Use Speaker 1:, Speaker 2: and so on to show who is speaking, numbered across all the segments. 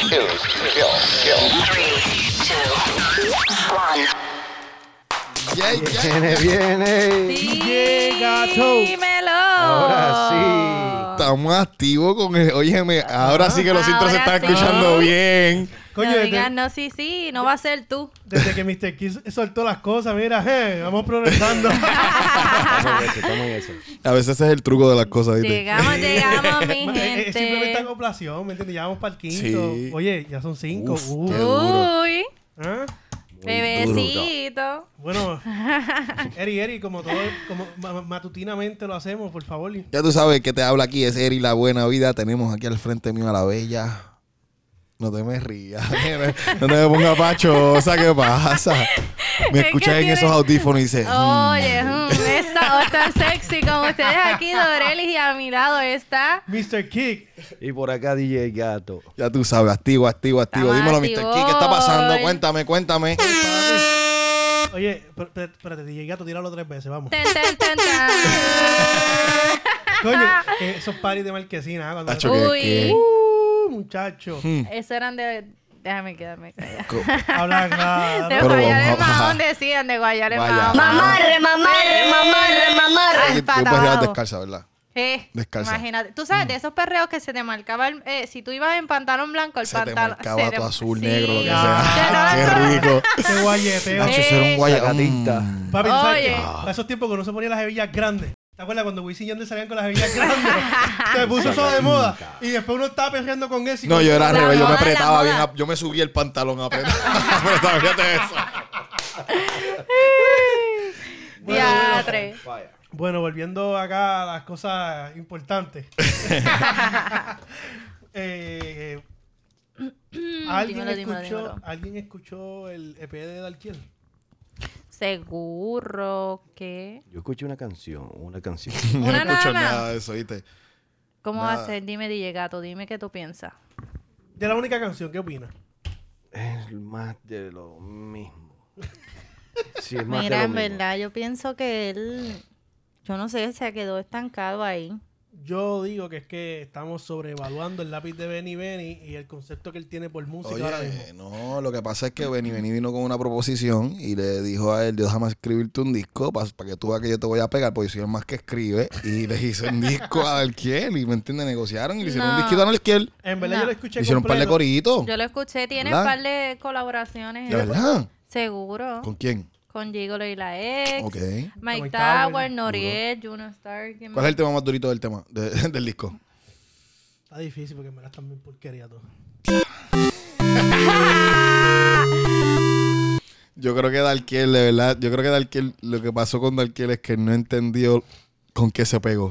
Speaker 1: Kill, kill.
Speaker 2: Yeah, yeah.
Speaker 3: Viene, viene.
Speaker 4: Sí,
Speaker 5: Llega Toad.
Speaker 4: Dímelo.
Speaker 3: Ahora
Speaker 2: Estamos activos con el. Óyeme, ahora sí que los intros se
Speaker 4: Ahora
Speaker 2: están
Speaker 4: sí.
Speaker 2: escuchando bien.
Speaker 5: Coño,
Speaker 4: no
Speaker 5: desde-
Speaker 4: digas, no, sí, sí, no va a ser tú.
Speaker 5: Desde que Mr. Kiss soltó las cosas, mira, eh, vamos progresando.
Speaker 3: Estamos en eso, estamos en eso.
Speaker 2: A veces ese es el truco de las cosas, ¿viste?
Speaker 4: llegamos, llegamos, mi
Speaker 5: Es- es, simplemente
Speaker 4: gente.
Speaker 5: acoplación, eh, ¿me entiendes? Ya vamos para el quinto.
Speaker 2: Sí.
Speaker 5: Oye, ya son cinco.
Speaker 2: Uf,
Speaker 5: Uh,
Speaker 2: qué- duro.
Speaker 4: Uy,
Speaker 5: ¿ah?
Speaker 4: bebecito.
Speaker 5: Bueno, Eri, Eri, como todo, como ma- matutinamente lo hacemos, por favor.
Speaker 2: Ya tú sabes que te habla aquí, es Eri La Buena Vida. Tenemos aquí al frente mío a la bella. No te me rías. No te me pongas pachosa. ¿Qué pasa? Me
Speaker 4: Es
Speaker 2: escuchas
Speaker 4: que
Speaker 2: en
Speaker 4: tiene-
Speaker 2: esos audífonos y dices...
Speaker 4: Oye, mm, esa voz tan sexy como ustedes aquí, Dorelis, y a mi lado está.
Speaker 5: Mr. Kick,
Speaker 3: Y por acá DJ Gato.
Speaker 2: Ya tú sabes, activo, activo, activo. Dímelo,
Speaker 4: Estamos
Speaker 2: Mr. Key, ¿qué está pasando?
Speaker 4: activos.
Speaker 2: Cuéntame, cuéntame.
Speaker 5: oye, pero- pero- espérate, DJ Gato, tíralo tres veces, vamos.
Speaker 4: Ten, ten, ten, ten.
Speaker 5: Coño, eh, esos paris de marquesina, ah, cuando-
Speaker 2: Tacho,
Speaker 4: Uy.
Speaker 2: que-
Speaker 5: Uh, muchacho.
Speaker 2: Hmm.
Speaker 4: Eso eran de. Déjame quedarme callada.
Speaker 2: que-
Speaker 5: Habla claro.
Speaker 4: De
Speaker 2: Pero
Speaker 4: Guayar el
Speaker 2: vamos a-
Speaker 4: Mahón decían, de Guayar el
Speaker 2: Vaya.
Speaker 4: Mahón.
Speaker 6: Mamarre, mamarre, mamarre, mamarre.
Speaker 2: Tú
Speaker 4: Al pata
Speaker 2: perreabas
Speaker 4: abajo.
Speaker 2: descalza, ¿verdad?
Speaker 4: Sí,
Speaker 2: Descalza. Mm.
Speaker 4: Imagínate. Tú sabes, de esos perreos que se te marcaba, el- eh, si tú ibas en pantalón blanco, el
Speaker 2: Se te
Speaker 4: pantalón.
Speaker 2: marcaba
Speaker 4: te-
Speaker 2: todo azul,
Speaker 4: Sí.
Speaker 2: negro, lo que
Speaker 5: Ya.
Speaker 2: sea. Qué rico.
Speaker 5: Ese guayeteo.
Speaker 2: Nacho, eso era un guayatista.
Speaker 3: Sacatista.
Speaker 5: Papi, ¿tú ¿sabes
Speaker 4: Oye.
Speaker 5: qué? Para esos tiempos que no se ponían las hebillas grandes. ¿Te acuerdas cuando Wisin y Yandel salían con las hebillas grandes? Te puso eso de moda. Y después uno estaba perreando con eso. y
Speaker 2: No,
Speaker 5: con-
Speaker 2: yo era al
Speaker 4: La
Speaker 2: revés, yo me
Speaker 4: moda, la
Speaker 2: apretaba
Speaker 4: moda.
Speaker 2: bien, a- yo me subía el pantalón apretaba. apretaba, fíjate eso.
Speaker 4: Diatre.
Speaker 5: Bueno, volviendo acá a las cosas importantes. Eh, ¿alguien,
Speaker 4: Mm, Dímelo, dímelo,
Speaker 5: escuchó,
Speaker 4: dímelo.
Speaker 5: ¿Alguien escuchó el EP de Dalkiel?
Speaker 4: Seguro que.
Speaker 3: Yo escuché una canción, una canción.
Speaker 2: No
Speaker 4: Una
Speaker 2: escucho
Speaker 4: nana.
Speaker 2: nada de eso, ¿viste?
Speaker 4: ¿Cómo va
Speaker 2: Nada.
Speaker 4: a ser? Dime, DJ Gato, dime qué tú piensas.
Speaker 5: De la única canción, ¿qué opinas?
Speaker 3: Es más de lo mismo. Sí, es más
Speaker 4: Mira,
Speaker 3: de
Speaker 4: en
Speaker 3: lo mismo.
Speaker 4: verdad, yo pienso que él. Yo no sé, se quedó estancado ahí.
Speaker 5: Yo digo que es que estamos sobrevaluando el lápiz de Benny Benny y el concepto que él tiene por música ahora mismo.
Speaker 2: Oye, no, lo que pasa es que Benny Benny vino con una proposición y le dijo a él, yo déjame escribirte un disco para que tú veas que yo te voy a pegar, porque soy el más que escribe. Y le hizo un disco a Dalquiel, y me entiendes, negociaron y le hicieron un
Speaker 4: No.
Speaker 2: disquito a Dalquiel.
Speaker 5: En verdad
Speaker 4: No.
Speaker 5: yo lo escuché
Speaker 2: Le hicieron un par de
Speaker 5: completo.
Speaker 2: coritos.
Speaker 4: Yo lo escuché, tiene
Speaker 2: ¿Verdad?
Speaker 4: un par de colaboraciones.
Speaker 2: ¿De verdad?
Speaker 4: Seguro.
Speaker 2: ¿Con quién?
Speaker 4: Con Gigolo y la ex.
Speaker 2: Ok.
Speaker 4: Mike
Speaker 5: Mike
Speaker 4: Tower,
Speaker 5: Tower,
Speaker 4: Noriel, Juno Stark. ¿quién
Speaker 2: ¿Cuál es
Speaker 4: más?
Speaker 2: el tema más durito del tema, de- del disco?
Speaker 5: Está difícil porque en verdad están bien porquería todo.
Speaker 2: Yo creo que Dalquiel, de verdad, yo creo que Dalquiel, lo que pasó con Dalquiel es que no entendió con qué se pegó.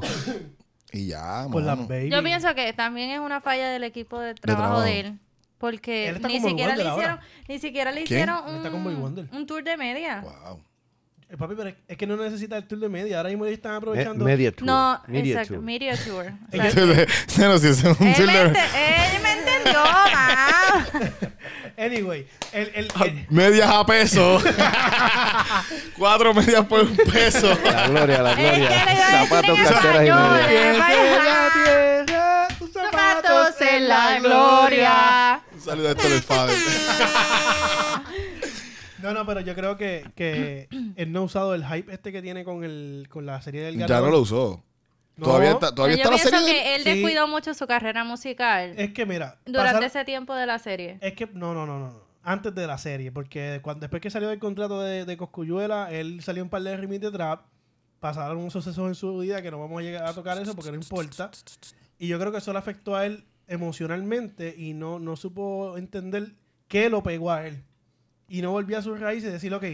Speaker 2: Y ya,
Speaker 5: Con las
Speaker 2: mano.
Speaker 5: baby.
Speaker 4: Yo pienso que también es una falla del equipo de
Speaker 2: trabajo.
Speaker 4: trabajo de, él. Porque
Speaker 5: Él está
Speaker 4: ni
Speaker 5: como el
Speaker 4: siquiera, le
Speaker 5: Wonder ahora.
Speaker 4: hicieron, ni siquiera le
Speaker 2: ¿Quién?
Speaker 4: hicieron
Speaker 5: Él está como el Wonder.
Speaker 4: un, un tour de media.
Speaker 2: Wow.
Speaker 5: Eh, papi, pero es- es que no necesita el tour de media. Ahora mismo ellos
Speaker 2: Eh,
Speaker 5: están
Speaker 3: Me-
Speaker 5: aprovechando.
Speaker 3: Eh, media tour.
Speaker 4: No,
Speaker 3: media
Speaker 4: exacto,
Speaker 3: tour.
Speaker 4: media tour. O sea,
Speaker 2: Pero Este, si es un
Speaker 4: él, este- me
Speaker 2: thriller,
Speaker 4: ente- él me entendió, ma.
Speaker 5: Anyway, el, el,
Speaker 2: Ah.
Speaker 5: el-
Speaker 2: medias a peso. Cuatro medias por un peso.
Speaker 3: La gloria, la
Speaker 4: Es que le
Speaker 3: gloria.
Speaker 4: iba a decir
Speaker 3: Zapatos,
Speaker 4: en
Speaker 3: carteras y
Speaker 4: español.
Speaker 3: media.
Speaker 4: Eh, vaya.
Speaker 5: tierra, tus
Speaker 4: Zapatos en la gloria.
Speaker 2: Un saludo a esto del padre.
Speaker 5: No, no, pero yo creo que, que él no ha usado el hype este que tiene con, el, con la serie del gato.
Speaker 2: Ya no lo usó.
Speaker 5: No.
Speaker 2: Todavía está,
Speaker 4: Yo
Speaker 2: todavía está la
Speaker 4: pienso
Speaker 2: serie. del-
Speaker 4: que él
Speaker 5: Sí.
Speaker 4: descuidó mucho su carrera musical
Speaker 5: Es que mira,
Speaker 4: durante
Speaker 5: pasar- Eh,
Speaker 4: ese tiempo de la serie.
Speaker 5: es que no, no, no, no. no. Antes de la serie, porque cuando después que salió del contrato de, de Coscuyuela, él salió un par de remix de trap. Pasaron unos sucesos en su vida que no vamos a llegar a tocar eso porque no importa. Y yo creo que eso le afectó a él emocionalmente y no, no supo entender qué lo pegó a él. Y no volvió a sus raíces y decir, ok,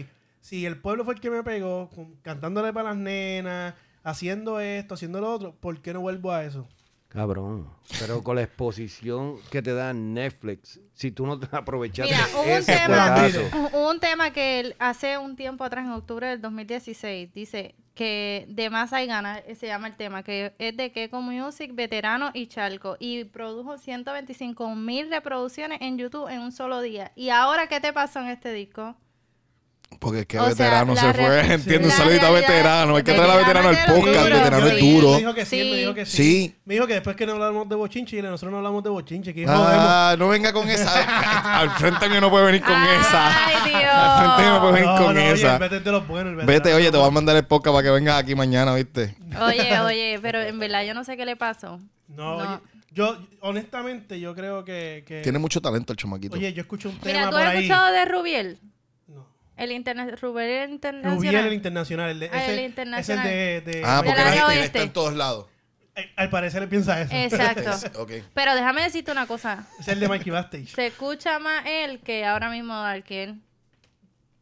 Speaker 5: si el pueblo fue el que me pegó, con- cantándole para las nenas, haciendo esto, haciendo lo otro, ¿por qué no vuelvo a eso?
Speaker 3: Cabrón. Pero con la exposición que te da Netflix, si tú no te aprovechaste
Speaker 4: Mira, hubo un
Speaker 3: ese
Speaker 4: tema-
Speaker 3: juegazo.
Speaker 4: Un- Un tema que él hace un tiempo atrás, en octubre del 2016, dice que de más hay ganas, eh, se llama el tema, que es de Keco Music, Veterano y Charco, y produjo 125 mil reproducciones en YouTube en un solo día. ¿Y ahora qué te pasó en este disco?
Speaker 2: Porque es que
Speaker 4: O sea,
Speaker 2: veterano
Speaker 4: la
Speaker 2: se fue.
Speaker 4: re-
Speaker 2: Entiende, un
Speaker 4: la
Speaker 2: saludito a
Speaker 4: realidad-
Speaker 2: veterano. Hay que traer a veterano al
Speaker 4: veterano
Speaker 2: podcast.
Speaker 4: es duro,
Speaker 2: Veterano es
Speaker 4: sí.
Speaker 5: Me
Speaker 2: duro.
Speaker 5: dijo que sí, me dijo que sí.
Speaker 2: Sí.
Speaker 5: Me dijo que después que no hablamos de bochinche, dile, nosotros no hablamos de bochinche, que jodemos.
Speaker 2: Ah, no venga con esa. Al frente mío no puede venir con esa.
Speaker 4: Ay,
Speaker 2: Al frente mío no puede
Speaker 4: Dios.
Speaker 2: venir
Speaker 5: No,
Speaker 2: con
Speaker 5: no, oye,
Speaker 2: esa.
Speaker 5: vete de los buenos, el veterano.
Speaker 2: Vete, oye, te voy a mandar el podcast para que vengas aquí mañana, ¿viste?
Speaker 4: Oye, oye, pero en verdad yo no sé qué le pasó. No.
Speaker 5: No, oye, yo, honestamente, yo creo que... que-
Speaker 2: Tiene mucho talento el chamaquito.
Speaker 5: Oye, yo escucho un tema
Speaker 4: Mira, ¿tú
Speaker 5: por
Speaker 4: has
Speaker 5: ahí.
Speaker 4: escuchado de Rubiel?
Speaker 5: No.
Speaker 4: El internet, Rubiel Internacional.
Speaker 5: Rubiel el internacional. El de,
Speaker 4: Ah,
Speaker 5: ese,
Speaker 4: el internacional.
Speaker 5: Es el de... de-
Speaker 2: ah,
Speaker 4: del
Speaker 2: porque él,
Speaker 4: área
Speaker 2: él
Speaker 4: oeste.
Speaker 2: está en todos lados.
Speaker 5: Eh, Al parecer él piensa eso.
Speaker 4: Exacto.
Speaker 2: Es- ok.
Speaker 4: Pero déjame decirte una cosa.
Speaker 5: Es el de Mikey Bastage.
Speaker 4: Se escucha más él que ahora mismo Darkiel.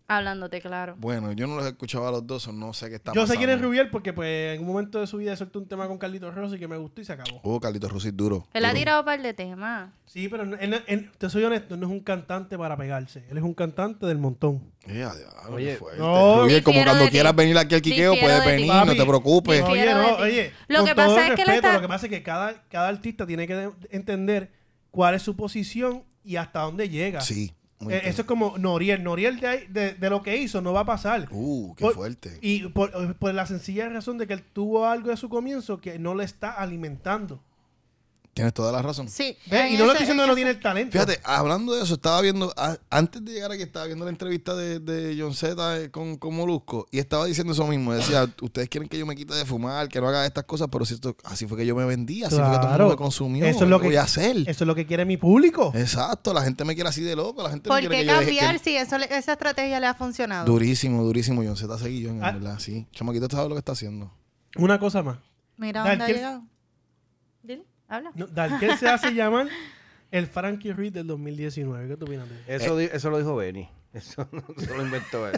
Speaker 4: Hablándote claro.
Speaker 2: Bueno, yo no los escuchaba a los dos, so no sé qué está
Speaker 5: Yo sé
Speaker 2: pasando.
Speaker 5: quién es Rubiel porque pues en un momento de su vida soltó un tema con Carlitos Rossi que me gustó y se acabó.
Speaker 2: Oh, Carlitos Rusi duro.
Speaker 4: Él ha
Speaker 2: duro.
Speaker 4: tirado un par de temas.
Speaker 5: Sí, pero no- él no- él- te soy honesto, él no es un cantante para pegarse. Él es un cantante del montón.
Speaker 2: Eh, a diablo,
Speaker 3: Oye,
Speaker 2: qué fuerte.
Speaker 5: no.
Speaker 2: Rubiel, como
Speaker 4: Difiero
Speaker 2: cuando
Speaker 4: de ti.
Speaker 2: quieras venir aquí al Quiqueo,
Speaker 4: Difiero
Speaker 2: puedes
Speaker 4: de ti.
Speaker 2: venir, no te
Speaker 5: Papi,
Speaker 2: preocupes.
Speaker 4: difiero.
Speaker 5: oye,
Speaker 4: de
Speaker 5: no,
Speaker 4: ti.
Speaker 5: oye.
Speaker 4: Lo
Speaker 5: con
Speaker 4: que
Speaker 5: todo
Speaker 4: pasa
Speaker 5: el
Speaker 4: es que él
Speaker 5: respeto,
Speaker 4: está-
Speaker 5: Lo que pasa es que cada, cada artista tiene que de- entender cuál es su posición y hasta dónde llega.
Speaker 2: Sí. muy
Speaker 5: Eh,
Speaker 2: bien.
Speaker 5: eso es como Noriel. Noriel de, ahí- de, de lo que hizo no va a pasar.
Speaker 2: Uh, qué
Speaker 5: Por-
Speaker 2: fuerte.
Speaker 5: Y por, eh, por la sencilla razón de que él tuvo algo de su comienzo que no le está alimentando.
Speaker 2: Tienes toda la razón.
Speaker 4: Sí.
Speaker 5: ¿Ves?
Speaker 4: en
Speaker 5: Y no
Speaker 4: ese-
Speaker 5: lo estoy diciendo que no tiene el talento.
Speaker 2: Fíjate, hablando de eso, estaba viendo, a- antes de llegar aquí, estaba viendo la entrevista de, de John Z eh, con, con Molusco y estaba diciendo eso mismo. Decía, ustedes quieren que yo me quite de fumar, que no haga estas cosas, pero si esto- así fue que yo me vendí, así fue que todo el mundo
Speaker 5: Claro.
Speaker 2: me consumió.
Speaker 5: Eso es lo que-
Speaker 2: voy a hacer.
Speaker 5: Eso es lo que quiere mi
Speaker 2: Eh.
Speaker 5: público.
Speaker 2: Exacto, la gente me quiere así de loco, la gente no
Speaker 4: ¿Por
Speaker 2: quiere
Speaker 4: qué
Speaker 2: que yo deje- que-
Speaker 4: cambiar si eso le- esa estrategia le ha funcionado?
Speaker 2: Durísimo, durísimo, John Z seguí yo, en
Speaker 5: Ah.
Speaker 2: verdad, sí. Chamaquito, ¿sabes lo que está haciendo?
Speaker 5: Una cosa más.
Speaker 4: Mira dónde ha
Speaker 5: Darkiel-
Speaker 4: llegado. Dile, habla.
Speaker 5: No, Darkiel se hace llamar el Frankie Reed del 2019. ¿Qué tú opinas de eso?
Speaker 3: Eso, di- eso lo dijo Benny. Eso no se lo inventó él.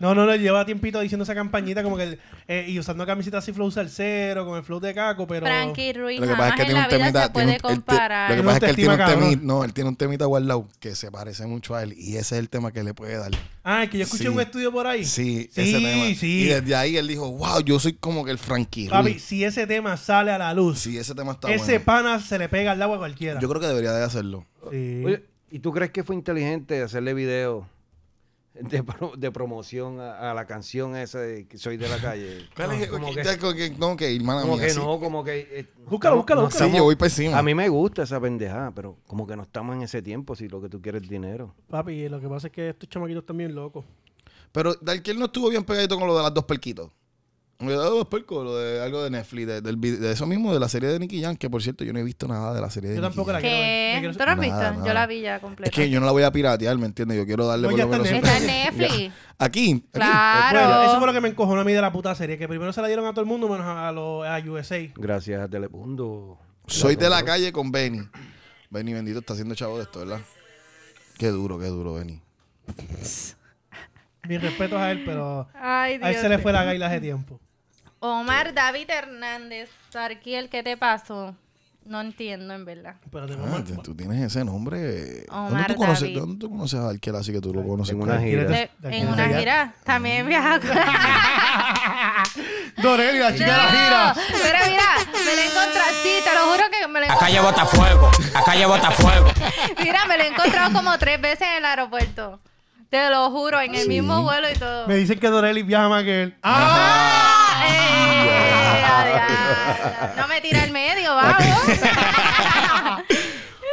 Speaker 5: No, no, no. Lleva tiempito diciendo esa campañita como que... el- eh, y usando camiseta así flow salsero, con el flow de caco, pero...
Speaker 4: Frankie Ruiz
Speaker 2: Lo que pasa es
Speaker 4: jamás
Speaker 2: que
Speaker 4: en
Speaker 2: tiene
Speaker 4: la
Speaker 2: un temita. tiene
Speaker 4: vida se puede
Speaker 2: un- él te-
Speaker 4: comparar.
Speaker 2: lo que
Speaker 5: No
Speaker 2: pasa es
Speaker 5: te
Speaker 2: que él tiene un
Speaker 5: estima,
Speaker 2: temita.
Speaker 5: cabrón.
Speaker 2: No, él tiene un temita guardado que se parece mucho a él. Y ese es el tema que le puede dar.
Speaker 5: Ah, es que yo escuché
Speaker 2: Sí.
Speaker 5: un estudio por ahí.
Speaker 2: Sí,
Speaker 5: sí,
Speaker 2: ese tema.
Speaker 5: sí.
Speaker 2: Y desde ahí él dijo, wow, yo soy como que el Frankie
Speaker 5: Papi,
Speaker 2: Ruiz".
Speaker 5: si ese tema sale a la luz,
Speaker 2: Sí, ese tema está
Speaker 5: ese
Speaker 2: bueno.
Speaker 5: pana se le pega al agua a cualquiera.
Speaker 2: Yo creo que debería de hacerlo.
Speaker 5: Sí.
Speaker 3: Oye, ¿y tú crees que fue inteligente hacerle video de, pro- de promoción a, a la canción esa de que soy de la calle? Ah, Como que,
Speaker 2: Ya, como que- no, que hermana
Speaker 3: como
Speaker 2: mía,
Speaker 3: que
Speaker 2: sí.
Speaker 3: no, como que... eh,
Speaker 5: Búscalo,
Speaker 3: no-
Speaker 5: búscalo,
Speaker 3: no
Speaker 5: búscalo.
Speaker 2: Sí,
Speaker 3: estamos-
Speaker 2: yo voy para encima.
Speaker 3: A mí me gusta esa pendejada, pero como que no estamos en ese tiempo si lo que tú quieres es dinero.
Speaker 5: Papi, lo que pasa es que estos chamaquitos están bien locos.
Speaker 2: Pero Darkiel no estuvo bien pegadito con lo de las dos perquitos. Lo de las dos percos, lo de algo de Netflix, de, del vi- de eso mismo, de la serie de Nicky Jam, que por cierto yo no he visto nada de la serie de
Speaker 5: Yo
Speaker 2: Nicky
Speaker 5: tampoco la
Speaker 2: Jam.
Speaker 5: quiero ver.
Speaker 4: ¿Qué?
Speaker 5: Me
Speaker 4: ¿Tú
Speaker 5: quiero-
Speaker 4: lo has
Speaker 2: Nada,
Speaker 4: visto?
Speaker 2: nada.
Speaker 4: Yo la vi ya completa.
Speaker 2: Es que yo no la voy a piratear, ¿me entiendes? Yo quiero darle
Speaker 5: No,
Speaker 2: por
Speaker 5: ya
Speaker 2: lo
Speaker 5: está
Speaker 2: menos
Speaker 5: en
Speaker 2: siempre-
Speaker 4: Está en Netflix.
Speaker 2: Aquí, aquí.
Speaker 4: Claro.
Speaker 5: Bueno, eso fue lo que me encojó a mí de la puta serie, que primero se la dieron a todo el mundo menos a, los a USA.
Speaker 3: Gracias a Telemundo.
Speaker 2: Soy de la calle con Benny. Benny bendito está haciendo chavo de esto, ¿verdad? Qué duro, qué duro, Benny.
Speaker 5: Mis respetos a él, pero
Speaker 4: Ay,
Speaker 5: a él
Speaker 4: Dios.
Speaker 5: se le fue la gaila hace tiempo.
Speaker 4: Omar David Hernández. Sarkiel, ¿qué te pasó? No entiendo, en verdad.
Speaker 5: Pero
Speaker 2: Ah, tú- tú tienes ese nombre. ¿Dónde
Speaker 4: Omar
Speaker 2: tú conoces,
Speaker 4: David.
Speaker 2: ¿de dónde tú conoces a Darkiel así que tú lo conoces?
Speaker 3: En una
Speaker 2: claro?
Speaker 3: gira.
Speaker 5: Mira,
Speaker 4: De-
Speaker 5: de aquí
Speaker 4: en
Speaker 5: a
Speaker 4: una
Speaker 5: allá. Mm.
Speaker 4: gira también viaja
Speaker 5: Dorelli, la chica de la gira.
Speaker 4: Pero mira, me la encontrado. Sí, te lo juro que me la he
Speaker 1: La
Speaker 4: encontrado.
Speaker 1: calle bota fuego, la calle bota fuego.
Speaker 4: Mira, me la he encontrado como tres veces en el aeropuerto. Te lo juro, en el
Speaker 2: Sí.
Speaker 4: mismo vuelo y todo.
Speaker 5: Me dicen que Dorelli viaja más que él. ¡Ah!
Speaker 4: Ah, eh, adiós. no me tira el medio, vamos.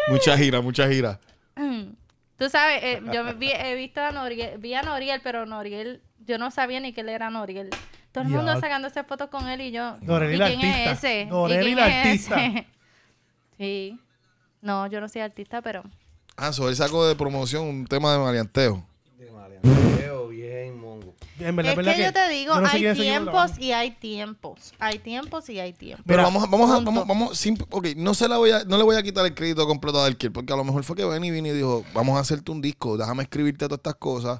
Speaker 2: Mucha gira, mucha gira.
Speaker 4: Tú sabes, eh, yo me vi- he visto a Noriel, vi a Noriel, pero Noriel, yo no sabía ni que él era Noriel. Todo el
Speaker 5: Ya.
Speaker 4: mundo sacándose fotos con él y yo.
Speaker 5: Noriel
Speaker 4: ¿y
Speaker 5: la
Speaker 4: quién
Speaker 5: artista.
Speaker 4: es ese? ¿Y
Speaker 5: Noriel
Speaker 4: quién
Speaker 5: la
Speaker 4: es
Speaker 5: artista.
Speaker 4: ese? Sí. No, yo no soy artista, pero.
Speaker 2: Ah, so, él sacó de promoción un tema de maleanteo.
Speaker 3: De maleanteo, bien, mongo.
Speaker 5: En verdad,
Speaker 4: es
Speaker 5: verdad
Speaker 4: que, yo te digo,
Speaker 5: yo no sé quién
Speaker 4: hay
Speaker 5: es ese señor,
Speaker 4: tiempos y hay tiempos. Hay tiempos y hay tiempos.
Speaker 2: Pero
Speaker 5: Mira,
Speaker 2: vamos, a- vamos, a-
Speaker 4: punto.
Speaker 2: vamos, vamos, simple- ok, no se la voy a, no le voy a quitar el crédito completo a Darkiel, porque a lo mejor fue que Benny vino y dijo, vamos a hacerte un disco, déjame escribirte todas estas cosas,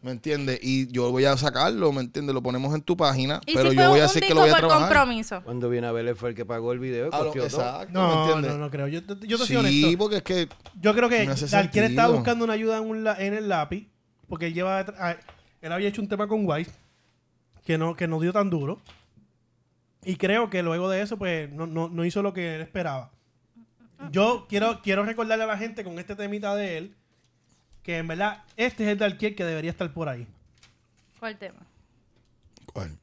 Speaker 2: ¿me entiendes? Y yo voy a sacarlo, ¿me entiendes? Lo ponemos en tu página,
Speaker 4: Y
Speaker 2: pero
Speaker 4: si
Speaker 2: yo
Speaker 4: fue
Speaker 2: voy a
Speaker 4: un
Speaker 2: decir que
Speaker 4: disco
Speaker 2: lo voy a
Speaker 4: por
Speaker 2: trabajar.
Speaker 4: compromiso.
Speaker 3: Cuando viene a ver, él fue el que pagó el video.
Speaker 2: A Ah, lo-
Speaker 3: costeó todo.
Speaker 2: exacto, ¿me
Speaker 5: No,
Speaker 2: entiendes?
Speaker 5: no, no creo. Yo, yo, te soy
Speaker 2: sí,
Speaker 5: honesto.
Speaker 2: porque es que
Speaker 5: Yo creo que
Speaker 2: Me hace
Speaker 5: Darkiel estaba
Speaker 2: sentido.
Speaker 5: buscando una ayuda en, un la- en el lápiz, porque él lleva detr- ah, él había hecho un tema con Wise que no, que no dio tan duro. Y creo que luego de eso, pues, no, no- no hizo lo que él esperaba. Yo quiero, quiero recordarle a la gente con este temita de él, que en verdad, este es el Darkiel que debería estar por ahí.
Speaker 4: ¿Cuál tema?
Speaker 2: ¿Cuál?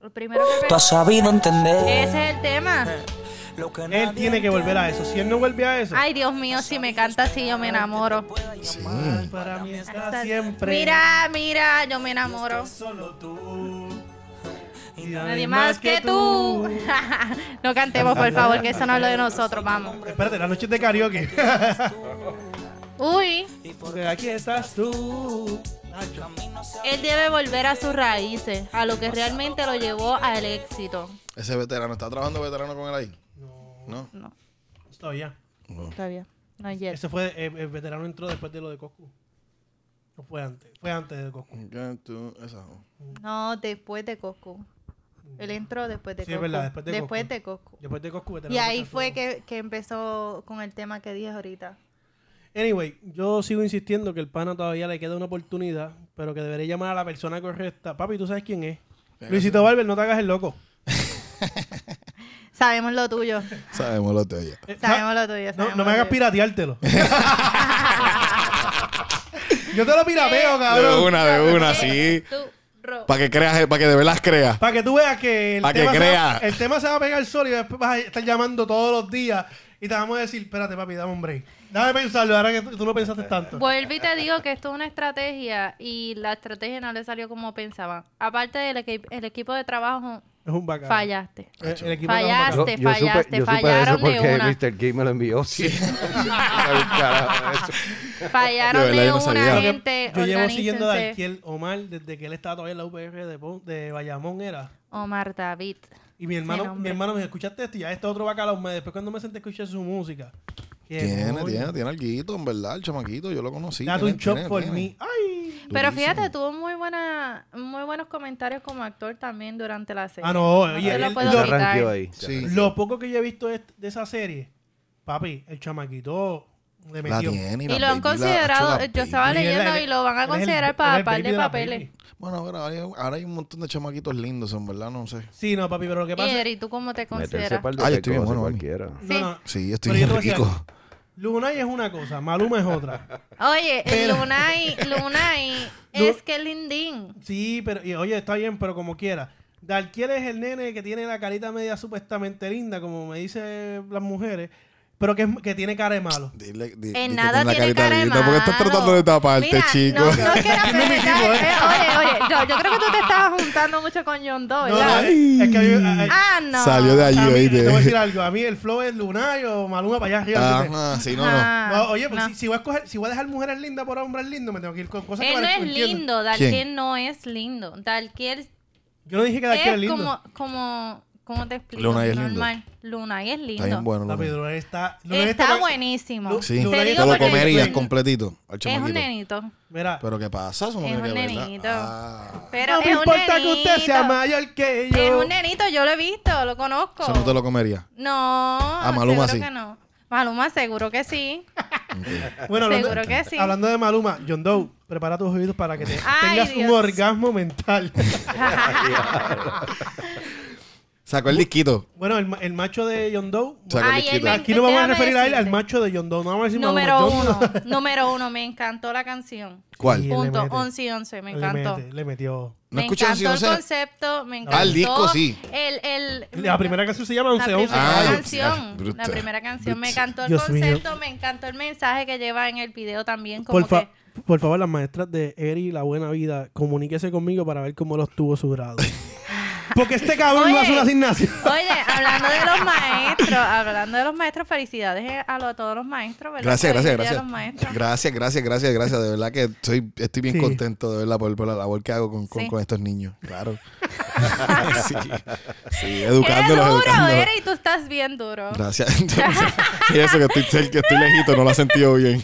Speaker 4: El primero que
Speaker 1: Tú has sabido entender
Speaker 4: Ese es el tema.
Speaker 1: lo que
Speaker 5: Él tiene que volver a eso. Si él no vuelve a eso,
Speaker 4: Ay, Dios mío, si me canta así yo me enamoro.
Speaker 2: Sí.
Speaker 5: para mí está siempre.
Speaker 4: Mira, mira, yo me enamoro.
Speaker 5: Solo tú. Y
Speaker 4: Nadie más que tú. no cantemos, por favor, que eso no es lo de nosotros, vamos.
Speaker 5: Espérate, la noche es de karaoke.
Speaker 4: Uy,
Speaker 5: Porque aquí estás tú. Nacho.
Speaker 4: él debe volver a sus raíces, a lo que realmente lo llevó al éxito.
Speaker 2: Ese veterano, ¿está trabajando veterano con él ahí? No.
Speaker 4: No,
Speaker 5: Estoy ya.
Speaker 2: No.
Speaker 4: todavía. No ayer.
Speaker 5: Ese fue, eh, el, el veterano entró después de lo de Coscu. No fue antes, fue antes de Coscu.
Speaker 2: Ya tú- esa.
Speaker 4: No, después de Coscu. Él entró después de
Speaker 5: Sí, es
Speaker 4: Coscu.
Speaker 5: verdad, después de
Speaker 4: después
Speaker 5: Coscu.
Speaker 4: de Coscu.
Speaker 5: Después de Coscu, veterano.
Speaker 4: Y ahí
Speaker 5: entró
Speaker 4: fue
Speaker 5: Coscu.
Speaker 4: que, que empezó con el tema que dije ahorita.
Speaker 5: Anyway, yo sigo insistiendo que el pana todavía le queda una oportunidad, pero que debería llamar a la persona correcta. Papi, ¿tú sabes quién es? Luisito Barber, no te hagas el loco.
Speaker 4: Sabemos lo tuyo.
Speaker 2: Sabemos lo de ella.
Speaker 5: Eh,
Speaker 4: Sabemos
Speaker 5: sa-
Speaker 4: lo tuyo.
Speaker 5: no,
Speaker 4: sabemos
Speaker 5: no me
Speaker 4: lo
Speaker 5: hagas
Speaker 4: tuyo.
Speaker 5: pirateártelo. yo te lo pirateo,
Speaker 2: De
Speaker 5: cabrón.
Speaker 2: una, de una, sí.
Speaker 4: Tú, Ro.
Speaker 2: Para que creas, para que de verdad creas.
Speaker 5: Para que tú veas que el,
Speaker 2: Pa' que
Speaker 5: tema se va,
Speaker 2: crea.
Speaker 5: el tema se va a pegar solo y después vas a estar llamando todos los días y te vamos a decir, espérate, papi, dame un break. Dame pensarlo, ahora que tú tú no pensaste tanto.
Speaker 4: Vuelvo y te digo que esto es una estrategia y la estrategia no le salió como pensaban. Aparte del equi- el equipo de trabajo,
Speaker 5: Es un bacán.
Speaker 4: fallaste.
Speaker 5: Eh, El, equipo
Speaker 4: Fallaste.
Speaker 5: Fallaste.
Speaker 4: Te fallaste, fallaron de
Speaker 3: porque
Speaker 4: una.
Speaker 3: Mr. King me lo envió. Sí.
Speaker 2: De
Speaker 4: Fallaron
Speaker 2: verdad,
Speaker 4: de
Speaker 2: yo no
Speaker 4: una
Speaker 2: sabía.
Speaker 4: gente.
Speaker 5: Yo llevo siguiendo a
Speaker 4: organícense.
Speaker 5: Darkiel Omar desde que él estaba todavía en la UPR de, Pon- de Bayamón, era.
Speaker 4: Omar David.
Speaker 5: Y mi hermano, mi
Speaker 4: nombre.
Speaker 5: hermano me dijo, escuchaste esto y ya este otro bacalao. Me, después cuando me senté escuché su música. Que,
Speaker 2: Tiene,
Speaker 5: coño,
Speaker 2: tiene, tiene alguito, en verdad, el chamaquito, yo lo conocí.
Speaker 5: Date
Speaker 2: tiene,
Speaker 5: un chop
Speaker 2: tiene,
Speaker 5: por
Speaker 2: tiene.
Speaker 5: mí. Ay.
Speaker 4: Pero
Speaker 2: Durísimo.
Speaker 4: fíjate, tuvo muy buena, muy buenos comentarios como actor también durante la serie.
Speaker 5: Ah, no,
Speaker 4: te
Speaker 5: oye,
Speaker 4: lo
Speaker 5: él-
Speaker 4: puedo
Speaker 5: lo-
Speaker 4: quitar.
Speaker 3: ahí.
Speaker 2: Sí.
Speaker 5: Lo poco que yo he visto de, de esa serie, papi, el chamaquito le
Speaker 2: La
Speaker 5: metió.
Speaker 2: tiene
Speaker 4: Y
Speaker 2: la
Speaker 4: lo han
Speaker 2: baby, la-
Speaker 4: considerado,
Speaker 2: la
Speaker 4: eh, yo estaba
Speaker 5: baby.
Speaker 4: leyendo
Speaker 5: Él-
Speaker 4: y lo van a
Speaker 5: él es el- él
Speaker 4: considerar
Speaker 5: es el
Speaker 4: para par
Speaker 5: baby
Speaker 4: de
Speaker 5: de la
Speaker 4: papeles.
Speaker 5: baby.
Speaker 2: Bueno, ahora hay, ahora hay un montón de chamaquitos lindos, en verdad, no sé.
Speaker 5: Sí, no, papi, pero lo que pasa
Speaker 4: Jerry, ¿tú cómo te consideras?
Speaker 2: Ah, yo estoy bien bueno, mami.
Speaker 3: cualquiera.
Speaker 5: es...
Speaker 4: Sí.
Speaker 5: No, no.
Speaker 2: Sí, estoy
Speaker 5: Pero
Speaker 2: bien
Speaker 5: yo te voy a decir
Speaker 2: rico.
Speaker 5: algo. Lunay es una cosa, Maluma es otra.
Speaker 4: Oye,
Speaker 5: Pero-
Speaker 4: Lunay, Lunay
Speaker 5: Lu-
Speaker 4: es que lindín.
Speaker 5: Sí, pero... y, oye, está bien, pero como quiera. Darkiel es el nene que tiene la carita media supuestamente linda, como me dicen las mujeres, pero que, es- que tiene cara de malo.
Speaker 2: Dile, di- di que
Speaker 4: En nada
Speaker 2: la
Speaker 4: tiene cara de
Speaker 2: linda, porque estás
Speaker 4: malo.
Speaker 2: tratando de taparte,
Speaker 4: Mira,
Speaker 2: chico.
Speaker 4: No, no quiero criticar,
Speaker 5: equipo, ¿eh?
Speaker 4: eh, Oye, oye, yo, yo creo que tú te estabas juntando mucho con John Doe,
Speaker 5: No,
Speaker 4: ¿verdad?
Speaker 5: no, es- es que a mí- a- a-
Speaker 4: ah, no.
Speaker 2: Salió de allí,
Speaker 5: a mí- Te voy a decir
Speaker 2: oíste.
Speaker 5: algo. A mí el flow es Lunay o Maluma para allá arriba. ¿entiendes?
Speaker 2: Ajá, Ah, sí, no, no.
Speaker 4: Ajá,
Speaker 5: No, oye, pues
Speaker 4: Ah, no.
Speaker 5: Si, si voy a escoger- si voy a dejar mujeres lindas por hombres lindos, me tengo que ir con cosas que
Speaker 4: Él no es
Speaker 5: parezcan, ¿entiendes?
Speaker 4: lindo, Dalquiel no es lindo. Dalquiel
Speaker 5: Yo no dije que Darkiel es
Speaker 4: es
Speaker 5: lindo.
Speaker 4: como, como, ¿cómo te explico?
Speaker 2: Lunay es lindo.
Speaker 4: Normal. Lunay es lindo.
Speaker 2: Está bien bueno.
Speaker 5: La
Speaker 2: lo que-
Speaker 5: Pedro está. lo
Speaker 4: Está,
Speaker 5: de este esta-
Speaker 4: buenísimo.
Speaker 5: Lu-
Speaker 2: Sí,
Speaker 5: Lo
Speaker 4: Te
Speaker 5: de-
Speaker 4: digo
Speaker 2: te lo
Speaker 4: porque
Speaker 2: comerías
Speaker 4: es un-
Speaker 2: completito al
Speaker 4: Es un
Speaker 2: chamaquito.
Speaker 4: nenito.
Speaker 5: Mira,
Speaker 2: Pero ¿qué pasa? Eso no
Speaker 4: Es
Speaker 2: tiene
Speaker 4: un
Speaker 2: que ver, ¿verdad?
Speaker 4: nenito.
Speaker 2: Ah.
Speaker 4: Pero
Speaker 5: no me
Speaker 4: es un
Speaker 5: importa que usted sea
Speaker 4: nenito.
Speaker 5: mayor que yo.
Speaker 4: Es un nenito, yo lo he visto, lo conozco.
Speaker 2: Eso no te lo comerías.
Speaker 4: No,
Speaker 2: Maluma
Speaker 4: seguro
Speaker 2: sí.
Speaker 4: que no. Maluma seguro que sí.
Speaker 5: Bueno, hablando,
Speaker 4: Seguro que sí.
Speaker 5: hablando de Maluma, John Doe, prepara tus oídos para que te-
Speaker 4: Ay,
Speaker 5: tengas un
Speaker 4: Dios.
Speaker 5: orgasmo mental.
Speaker 2: Sacó el disquito.
Speaker 5: bueno, el, ma- el macho de John Doe.
Speaker 2: Sacó el
Speaker 4: Ay, él
Speaker 2: disquito.
Speaker 4: me-
Speaker 5: Aquí no vamos a
Speaker 4: déjame
Speaker 5: referir a él al
Speaker 4: decirte.
Speaker 5: macho de John Doe. No vamos a decir Maluma,
Speaker 4: número
Speaker 5: John
Speaker 4: uno,
Speaker 5: Doe.
Speaker 4: número uno, me encantó la canción.
Speaker 5: Sí,
Speaker 2: ¿Cuál?
Speaker 5: él le
Speaker 4: Punto,
Speaker 5: mete.
Speaker 4: 11 y 11, me
Speaker 5: Le
Speaker 4: encantó.
Speaker 5: mete, le metió.
Speaker 2: No
Speaker 4: me
Speaker 2: escuché
Speaker 4: encantó el
Speaker 2: 11.
Speaker 4: concepto, me encantó.
Speaker 2: Ah, el disco sí.
Speaker 4: El, el,
Speaker 5: La primera canción se llama
Speaker 4: la
Speaker 5: 11
Speaker 4: primera
Speaker 5: 11.
Speaker 2: Ah,
Speaker 4: canción,
Speaker 2: bruta,
Speaker 4: la primera canción, me
Speaker 2: bruta.
Speaker 4: encantó el
Speaker 5: Dios mío.
Speaker 4: concepto, me encantó el mensaje que lleva en el video también, como
Speaker 5: Por, fa-
Speaker 4: que
Speaker 5: por favor, las maestras de Eri, la buena vida, comuníquese conmigo para ver cómo los tuvo su grado. Porque este cabrón no
Speaker 4: Oye.
Speaker 5: hace una gimnasia.
Speaker 4: Oye, hablando de los maestros, hablando de los maestros, felicidades eh, a, lo- a todos los maestros, ¿verdad?
Speaker 2: Gracias, gracias,
Speaker 4: Feliz día a
Speaker 2: gracias.
Speaker 4: los maestros.
Speaker 2: Gracias, gracias, gracias, gracias. De verdad que estoy, estoy bien
Speaker 5: Sí.
Speaker 2: contento de verdad por, por la labor que hago con, con-
Speaker 4: Sí.
Speaker 2: con estos niños. Claro. sí, sí, educándolos,
Speaker 4: Eres duro,
Speaker 2: educándolos.
Speaker 4: eres, y tú estás bien duro.
Speaker 2: Gracias. Entonces, y eso que estoy, cerca, que estoy lejito, no lo ha sentido bien.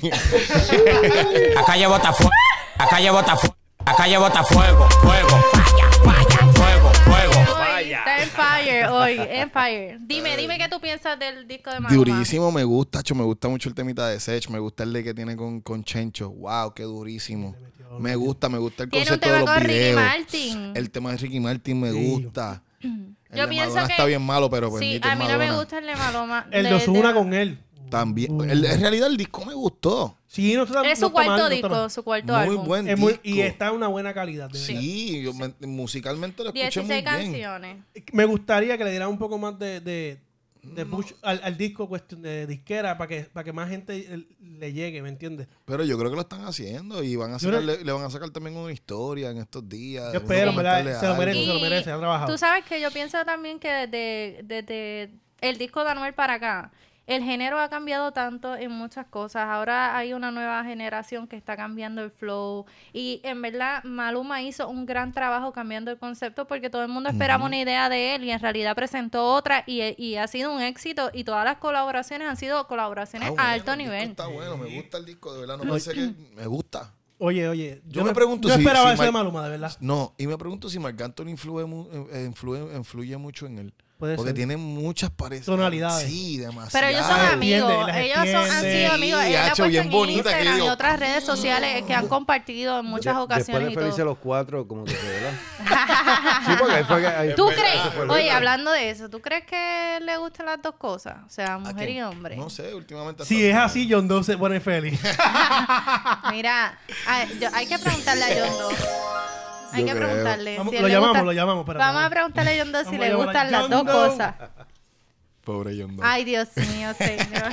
Speaker 1: Acá ya bota fuego. Acá ya bota fuego. Acá ya bota fuego. Fuego. Fuego. Fuego.
Speaker 4: Hoy está en fire hoy, en fire. Dime, dime qué tú piensas del disco de Maluma.
Speaker 2: durísimo, me gusta, cho, me gusta mucho el temita de Sech, me gusta el de que tiene con, con Chencho. Wow, qué durísimo. Me gusta, me gusta el
Speaker 4: Tiene un
Speaker 2: concepto
Speaker 4: tema
Speaker 2: de los
Speaker 4: con Ricky
Speaker 2: videos.
Speaker 4: Martin.
Speaker 2: El tema de Ricky Martin me
Speaker 5: Sí.
Speaker 2: gusta. El
Speaker 4: Yo
Speaker 2: de
Speaker 4: pienso
Speaker 2: Madonna
Speaker 4: que-
Speaker 2: está bien malo, pero pues
Speaker 4: sí,
Speaker 2: bendito
Speaker 4: a
Speaker 2: es
Speaker 4: mí no me
Speaker 2: Madonna.
Speaker 4: gusta el de Maloma.
Speaker 5: El
Speaker 4: de-
Speaker 5: de
Speaker 4: de-
Speaker 5: Ozuna con él.
Speaker 2: También. el- en realidad el disco me gustó.
Speaker 5: Sí, no está-
Speaker 4: Es su
Speaker 5: no está mal,
Speaker 4: cuarto
Speaker 5: no está
Speaker 4: disco,
Speaker 5: mal.
Speaker 4: su cuarto
Speaker 2: Muy
Speaker 4: álbum.
Speaker 2: buen
Speaker 5: Es muy-
Speaker 2: disco.
Speaker 5: y está en una buena calidad. de verdad.
Speaker 2: Sí, yo me- musicalmente lo escuché
Speaker 4: 16
Speaker 2: muy bien.
Speaker 4: canciones.
Speaker 5: Me gustaría que le dieran un poco más de, de, de push al, al disco cuestión de disquera para que, para que más gente eh, le llegue, ¿me entiendes?
Speaker 2: Pero yo creo que lo están haciendo y van a
Speaker 5: Yo
Speaker 2: sacar-
Speaker 5: no-
Speaker 2: le, le van a sacar también una historia en estos días. uno
Speaker 5: Yo espero, ¿verdad?
Speaker 2: comentarle
Speaker 5: Se lo
Speaker 2: algo.
Speaker 5: merece, se lo merece, ha trabajado.
Speaker 4: Tú sabes que yo pienso también que desde, desde el disco de Anuel para acá, el género ha cambiado tanto en muchas cosas. Ahora hay una nueva generación que está cambiando el flow. Y en verdad, Maluma hizo un gran trabajo cambiando el concepto porque todo el mundo esperaba una idea de él y en realidad presentó otra y, y ha sido un éxito. Y todas las colaboraciones han sido
Speaker 2: Está
Speaker 5: Ah,
Speaker 4: colaboraciones
Speaker 2: Ah, bueno,
Speaker 4: a alto
Speaker 2: el disco
Speaker 4: nivel. mm.
Speaker 2: Está bueno, me gusta el disco, de verdad. No pensé que me gusta.
Speaker 5: Oye, oye.
Speaker 2: Yo me pregunto
Speaker 5: yo
Speaker 2: si-
Speaker 5: esperaba
Speaker 2: si
Speaker 5: eso de
Speaker 2: Mar-
Speaker 5: Maluma, de verdad.
Speaker 2: No, y me pregunto si Marc Anthony influye, mu- eh, influye, influye mucho en él.
Speaker 5: Puede
Speaker 2: porque
Speaker 5: ser.
Speaker 2: tiene muchas parecidas.
Speaker 5: Tonalidades.
Speaker 2: Sí, demasiado.
Speaker 4: Pero ellos son amigos,
Speaker 5: ah, Entiende, las
Speaker 4: ellos son, han
Speaker 5: entiende.
Speaker 4: sido amigos.
Speaker 2: Sí,
Speaker 4: Él la
Speaker 2: hacho,
Speaker 4: ha puesto
Speaker 2: bien
Speaker 4: en
Speaker 2: bonita, que
Speaker 4: Instagram y
Speaker 2: digo,
Speaker 4: otras redes sociales que han compartido en muchas
Speaker 3: De-
Speaker 4: ocasiones.
Speaker 3: Después
Speaker 4: y
Speaker 3: de
Speaker 4: todo.
Speaker 3: Felices los Cuatro, como que se ¿verdad? sí, porque ahí fue que... ahí
Speaker 4: ¿Tú
Speaker 3: fue-
Speaker 4: crees?
Speaker 3: eso fue lo-
Speaker 4: Oye, hablando de eso, ¿tú crees que le gustan las dos cosas? O sea,
Speaker 2: ¿A
Speaker 4: mujer y
Speaker 2: quién?
Speaker 4: hombre.
Speaker 2: No sé, últimamente.
Speaker 5: Si es
Speaker 2: hasta-
Speaker 5: así, John Doe se pone feliz.
Speaker 4: Mira, a- yo- hay que preguntarle a John Doe. Hay
Speaker 2: Yo
Speaker 4: que
Speaker 2: creo.
Speaker 4: preguntarle.
Speaker 5: Vamos,
Speaker 4: si él
Speaker 5: lo
Speaker 4: le
Speaker 5: llamamos,
Speaker 4: gusta-
Speaker 5: lo llamamos, espérate,
Speaker 4: Vamos a
Speaker 5: vamos.
Speaker 4: preguntarle a John Doe si
Speaker 5: Vamos a
Speaker 4: le
Speaker 5: llamar a
Speaker 4: gustan las
Speaker 5: John
Speaker 4: dos
Speaker 5: Doe.
Speaker 4: cosas.
Speaker 2: Pobre John Doe.
Speaker 4: Ay, Dios mío, señor.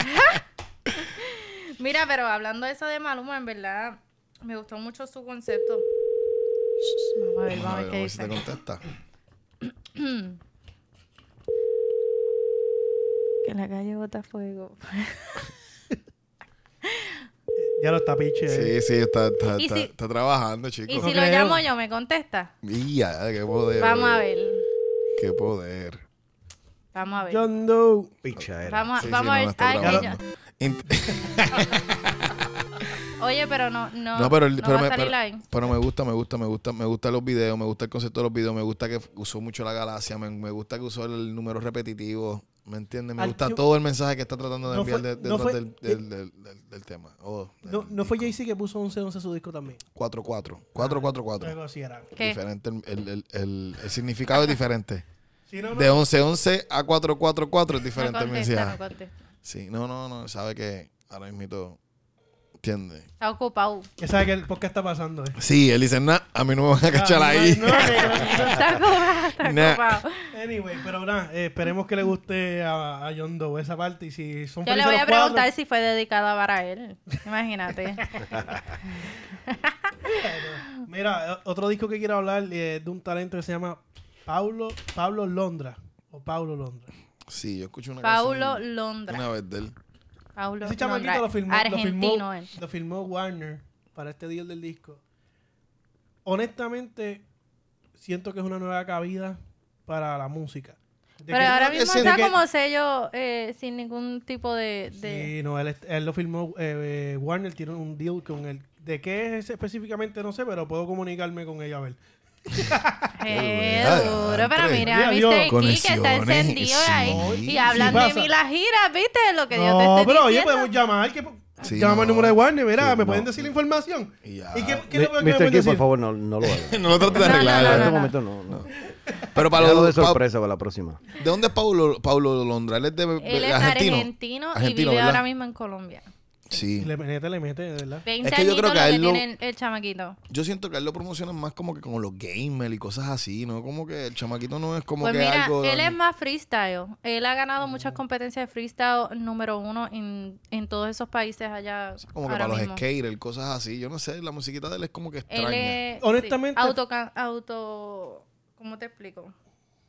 Speaker 4: Mira, pero hablando de eso de Maluma, en verdad, me gustó mucho su concepto. Shh, Vamos a ver, vamos a ver qué
Speaker 2: ver si te
Speaker 4: dice.
Speaker 2: contesta.
Speaker 4: Que la calle bota fuego.
Speaker 5: ya lo está pinche.
Speaker 2: Sí, sí, está, está,
Speaker 4: Y
Speaker 2: está,
Speaker 4: si-
Speaker 2: está trabajando, chicos.
Speaker 4: Y
Speaker 5: No
Speaker 4: si lo
Speaker 5: creo.
Speaker 4: llamo yo, ¿me contesta?
Speaker 2: Ya, qué poder.
Speaker 4: Vamos a ver.
Speaker 2: Qué poder.
Speaker 4: Vamos a ver.
Speaker 5: John Doe.
Speaker 3: Pichadera.
Speaker 4: Vamos, a-
Speaker 2: Sí, sí,
Speaker 4: vamos
Speaker 2: no,
Speaker 4: a
Speaker 2: no
Speaker 4: ver.
Speaker 2: está
Speaker 4: Ay, que
Speaker 2: grabando. Int-
Speaker 4: yo- oye, pero no, no,
Speaker 2: No, pero, el-
Speaker 4: no
Speaker 2: pero
Speaker 4: va
Speaker 2: me,
Speaker 4: a salir
Speaker 2: pero-
Speaker 4: line.
Speaker 2: pero me gusta, me gusta, me gusta, me gusta los videos, me gusta el concepto de los videos, me gusta que usó mucho la galaxia, me, me gusta que usó el número repetitivo, ¿me entiendes? Me
Speaker 5: Al-
Speaker 2: gusta
Speaker 5: yo-
Speaker 2: todo el mensaje que está tratando de
Speaker 5: No
Speaker 2: enviar
Speaker 5: fue-
Speaker 2: de-
Speaker 5: no
Speaker 2: detrás
Speaker 5: fue- eh,
Speaker 2: del, del- del- del- del tema. Oh, del
Speaker 5: No, no fue
Speaker 2: disco.
Speaker 5: Jay-Z que puso 11-11 su disco también.
Speaker 2: 4-4, 4-4-4.
Speaker 5: Algo así era.
Speaker 4: ¿Qué?
Speaker 2: Diferente, el, el- el- el- el significado es diferente.
Speaker 5: Si no, no-
Speaker 2: De 11-11 a 4-4-4 es
Speaker 4: No
Speaker 2: diferente el
Speaker 4: contesta, no
Speaker 2: mensaje.
Speaker 4: contesta. Sí,
Speaker 2: Sí, no, no, no, sabe que ahora mismo entiende.
Speaker 4: Está ocupado.
Speaker 5: Ya sabe que el podcast está pasando. eh.
Speaker 2: Sí, él dice, nah, a mí no me van a cachar
Speaker 5: Ah,
Speaker 2: ahí.
Speaker 5: no, no, no, no.
Speaker 4: Está ocupado, está
Speaker 2: Nah.
Speaker 4: ocupado.
Speaker 5: Anyway, pero nada, eh, esperemos que le guste a, a John Doe esa parte. Y si son
Speaker 4: Yo le
Speaker 5: felices
Speaker 4: voy
Speaker 5: los
Speaker 4: a preguntar
Speaker 5: cuatro-
Speaker 4: si fue dedicada para él. Imagínate.
Speaker 5: Mira, eh, otro disco que quiero hablar eh, es de un talento que se llama Paulo, Pablo Londra. O Paulo Londra.
Speaker 2: Sí, yo escuché una
Speaker 4: Paulo
Speaker 2: canción una
Speaker 4: Londra.
Speaker 2: vez de él.
Speaker 4: Paulo
Speaker 5: Ese chamaquito
Speaker 4: Londra.
Speaker 5: lo filmó, lo, filmó,
Speaker 4: Argentino él.
Speaker 5: lo filmó Warner para este deal del disco. Honestamente, siento que es una nueva cabida para la música. De
Speaker 4: Pero
Speaker 5: que-
Speaker 4: ahora
Speaker 2: que
Speaker 4: mismo
Speaker 2: sí, de
Speaker 4: está
Speaker 2: que-
Speaker 4: como sello eh, sin ningún tipo de... de-
Speaker 5: Sí, no, él, est- él lo filmó, eh, eh, Warner tiene un deal con él. ¿De qué es específicamente? No sé, pero puedo comunicarme con ella, a ver.
Speaker 4: Eh,
Speaker 2: Qué
Speaker 4: duro,
Speaker 2: duro,
Speaker 4: pero
Speaker 2: entre.
Speaker 4: mira,
Speaker 5: Dios,
Speaker 4: Mr. Key que está
Speaker 2: conexiones,
Speaker 4: encendido
Speaker 2: sí.
Speaker 4: ahí.
Speaker 2: Sí,
Speaker 4: Y hablan de
Speaker 5: pasa.
Speaker 4: mí las giras, ¿viste? Lo que yo te
Speaker 5: No,
Speaker 4: estoy
Speaker 5: pero oye, pues,
Speaker 4: diciendo.
Speaker 5: podemos llamar. Que,
Speaker 2: Sí,
Speaker 5: llamamos al
Speaker 2: no.
Speaker 5: número de Warner, mira,
Speaker 2: Sí,
Speaker 5: ¿me
Speaker 2: no.
Speaker 5: pueden decir la información?
Speaker 2: Y ya.
Speaker 5: ¿Y qué, qué es lo
Speaker 3: Mi- Mr.
Speaker 5: peor que me pueden
Speaker 3: Key, por
Speaker 5: decir?
Speaker 3: favor, no, no lo hagas.
Speaker 2: no lo trates de
Speaker 4: No, no,
Speaker 2: arreglar.
Speaker 3: en
Speaker 4: no,
Speaker 2: ¿verdad?
Speaker 3: este momento
Speaker 4: no.
Speaker 3: no. no.
Speaker 2: Pero para
Speaker 3: Déjalo
Speaker 2: los-
Speaker 3: de
Speaker 2: pa-
Speaker 3: sorpresa para la próxima.
Speaker 2: ¿De dónde es Paulo, Paulo Londra? Él es de,
Speaker 4: Él
Speaker 2: de-
Speaker 4: es
Speaker 2: argentino.
Speaker 4: argentino, y vive
Speaker 2: ¿verdad?
Speaker 4: ahora mismo en Colombia.
Speaker 2: Sí.
Speaker 5: Le mete, le mete, de verdad.
Speaker 4: 20
Speaker 2: Es que yo
Speaker 4: añitos
Speaker 2: creo que a
Speaker 4: lo
Speaker 2: él
Speaker 4: que
Speaker 2: lo-
Speaker 4: tiene el- el chamaquito.
Speaker 2: Yo siento que él lo promociona más como que como los gamers y cosas así, ¿no? Como que el chamaquito no es como
Speaker 4: Pues
Speaker 2: que
Speaker 4: mira,
Speaker 2: algo. Mm.
Speaker 4: él es más freestyle. Él ha ganado muchas competencias de freestyle número uno en, en todos esos países allá.
Speaker 2: como que
Speaker 4: ahora
Speaker 2: para
Speaker 4: mismo.
Speaker 2: los skaters, cosas así. Yo no sé, la musiquita de él es como que
Speaker 4: Él
Speaker 2: extraña.
Speaker 4: es.
Speaker 5: Honestamente-
Speaker 4: sí, auto, auto. ¿Cómo te explico?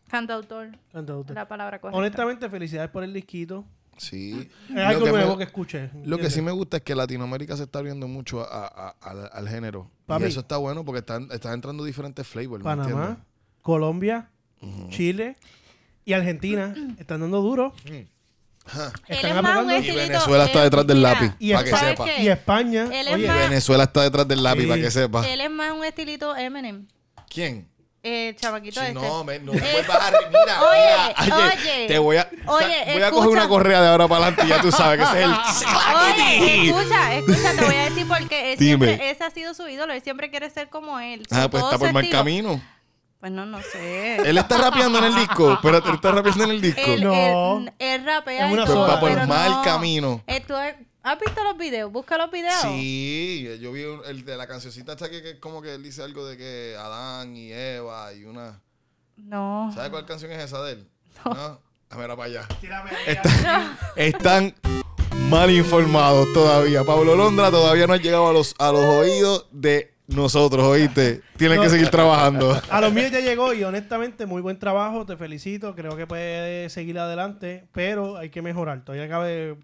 Speaker 4: Cantautor.
Speaker 5: Cantautor.
Speaker 4: La palabra correcta.
Speaker 5: Honestamente, felicidades por el disquito.
Speaker 2: Sí.
Speaker 5: Es algo
Speaker 2: me-
Speaker 5: nuevo que escuché.
Speaker 2: Lo que sí
Speaker 5: ¿entiendes?
Speaker 2: me gusta es que Latinoamérica se está abriendo mucho a- a- a- al, al género.
Speaker 5: Papi.
Speaker 2: Y eso está bueno porque están, están entrando diferentes flavors. ¿me
Speaker 5: Panamá,
Speaker 2: entiendes?
Speaker 5: Colombia, Chile y Argentina están dando duro.
Speaker 4: Él
Speaker 5: Están
Speaker 4: es más un
Speaker 5: apretando. Y
Speaker 4: estilito-
Speaker 2: Venezuela está
Speaker 4: él-
Speaker 2: detrás del
Speaker 4: eh, mira,
Speaker 2: lápiz,
Speaker 5: Y
Speaker 2: pa' que
Speaker 5: ¿sabes
Speaker 2: sepa.
Speaker 5: qué? Y España.
Speaker 4: Él es
Speaker 5: oye,
Speaker 4: más-
Speaker 2: Venezuela está detrás del lápiz,
Speaker 5: Sí.
Speaker 2: para que sepa.
Speaker 4: Él es más un estilito Eminem.
Speaker 2: ¿Quién?
Speaker 4: El chamaquito
Speaker 2: Si
Speaker 4: este.
Speaker 2: no, me, no
Speaker 4: Eh,
Speaker 2: me vuelvas a reír. Mira,
Speaker 4: oye,
Speaker 2: mira,
Speaker 4: oye,
Speaker 2: te voy a,
Speaker 4: oye,
Speaker 2: voy
Speaker 4: escucha.
Speaker 2: a coger una correa de ahora para adelante. Ya tú sabes que ese es el.
Speaker 4: Oye, escucha, escucha, te voy a decir porque él
Speaker 2: Dime.
Speaker 4: siempre, ese ha sido su ídolo, él siempre quiere ser como él.
Speaker 2: Ah,
Speaker 4: Su-
Speaker 2: pues
Speaker 4: todo
Speaker 2: está
Speaker 4: su
Speaker 2: por mal
Speaker 4: estilo-
Speaker 2: camino.
Speaker 4: Pues no, no sé.
Speaker 2: Él está rapeando en el disco. Espérate, él está rapeando en el disco.
Speaker 4: Él,
Speaker 5: No.
Speaker 4: él, él rapea
Speaker 5: Es una
Speaker 4: y
Speaker 2: Pues
Speaker 4: todo,
Speaker 5: sola.
Speaker 2: va por
Speaker 4: pero
Speaker 2: mal
Speaker 4: no.
Speaker 2: camino.
Speaker 4: Eh, ¿tú has, has visto los videos? Busca los videos.
Speaker 2: Sí, yo vi un- el de la cancioncita hasta que, que es como que él dice algo de que Adán y Eva y una.
Speaker 4: No.
Speaker 2: ¿Sabes cuál canción es esa de él? No. A ver, para allá.
Speaker 5: Tírame.
Speaker 2: Están mal informados todavía. Pablo Londra todavía no ha llegado a los, a los oídos de nosotros, ¿oíste? Tienen que seguir trabajando.
Speaker 5: A los míos ya llegó y honestamente, muy buen trabajo, te felicito, creo que puedes seguir adelante, pero hay que mejorar, todavía cabe...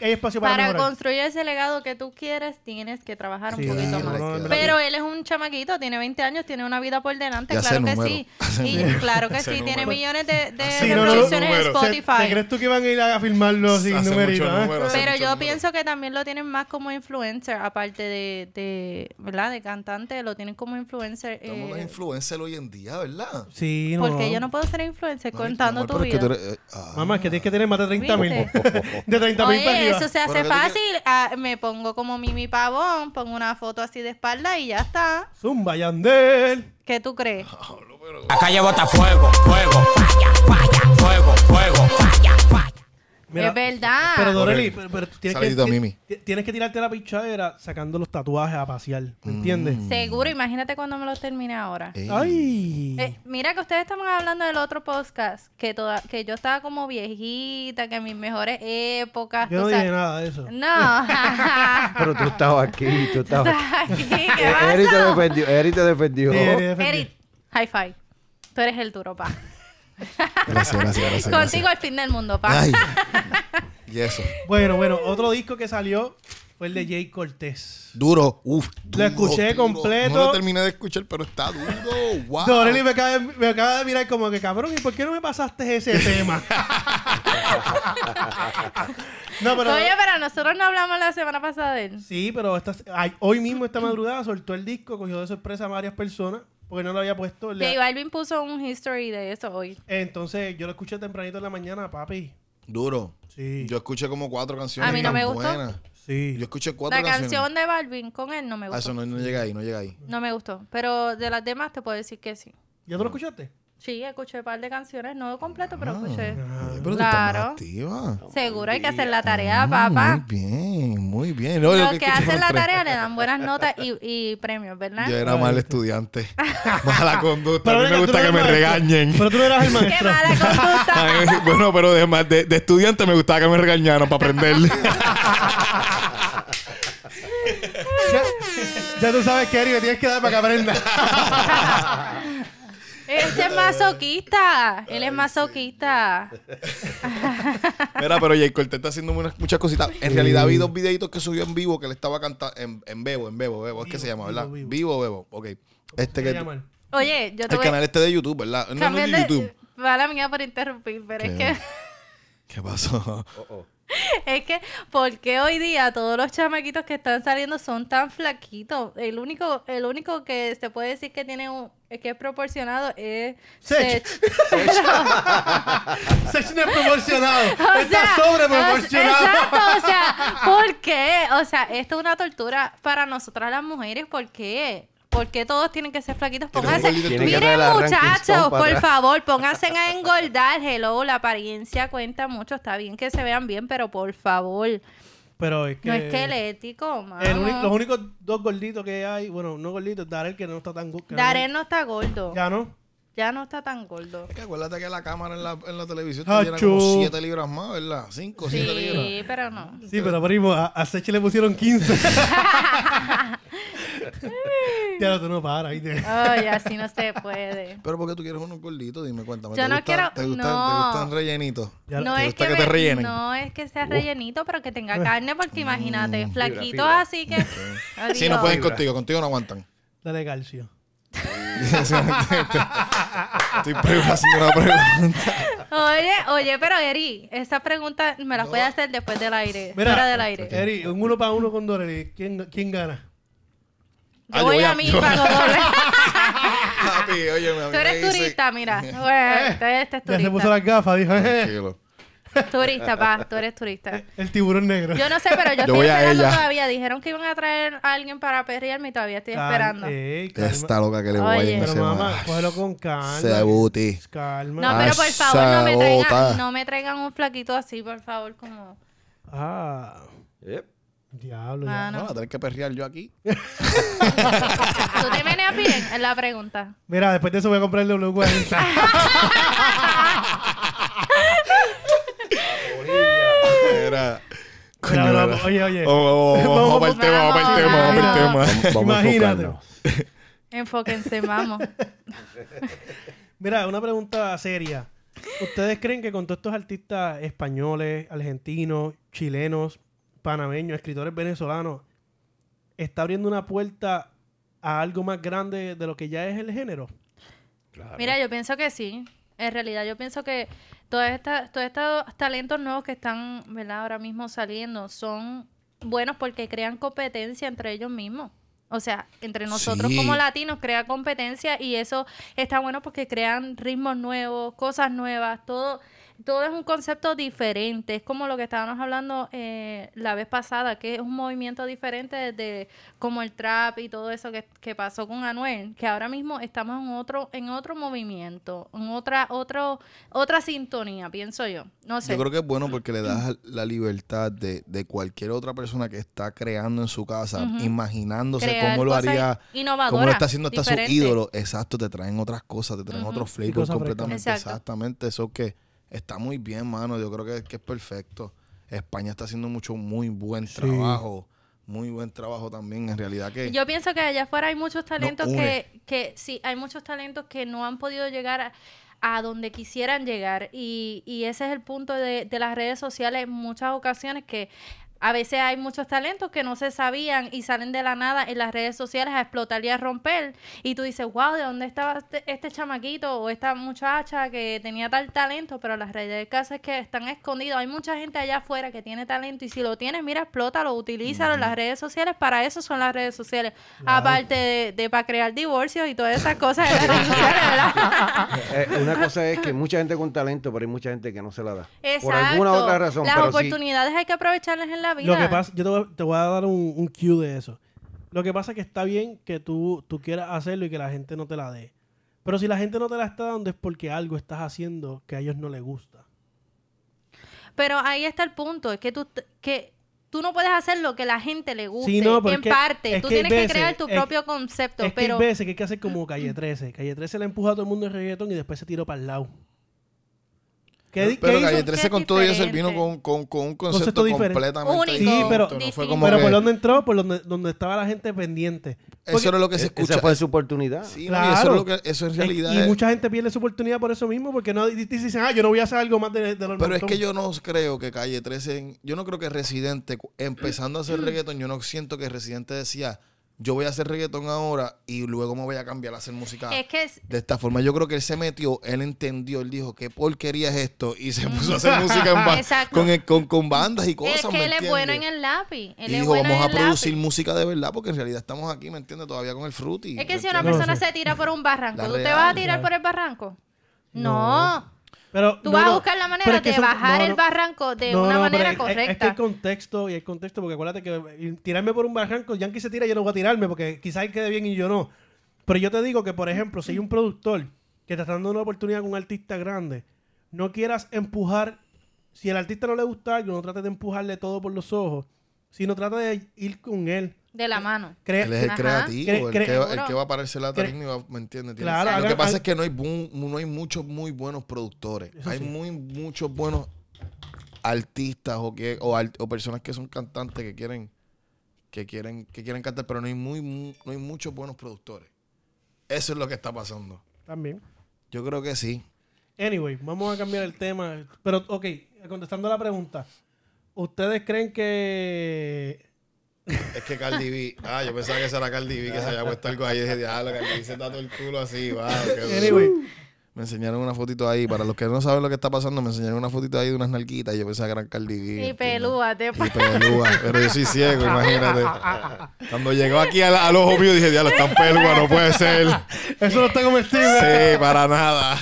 Speaker 5: Hay espacio para,
Speaker 4: Para
Speaker 5: mejorar.
Speaker 4: construir ese legado que tú quieres, tienes que trabajar
Speaker 5: Sí,
Speaker 4: un poquito
Speaker 5: no,
Speaker 4: más.
Speaker 5: no, en verdad
Speaker 4: Pero él es un chamaquito, tiene 20 años, tiene una vida por delante,
Speaker 2: Y hace
Speaker 4: claro que
Speaker 2: número.
Speaker 4: sí.
Speaker 2: Hace
Speaker 4: Y
Speaker 2: número.
Speaker 4: claro que
Speaker 2: Hace
Speaker 4: sí, tiene
Speaker 2: número.
Speaker 4: millones de, de
Speaker 5: Sí, no, no, no,
Speaker 4: reproducciones en
Speaker 2: número.
Speaker 5: Se- ¿Te
Speaker 4: Spotify.
Speaker 5: crees tú que van a ir a firmarlo sin
Speaker 2: Hace
Speaker 5: numerito?
Speaker 2: mucho
Speaker 5: eh?
Speaker 2: número, hace
Speaker 4: Pero
Speaker 2: mucho
Speaker 4: yo
Speaker 2: número.
Speaker 4: pienso que también lo tienen más como influencer, aparte de, de ¿verdad? De cantante, lo tienen como influencer.
Speaker 2: Todo el mundo es
Speaker 4: eh,
Speaker 2: influencer hoy en día, ¿verdad?
Speaker 5: Sí, no.
Speaker 4: porque yo no puedo ser influencer
Speaker 2: No, mi- mi
Speaker 4: contando
Speaker 2: amor,
Speaker 4: tu
Speaker 2: pero es
Speaker 4: vida.
Speaker 2: que tú eres- eh, ah.
Speaker 5: Mamá, es que tienes que tener más de 30 mil.
Speaker 4: ¿Viste?
Speaker 5: De 30 mil para
Speaker 4: Oye,
Speaker 5: arriba.
Speaker 4: eso se hace
Speaker 2: Pero que tú
Speaker 4: fácil. Ah, me pongo como Mimi Pavón, pongo una foto así de espalda y ya está.
Speaker 5: Zumba, Yandel.
Speaker 4: ¿Qué tú crees?
Speaker 1: La calle bota fuego, fuego, falla, falla, fuego, fuego, falla, falla.
Speaker 4: es verdad.
Speaker 5: Pero Doreli, pero, pero tú tienes,
Speaker 2: Saludito a
Speaker 5: que,
Speaker 2: Mimi.
Speaker 5: ti- tienes que tirarte a la pichadera sacando los tatuajes a pasear. ¿Me entiendes?
Speaker 4: Seguro, imagínate cuando me los termine ahora.
Speaker 2: Ey.
Speaker 5: Ay.
Speaker 4: Eh, mira que ustedes estaban hablando del otro podcast, que toda, que yo estaba como viejita, que mis mejores épocas.
Speaker 5: yo no
Speaker 4: tú sabes.
Speaker 5: dije nada de eso.
Speaker 4: No.
Speaker 3: Pero tú estabas aquí, tú estabas aquí.
Speaker 4: Aquí, ¿qué
Speaker 3: Eh, Eri te
Speaker 4: pasó?
Speaker 3: defendió, Eri te defendió.
Speaker 5: Sí, Eri, defendió.
Speaker 4: Eric, high five. Tú eres el duro, pa.
Speaker 2: Gracias, gracias, gracias. Ah,
Speaker 4: Contigo el fin del mundo, pa.
Speaker 2: Ay. Y eso.
Speaker 5: Bueno, bueno, otro disco que salió fue el de Jay Cortés.
Speaker 2: Duro. Uf. duro,
Speaker 5: escuché
Speaker 2: duro.
Speaker 5: completo.
Speaker 2: No lo terminé de escuchar, pero está duro. Wow.
Speaker 5: Doreli me acaba, de- me acaba de mirar como que, cabrón, ¿y por qué no me pasaste ese tema? no, pero...
Speaker 4: Oye, pero nosotros no hablamos la semana pasada de él.
Speaker 5: Sí, pero esta- ay, hoy mismo, esta madrugada, soltó el disco, cogió de sorpresa a varias personas, porque no lo había puesto. Le-
Speaker 4: J Balvin puso un history de eso hoy.
Speaker 5: Entonces, yo lo escuché tempranito en la mañana, papi.
Speaker 2: Duro.
Speaker 5: Sí.
Speaker 2: Yo escuché como cuatro canciones.
Speaker 4: A mí no
Speaker 2: tan
Speaker 4: me gustó.
Speaker 2: buenas.
Speaker 5: Sí.
Speaker 2: Yo escuché cuatro
Speaker 4: La
Speaker 2: canciones.
Speaker 4: canción de Balvin con él no me
Speaker 2: Ah, eso no,
Speaker 4: gustó.
Speaker 2: no llega ahí, no llega ahí.
Speaker 4: No me gustó. Pero de las demás te puedo decir que sí.
Speaker 5: ¿Ya tú lo escuchaste?
Speaker 4: Sí, escuché un par de canciones, no completo, pero escuché.
Speaker 5: Ah.
Speaker 2: Ay, pero tú estás más
Speaker 4: Claro.
Speaker 2: activa.
Speaker 4: Seguro hay que hacer la tarea,
Speaker 2: Ah,
Speaker 4: papá.
Speaker 2: Muy bien, muy bien. No, yo
Speaker 4: Los que
Speaker 2: escuché
Speaker 4: hacen
Speaker 2: fueron
Speaker 4: la
Speaker 2: tres.
Speaker 4: tarea le dan buenas notas y, y premios, ¿verdad?
Speaker 2: Yo era mal estudiante. Mala conducta. A mí
Speaker 5: venga,
Speaker 2: me
Speaker 5: tú
Speaker 2: gusta
Speaker 5: no
Speaker 2: que me
Speaker 5: eras maestro.
Speaker 2: regañen.
Speaker 5: Pero tú no eras el
Speaker 4: ¡Qué
Speaker 5: maestro.
Speaker 4: mala conducta!
Speaker 2: A mí- bueno, pero de, ma- de, de estudiante me gustaba que me regañaran para aprender.
Speaker 5: ya, ya tú sabes que Eri me tienes que dar para que aprenda.
Speaker 4: Este es masoquista. Él es masoquista.
Speaker 2: Mira, pero Jay Cortés está haciendo unas- muchas cositas. En realidad vi dos videitos que subió en vivo que le estaba cantando en, en Bebo, en Bebo, Bebo. Es que
Speaker 5: Vivo,
Speaker 2: se llama, ¿verdad?
Speaker 5: Vivo,
Speaker 2: Vivo,
Speaker 5: Vivo.
Speaker 2: Bebo. Ok. Este que,
Speaker 5: Voy a
Speaker 2: el
Speaker 5: llamar.
Speaker 4: Oye, yo te voy
Speaker 2: canal este de YouTube, ¿verdad? No, no de
Speaker 4: cambiando-
Speaker 2: YouTube.
Speaker 4: Mala mía por interrumpir, pero es
Speaker 2: ¿Qué?
Speaker 4: que,
Speaker 2: ¿Qué pasó?
Speaker 4: es que, ¿por qué hoy día todos los chamaquitos que están saliendo son tan flaquitos? El único, el único que se puede decir que tiene un, que es proporcionado es
Speaker 5: Sech.
Speaker 4: Sech.
Speaker 5: Sech no es proporcionado.
Speaker 4: O
Speaker 5: Está
Speaker 4: sea,
Speaker 5: sobreproporcionado.
Speaker 4: o- Exacto, o sea, ¿por qué? O sea, esto es una tortura para nosotras las mujeres, ¿por qué? ¿Por qué todos tienen que ser flaquitos?
Speaker 2: Pero
Speaker 4: Pónganse.
Speaker 2: igualito tú. Tienen
Speaker 4: Miren,
Speaker 2: que
Speaker 3: traer la Rolling
Speaker 4: muchachos,
Speaker 3: Stone para
Speaker 4: por
Speaker 3: atrás.
Speaker 4: favor, pónganse a engordar. Hello, la apariencia cuenta mucho. Está bien que se vean bien, pero por favor,
Speaker 5: Pero es que...
Speaker 4: no esquelético, mano.
Speaker 5: el uni- los únicos dos gorditos que hay, bueno, no gorditos, Darel que no está tan gordo.
Speaker 4: Darén no está gordo. Ya.
Speaker 5: Ya no.
Speaker 4: no está tan gordo.
Speaker 2: Es que acuérdate que la cámara en la, en la televisión
Speaker 5: Ah,
Speaker 2: te llena como
Speaker 5: chu.
Speaker 2: 7 libras más, ¿verdad? 5, 7 libras.
Speaker 4: Sí, pero no.
Speaker 5: Sí, pero primo, a, a Sechi le pusieron 15. ya no, tú no paras, ¿viste?
Speaker 4: Ay, así no se puede.
Speaker 2: Pero ¿por qué tú quieres unos gorditos? Dime, cuéntame.
Speaker 4: Yo
Speaker 2: ¿Te
Speaker 4: no
Speaker 2: gustan-
Speaker 4: quiero-
Speaker 2: ¿Te gustan,
Speaker 4: no.
Speaker 2: ¿te gustan rellenitos?
Speaker 5: Ya-
Speaker 4: No
Speaker 2: ¿Te
Speaker 4: es
Speaker 2: gusta
Speaker 4: que,
Speaker 2: que te
Speaker 4: me-
Speaker 2: rellenen?
Speaker 4: No es que sea rellenito, pero que tenga carne,
Speaker 5: Mm,
Speaker 4: porque imagínate, flaquitos
Speaker 3: fibra.
Speaker 4: así que. Adiós.
Speaker 2: Sí, no pueden contigo, contigo no aguantan.
Speaker 5: Dale calcio.
Speaker 2: Estoy pre- haciendo una pregunta.
Speaker 4: Oye, oye, pero Eri, esas preguntas me las puedes hacer después del aire.
Speaker 5: Mira,
Speaker 4: fuera del aire.
Speaker 5: Eri, un uno para uno con Doreli. ¿Quién, ¿Quién gana?
Speaker 4: Yo
Speaker 2: Ah, yo
Speaker 4: voy,
Speaker 2: voy
Speaker 4: a
Speaker 2: a-
Speaker 4: mí
Speaker 2: yo-
Speaker 4: para
Speaker 2: Papi, oye,
Speaker 4: Tú eres turista, mira. Bueno, este, este es
Speaker 5: Eh, Ya se
Speaker 4: turista.
Speaker 5: puso las gafas, dijo. eh.
Speaker 2: Tranquilo.
Speaker 4: Turista, pa, tú eres turista.
Speaker 5: El tiburón negro.
Speaker 4: Yo no sé, pero yo,
Speaker 2: Yo
Speaker 4: estoy
Speaker 2: voy a
Speaker 4: esperando
Speaker 2: ella.
Speaker 4: todavía. Dijeron que iban a traer a alguien para perrearme y todavía estoy
Speaker 5: Cal-
Speaker 4: esperando.
Speaker 5: Ey, calma.
Speaker 2: Esta loca que le voy a
Speaker 4: Oye.
Speaker 2: ir
Speaker 5: Pero
Speaker 2: ese
Speaker 5: mamá,
Speaker 2: ma-
Speaker 5: cógelo con calma.
Speaker 2: Se buti.
Speaker 5: Calma.
Speaker 4: No, pero por
Speaker 2: Ay,
Speaker 4: favor, no me, traigan,
Speaker 2: sabota.
Speaker 4: no me traigan un flaquito así, por favor, como...
Speaker 5: Ah,
Speaker 3: Yep.
Speaker 5: diablo. ya.
Speaker 4: Mano.
Speaker 2: No, voy a tener que perrear yo aquí.
Speaker 4: ¿Tú te meneas bien? Es la pregunta.
Speaker 5: Mira, después de eso voy a comprarle un 40.
Speaker 2: Era. Coño,
Speaker 5: Mira,
Speaker 2: era.
Speaker 5: vamos, oye, oye.
Speaker 2: Vamos, vamos, vamos, vamos para el tema, vamos para el tema, vamos para el tema.
Speaker 5: vamos a Imagínate.
Speaker 4: Enfóquense, vamos.
Speaker 5: Mira, una pregunta seria. ¿Ustedes creen que con todos estos artistas españoles, argentinos, chilenos, panameños, escritores venezolanos, está abriendo una puerta a algo más grande de lo que ya es el género?
Speaker 4: Mira, yo pienso que sí. En realidad, yo pienso que todas estas- todos estos talentos nuevos que están, ¿verdad? Ahora mismo saliendo son buenos porque crean competencia entre ellos mismos. O sea, entre nosotros
Speaker 2: Sí.
Speaker 4: como latinos crea competencia y eso está bueno porque crean ritmos nuevos, cosas nuevas, todo, todo es un concepto diferente. Es como lo que estábamos hablando eh, la vez pasada, que es un movimiento diferente desde como el trap y todo eso que, que pasó con Anuel, que ahora mismo estamos en otro, en otro movimiento, en otra, otro, otra sintonía, pienso yo. No sé.
Speaker 2: Yo creo que es bueno porque le
Speaker 4: Mm.
Speaker 2: das la libertad de, de cualquier otra persona que está creando en su casa,
Speaker 4: Ujú.
Speaker 2: imaginándose
Speaker 4: Crear
Speaker 2: cómo lo
Speaker 4: cosas
Speaker 2: haría, cómo lo
Speaker 4: innovadoras,
Speaker 2: está haciendo hasta
Speaker 4: diferentes.
Speaker 2: su ídolo. Exacto, te traen otras cosas, te traen
Speaker 4: Ujú.
Speaker 2: otros
Speaker 5: Y
Speaker 2: flavors
Speaker 5: cosas frescas.
Speaker 2: completamente.
Speaker 4: Exacto.
Speaker 2: Exactamente, eso que está muy bien, mano. Yo creo que, que es perfecto. España está haciendo mucho, muy buen trabajo. Muy buen trabajo también, en realidad que...
Speaker 4: Yo pienso que allá afuera hay muchos talentos
Speaker 2: une.
Speaker 4: que, que, sí, hay muchos talentos que no han podido llegar a, a donde quisieran llegar. Y, y ese es el punto de, de las redes sociales en muchas ocasiones que a veces hay muchos talentos que no se sabían y salen de la nada en las redes sociales a explotar y a romper. Y tú dices, wow, ¿de dónde estaba este, este chamaquito o esta muchacha que tenía tal talento? Pero las redes de casa es que están escondidos. Hay mucha gente allá afuera que tiene talento y si lo tienes, mira, explótalo, utilízalo en las redes sociales. Para eso son las redes sociales. Aparte de, para crear divorcios y todas esas cosas en las redes sociales, ¿verdad?
Speaker 3: Eh, una cosa es que mucha gente con talento, pero hay mucha gente que no se la da.
Speaker 4: Exacto.
Speaker 3: Por alguna otra razón.
Speaker 4: Las
Speaker 3: pero sí.
Speaker 4: oportunidades hay que aprovecharlas en la vida.
Speaker 5: Lo que pasa, yo te voy, a- te voy a dar un, un cue de eso. Lo que pasa es que está bien que tú, tú quieras hacerlo y que la gente no te la dé. Pero si la gente no te la está dando es porque algo estás haciendo que a ellos no les gusta.
Speaker 4: Pero ahí está el punto, es que tú t- que tú no puedes hacer lo que la gente le guste
Speaker 5: Sí, no, pero
Speaker 4: en
Speaker 5: es que-
Speaker 4: parte,
Speaker 5: es
Speaker 4: tú
Speaker 5: que hay
Speaker 4: tienes
Speaker 5: veces,
Speaker 4: que crear tu
Speaker 5: es-
Speaker 4: propio concepto,
Speaker 5: es
Speaker 4: pero
Speaker 5: que hay veces que hay que hacer como Calle 13. Calle 13 le empuja a todo el mundo el reggaetón y después se tiró para el lado. ¿Qué, di- qué
Speaker 2: Pero
Speaker 5: hizo?
Speaker 2: Calle
Speaker 4: que
Speaker 2: 13
Speaker 4: es
Speaker 2: con todo y eso, él vino
Speaker 4: diferente.
Speaker 2: con, con, con un concepto,
Speaker 5: Concepto diferente.
Speaker 2: completamente
Speaker 4: Único,
Speaker 2: distinto.
Speaker 5: Sí, pero-
Speaker 2: no fue
Speaker 4: distinto.
Speaker 2: como
Speaker 5: Pero
Speaker 2: que-
Speaker 5: por donde entró, por donde, donde estaba la gente pendiente.
Speaker 2: Eso era lo que se
Speaker 3: E-, Esa
Speaker 2: escucha.
Speaker 3: fue su oportunidad.
Speaker 2: Sí,
Speaker 5: Claro.
Speaker 2: no, y eso, es lo que- eso en realidad
Speaker 5: y
Speaker 2: es-
Speaker 5: mucha gente pierde su oportunidad por eso mismo, porque no di- di- dicen, ah, yo no voy a hacer algo más de, de lo
Speaker 2: Pero es que
Speaker 5: montón".
Speaker 2: yo no creo que Calle 13, en- yo no creo que Residente, cu- empezando a
Speaker 5: Mm.
Speaker 2: hacer reggaetón, yo no siento que Residente decía, yo voy a hacer reggaetón ahora y luego me voy a cambiar a hacer música.
Speaker 4: es que es-
Speaker 2: De esta forma, yo creo que él se metió, él entendió, él dijo, qué porquería es esto, y se puso a hacer música en ba-
Speaker 4: Exacto.
Speaker 2: con, el- con, con bandas y cosas.
Speaker 4: es que
Speaker 2: ¿me
Speaker 4: él es bueno en
Speaker 2: entiendes?
Speaker 4: el lápiz, él
Speaker 2: y
Speaker 4: es
Speaker 2: dijo,
Speaker 4: bueno
Speaker 2: vamos
Speaker 4: en
Speaker 2: a
Speaker 4: el
Speaker 2: producir
Speaker 4: lápiz.
Speaker 2: música de verdad, porque en realidad estamos aquí, ¿me entiendes? Todavía con el fruity.
Speaker 4: Es que
Speaker 2: ¿me
Speaker 4: si una
Speaker 5: No,
Speaker 2: entiendes?
Speaker 4: persona
Speaker 5: sí.
Speaker 4: se tira por un barranco,
Speaker 2: La
Speaker 4: ¿tú te
Speaker 2: real,
Speaker 4: vas a tirar
Speaker 5: ya.
Speaker 4: por el barranco?
Speaker 5: No.
Speaker 4: no.
Speaker 5: Pero,
Speaker 4: Tú
Speaker 5: no,
Speaker 4: vas a
Speaker 5: no,
Speaker 4: buscar la manera
Speaker 5: pero es que
Speaker 4: de
Speaker 5: eso-
Speaker 4: bajar
Speaker 5: no,
Speaker 4: el
Speaker 5: no.
Speaker 4: barranco de
Speaker 5: No,
Speaker 4: este, una
Speaker 5: no,
Speaker 4: manera
Speaker 5: pero es- es- Es, que
Speaker 4: correcta.
Speaker 5: el contexto, y el contexto, porque acuérdate que eh, tirarme por un barranco, Yankee se tira, yo no voy a tirarme, porque quizás él quede bien y yo no. Pero yo te digo que, por ejemplo, si hay un productor que te está dando una oportunidad con un artista grande, no quieras empujar, si el artista no le gusta algo, no trates de empujarle todo por los ojos, sino trata de ir con él.
Speaker 4: de la mano.
Speaker 5: Crea-
Speaker 2: Él es el
Speaker 4: Ajá.
Speaker 5: Cre-
Speaker 2: creativo, el,
Speaker 5: cre-
Speaker 2: que va,
Speaker 4: Seguro.
Speaker 2: el que va a pararse la
Speaker 5: Cre-
Speaker 2: tarima y va, ¿me entiendes? Tiene-
Speaker 5: Claro,
Speaker 2: lo
Speaker 5: hagan-
Speaker 2: que pasa
Speaker 5: hagan-
Speaker 2: es que no hay, boom- no hay muchos muy buenos productores.
Speaker 5: Eso
Speaker 2: hay
Speaker 5: sí.
Speaker 2: muy muchos buenos artistas o, que, o, ar- o personas que son cantantes que quieren, que quieren, que quieren cantar, pero no hay, muy, mu- no hay muchos buenos productores. Eso es lo que está pasando.
Speaker 5: También.
Speaker 2: Yo creo que sí.
Speaker 5: Anyway, vamos a cambiar el tema. Pero, ok, contestando la pregunta. ¿Ustedes creen que
Speaker 2: Es que Cardi B, ah, yo pensaba que esa era Cardi B, que se había puesto algo ahí. Dije, diablo, Cardi B se está todo el culo así, wow. qué
Speaker 5: Anyway,
Speaker 2: Me enseñaron una fotito ahí. Para los que no saben lo que está pasando, me enseñaron una fotito ahí de unas narquitas. Y yo pensaba que eran Cardi B.
Speaker 4: Y
Speaker 2: ¿entiendes?
Speaker 4: pelúa, te
Speaker 2: Y pelúa. Pero yo soy ciego, imagínate. Cuando llegó aquí al, al ojo mío, dije, diablo, están pelúa, no puede ser.
Speaker 5: eso no está comestible.
Speaker 2: Sí, para nada.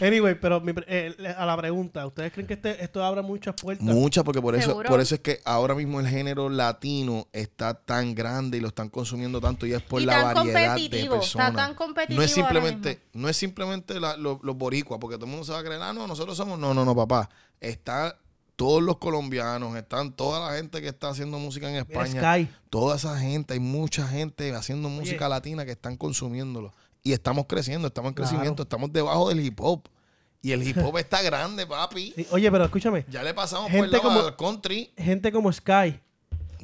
Speaker 5: Anyway, pero mi pre- eh, a la pregunta, ¿ustedes creen que este, esto abra muchas puertas?
Speaker 2: Muchas, porque por eso,
Speaker 4: Seguro.
Speaker 2: por eso es que ahora mismo el género latino está tan grande y lo están consumiendo tanto y es por
Speaker 4: Y
Speaker 2: la
Speaker 4: tan
Speaker 2: variedad de
Speaker 4: competitivo,
Speaker 2: personas.
Speaker 4: está tan competitivo
Speaker 2: No es
Speaker 4: ahora
Speaker 2: simplemente, no es simplemente la- lo- los boricuas, porque todo el mundo se va a creer, ah, no, nosotros somos, no, no, no, papá. Está todos los colombianos, están toda la gente que está haciendo música en
Speaker 5: Mira,
Speaker 2: España.
Speaker 5: Sky.
Speaker 2: Toda esa gente, hay mucha gente haciendo música latina que están consumiéndolo. Y estamos creciendo, estamos en
Speaker 5: Claro.
Speaker 2: crecimiento, estamos debajo del hip hop. Y el hip hop está grande, papi.
Speaker 5: Sí, Oye, pero escúchame.
Speaker 2: Ya le pasamos
Speaker 5: Gente
Speaker 2: por el lado
Speaker 5: como-
Speaker 2: al country.
Speaker 5: Gente como Sky, que,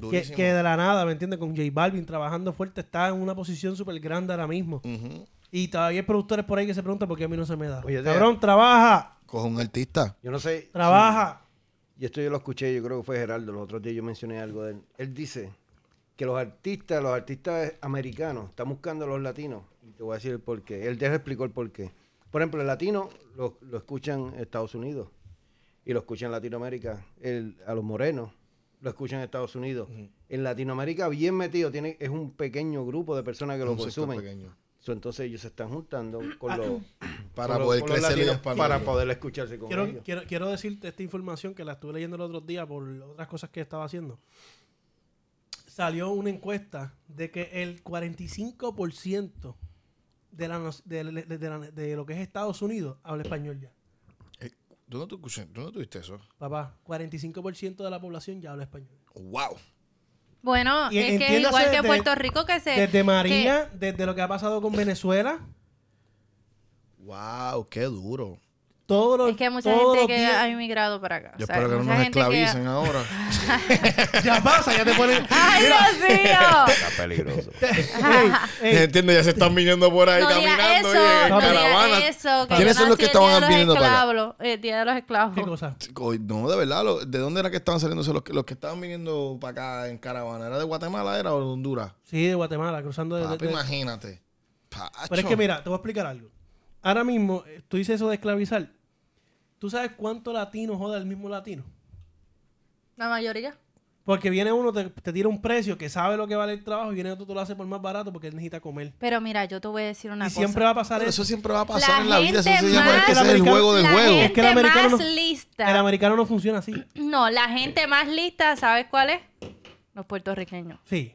Speaker 2: Durísimo.
Speaker 5: que de la nada, ¿me entiendes? Con J Balvin trabajando fuerte, está en una posición súper grande ahora mismo.
Speaker 2: Ujú.
Speaker 5: Y todavía hay productores por ahí que se preguntan por qué a mí no se me da.
Speaker 3: Oye,
Speaker 5: Cabrón, trabaja,
Speaker 2: Coge un artista.
Speaker 3: Yo no sé.
Speaker 5: trabaja.
Speaker 3: Y esto yo lo escuché, yo creo que fue Gerardo, los otros días yo mencioné algo de él. Él dice que los artistas, los artistas americanos, están buscando a los latinos. Y te voy a decir el porqué. Él ya explicó el porqué. Por ejemplo, el latino lo, lo escuchan en Estados Unidos y lo escuchan en Latinoamérica. El- a los morenos lo escuchan en Estados Unidos. En Latinoamérica, bien metido, tiene, es un pequeño grupo de personas que lo
Speaker 2: Un sector
Speaker 3: consumen.
Speaker 2: pequeño.
Speaker 3: So, entonces ellos se están juntando con los,
Speaker 2: Ah, Para
Speaker 3: con los-
Speaker 2: poder
Speaker 3: con los
Speaker 2: crecer y
Speaker 3: latinos
Speaker 2: expandir.
Speaker 3: para poder escucharse con
Speaker 5: Quiero,
Speaker 3: ellos.
Speaker 5: quiero, quiero decirte esta información que la estuve leyendo el otro día por otras cosas que estaba haciendo. Salió una encuesta de que el 45% de, la, nos- de, de- de- de la- de lo que es Estados Unidos habla español ya.
Speaker 2: Eh, ¿Tú no, te escuché- tú no tuviste eso?
Speaker 5: Papá, 45% de la población ya habla español.
Speaker 2: ¡Wow!
Speaker 4: Bueno,
Speaker 5: Y
Speaker 4: es que es
Speaker 5: entiéndase
Speaker 4: igual que
Speaker 5: de-
Speaker 4: Puerto Rico que se...
Speaker 5: Desde
Speaker 4: que-
Speaker 5: María, desde lo que ha pasado con Venezuela,
Speaker 2: ¡Wow! ¡Qué duro!
Speaker 5: todos los
Speaker 4: es que hay mucha
Speaker 5: todos
Speaker 4: gente
Speaker 5: los
Speaker 4: que
Speaker 5: días-
Speaker 4: ha emigrado para acá.
Speaker 2: Yo
Speaker 4: O sea,
Speaker 2: espero que
Speaker 4: hay
Speaker 2: no
Speaker 4: mucha
Speaker 2: nos
Speaker 4: gente que ha-
Speaker 2: esclavicen ahora.
Speaker 5: Ya pasa, ya te ponen...
Speaker 4: ¡Ay, Dios mío!
Speaker 1: Está peligroso.
Speaker 5: Ey, ey,
Speaker 2: Entiendo, ya se están viniendo por ahí
Speaker 4: No diga
Speaker 2: caminando
Speaker 4: eso,
Speaker 2: y en
Speaker 4: no
Speaker 2: caravana.
Speaker 4: diga eso. Que
Speaker 2: ¿Quiénes
Speaker 4: yo
Speaker 2: son los que
Speaker 4: nací el día de
Speaker 2: estaban
Speaker 4: los
Speaker 2: viniendo para acá?
Speaker 4: esclavos, El día de los esclavos.
Speaker 5: ¿Qué cosa?
Speaker 2: Chico, No, de verdad, lo- ¿de dónde era que estaban saliendo esos- los que, los que estaban viniendo para acá en caravana? ¿Era de Guatemala era o de Honduras?
Speaker 5: Sí, de Guatemala, cruzando de- de-
Speaker 2: Papi,
Speaker 5: de,
Speaker 2: imagínate. Pacho.
Speaker 5: Pero es que mira, te voy a explicar algo. Ahora mismo, eh, tú dices eso de esclavizar. ¿Tú sabes cuánto latino joda el mismo latino?
Speaker 4: La mayoría.
Speaker 5: Porque viene uno, te, te tira un precio que sabe lo que vale el trabajo y viene otro, te lo hace por más barato porque él necesita comer.
Speaker 4: Pero mira, yo te voy a decir una
Speaker 5: y
Speaker 4: cosa.
Speaker 5: siempre va a pasar
Speaker 2: Pero
Speaker 5: eso.
Speaker 2: eso siempre va a pasar en la vida. Eso
Speaker 4: gente
Speaker 2: se llama
Speaker 4: más-
Speaker 2: que ese es el
Speaker 5: Americano-
Speaker 2: juego del
Speaker 4: la
Speaker 2: juego.
Speaker 4: gente
Speaker 5: Es que el americano
Speaker 4: más
Speaker 5: no-
Speaker 4: lista.
Speaker 5: El americano no funciona así.
Speaker 4: No, la gente más lista, ¿sabes cuál es? Los puertorriqueños.
Speaker 5: Sí.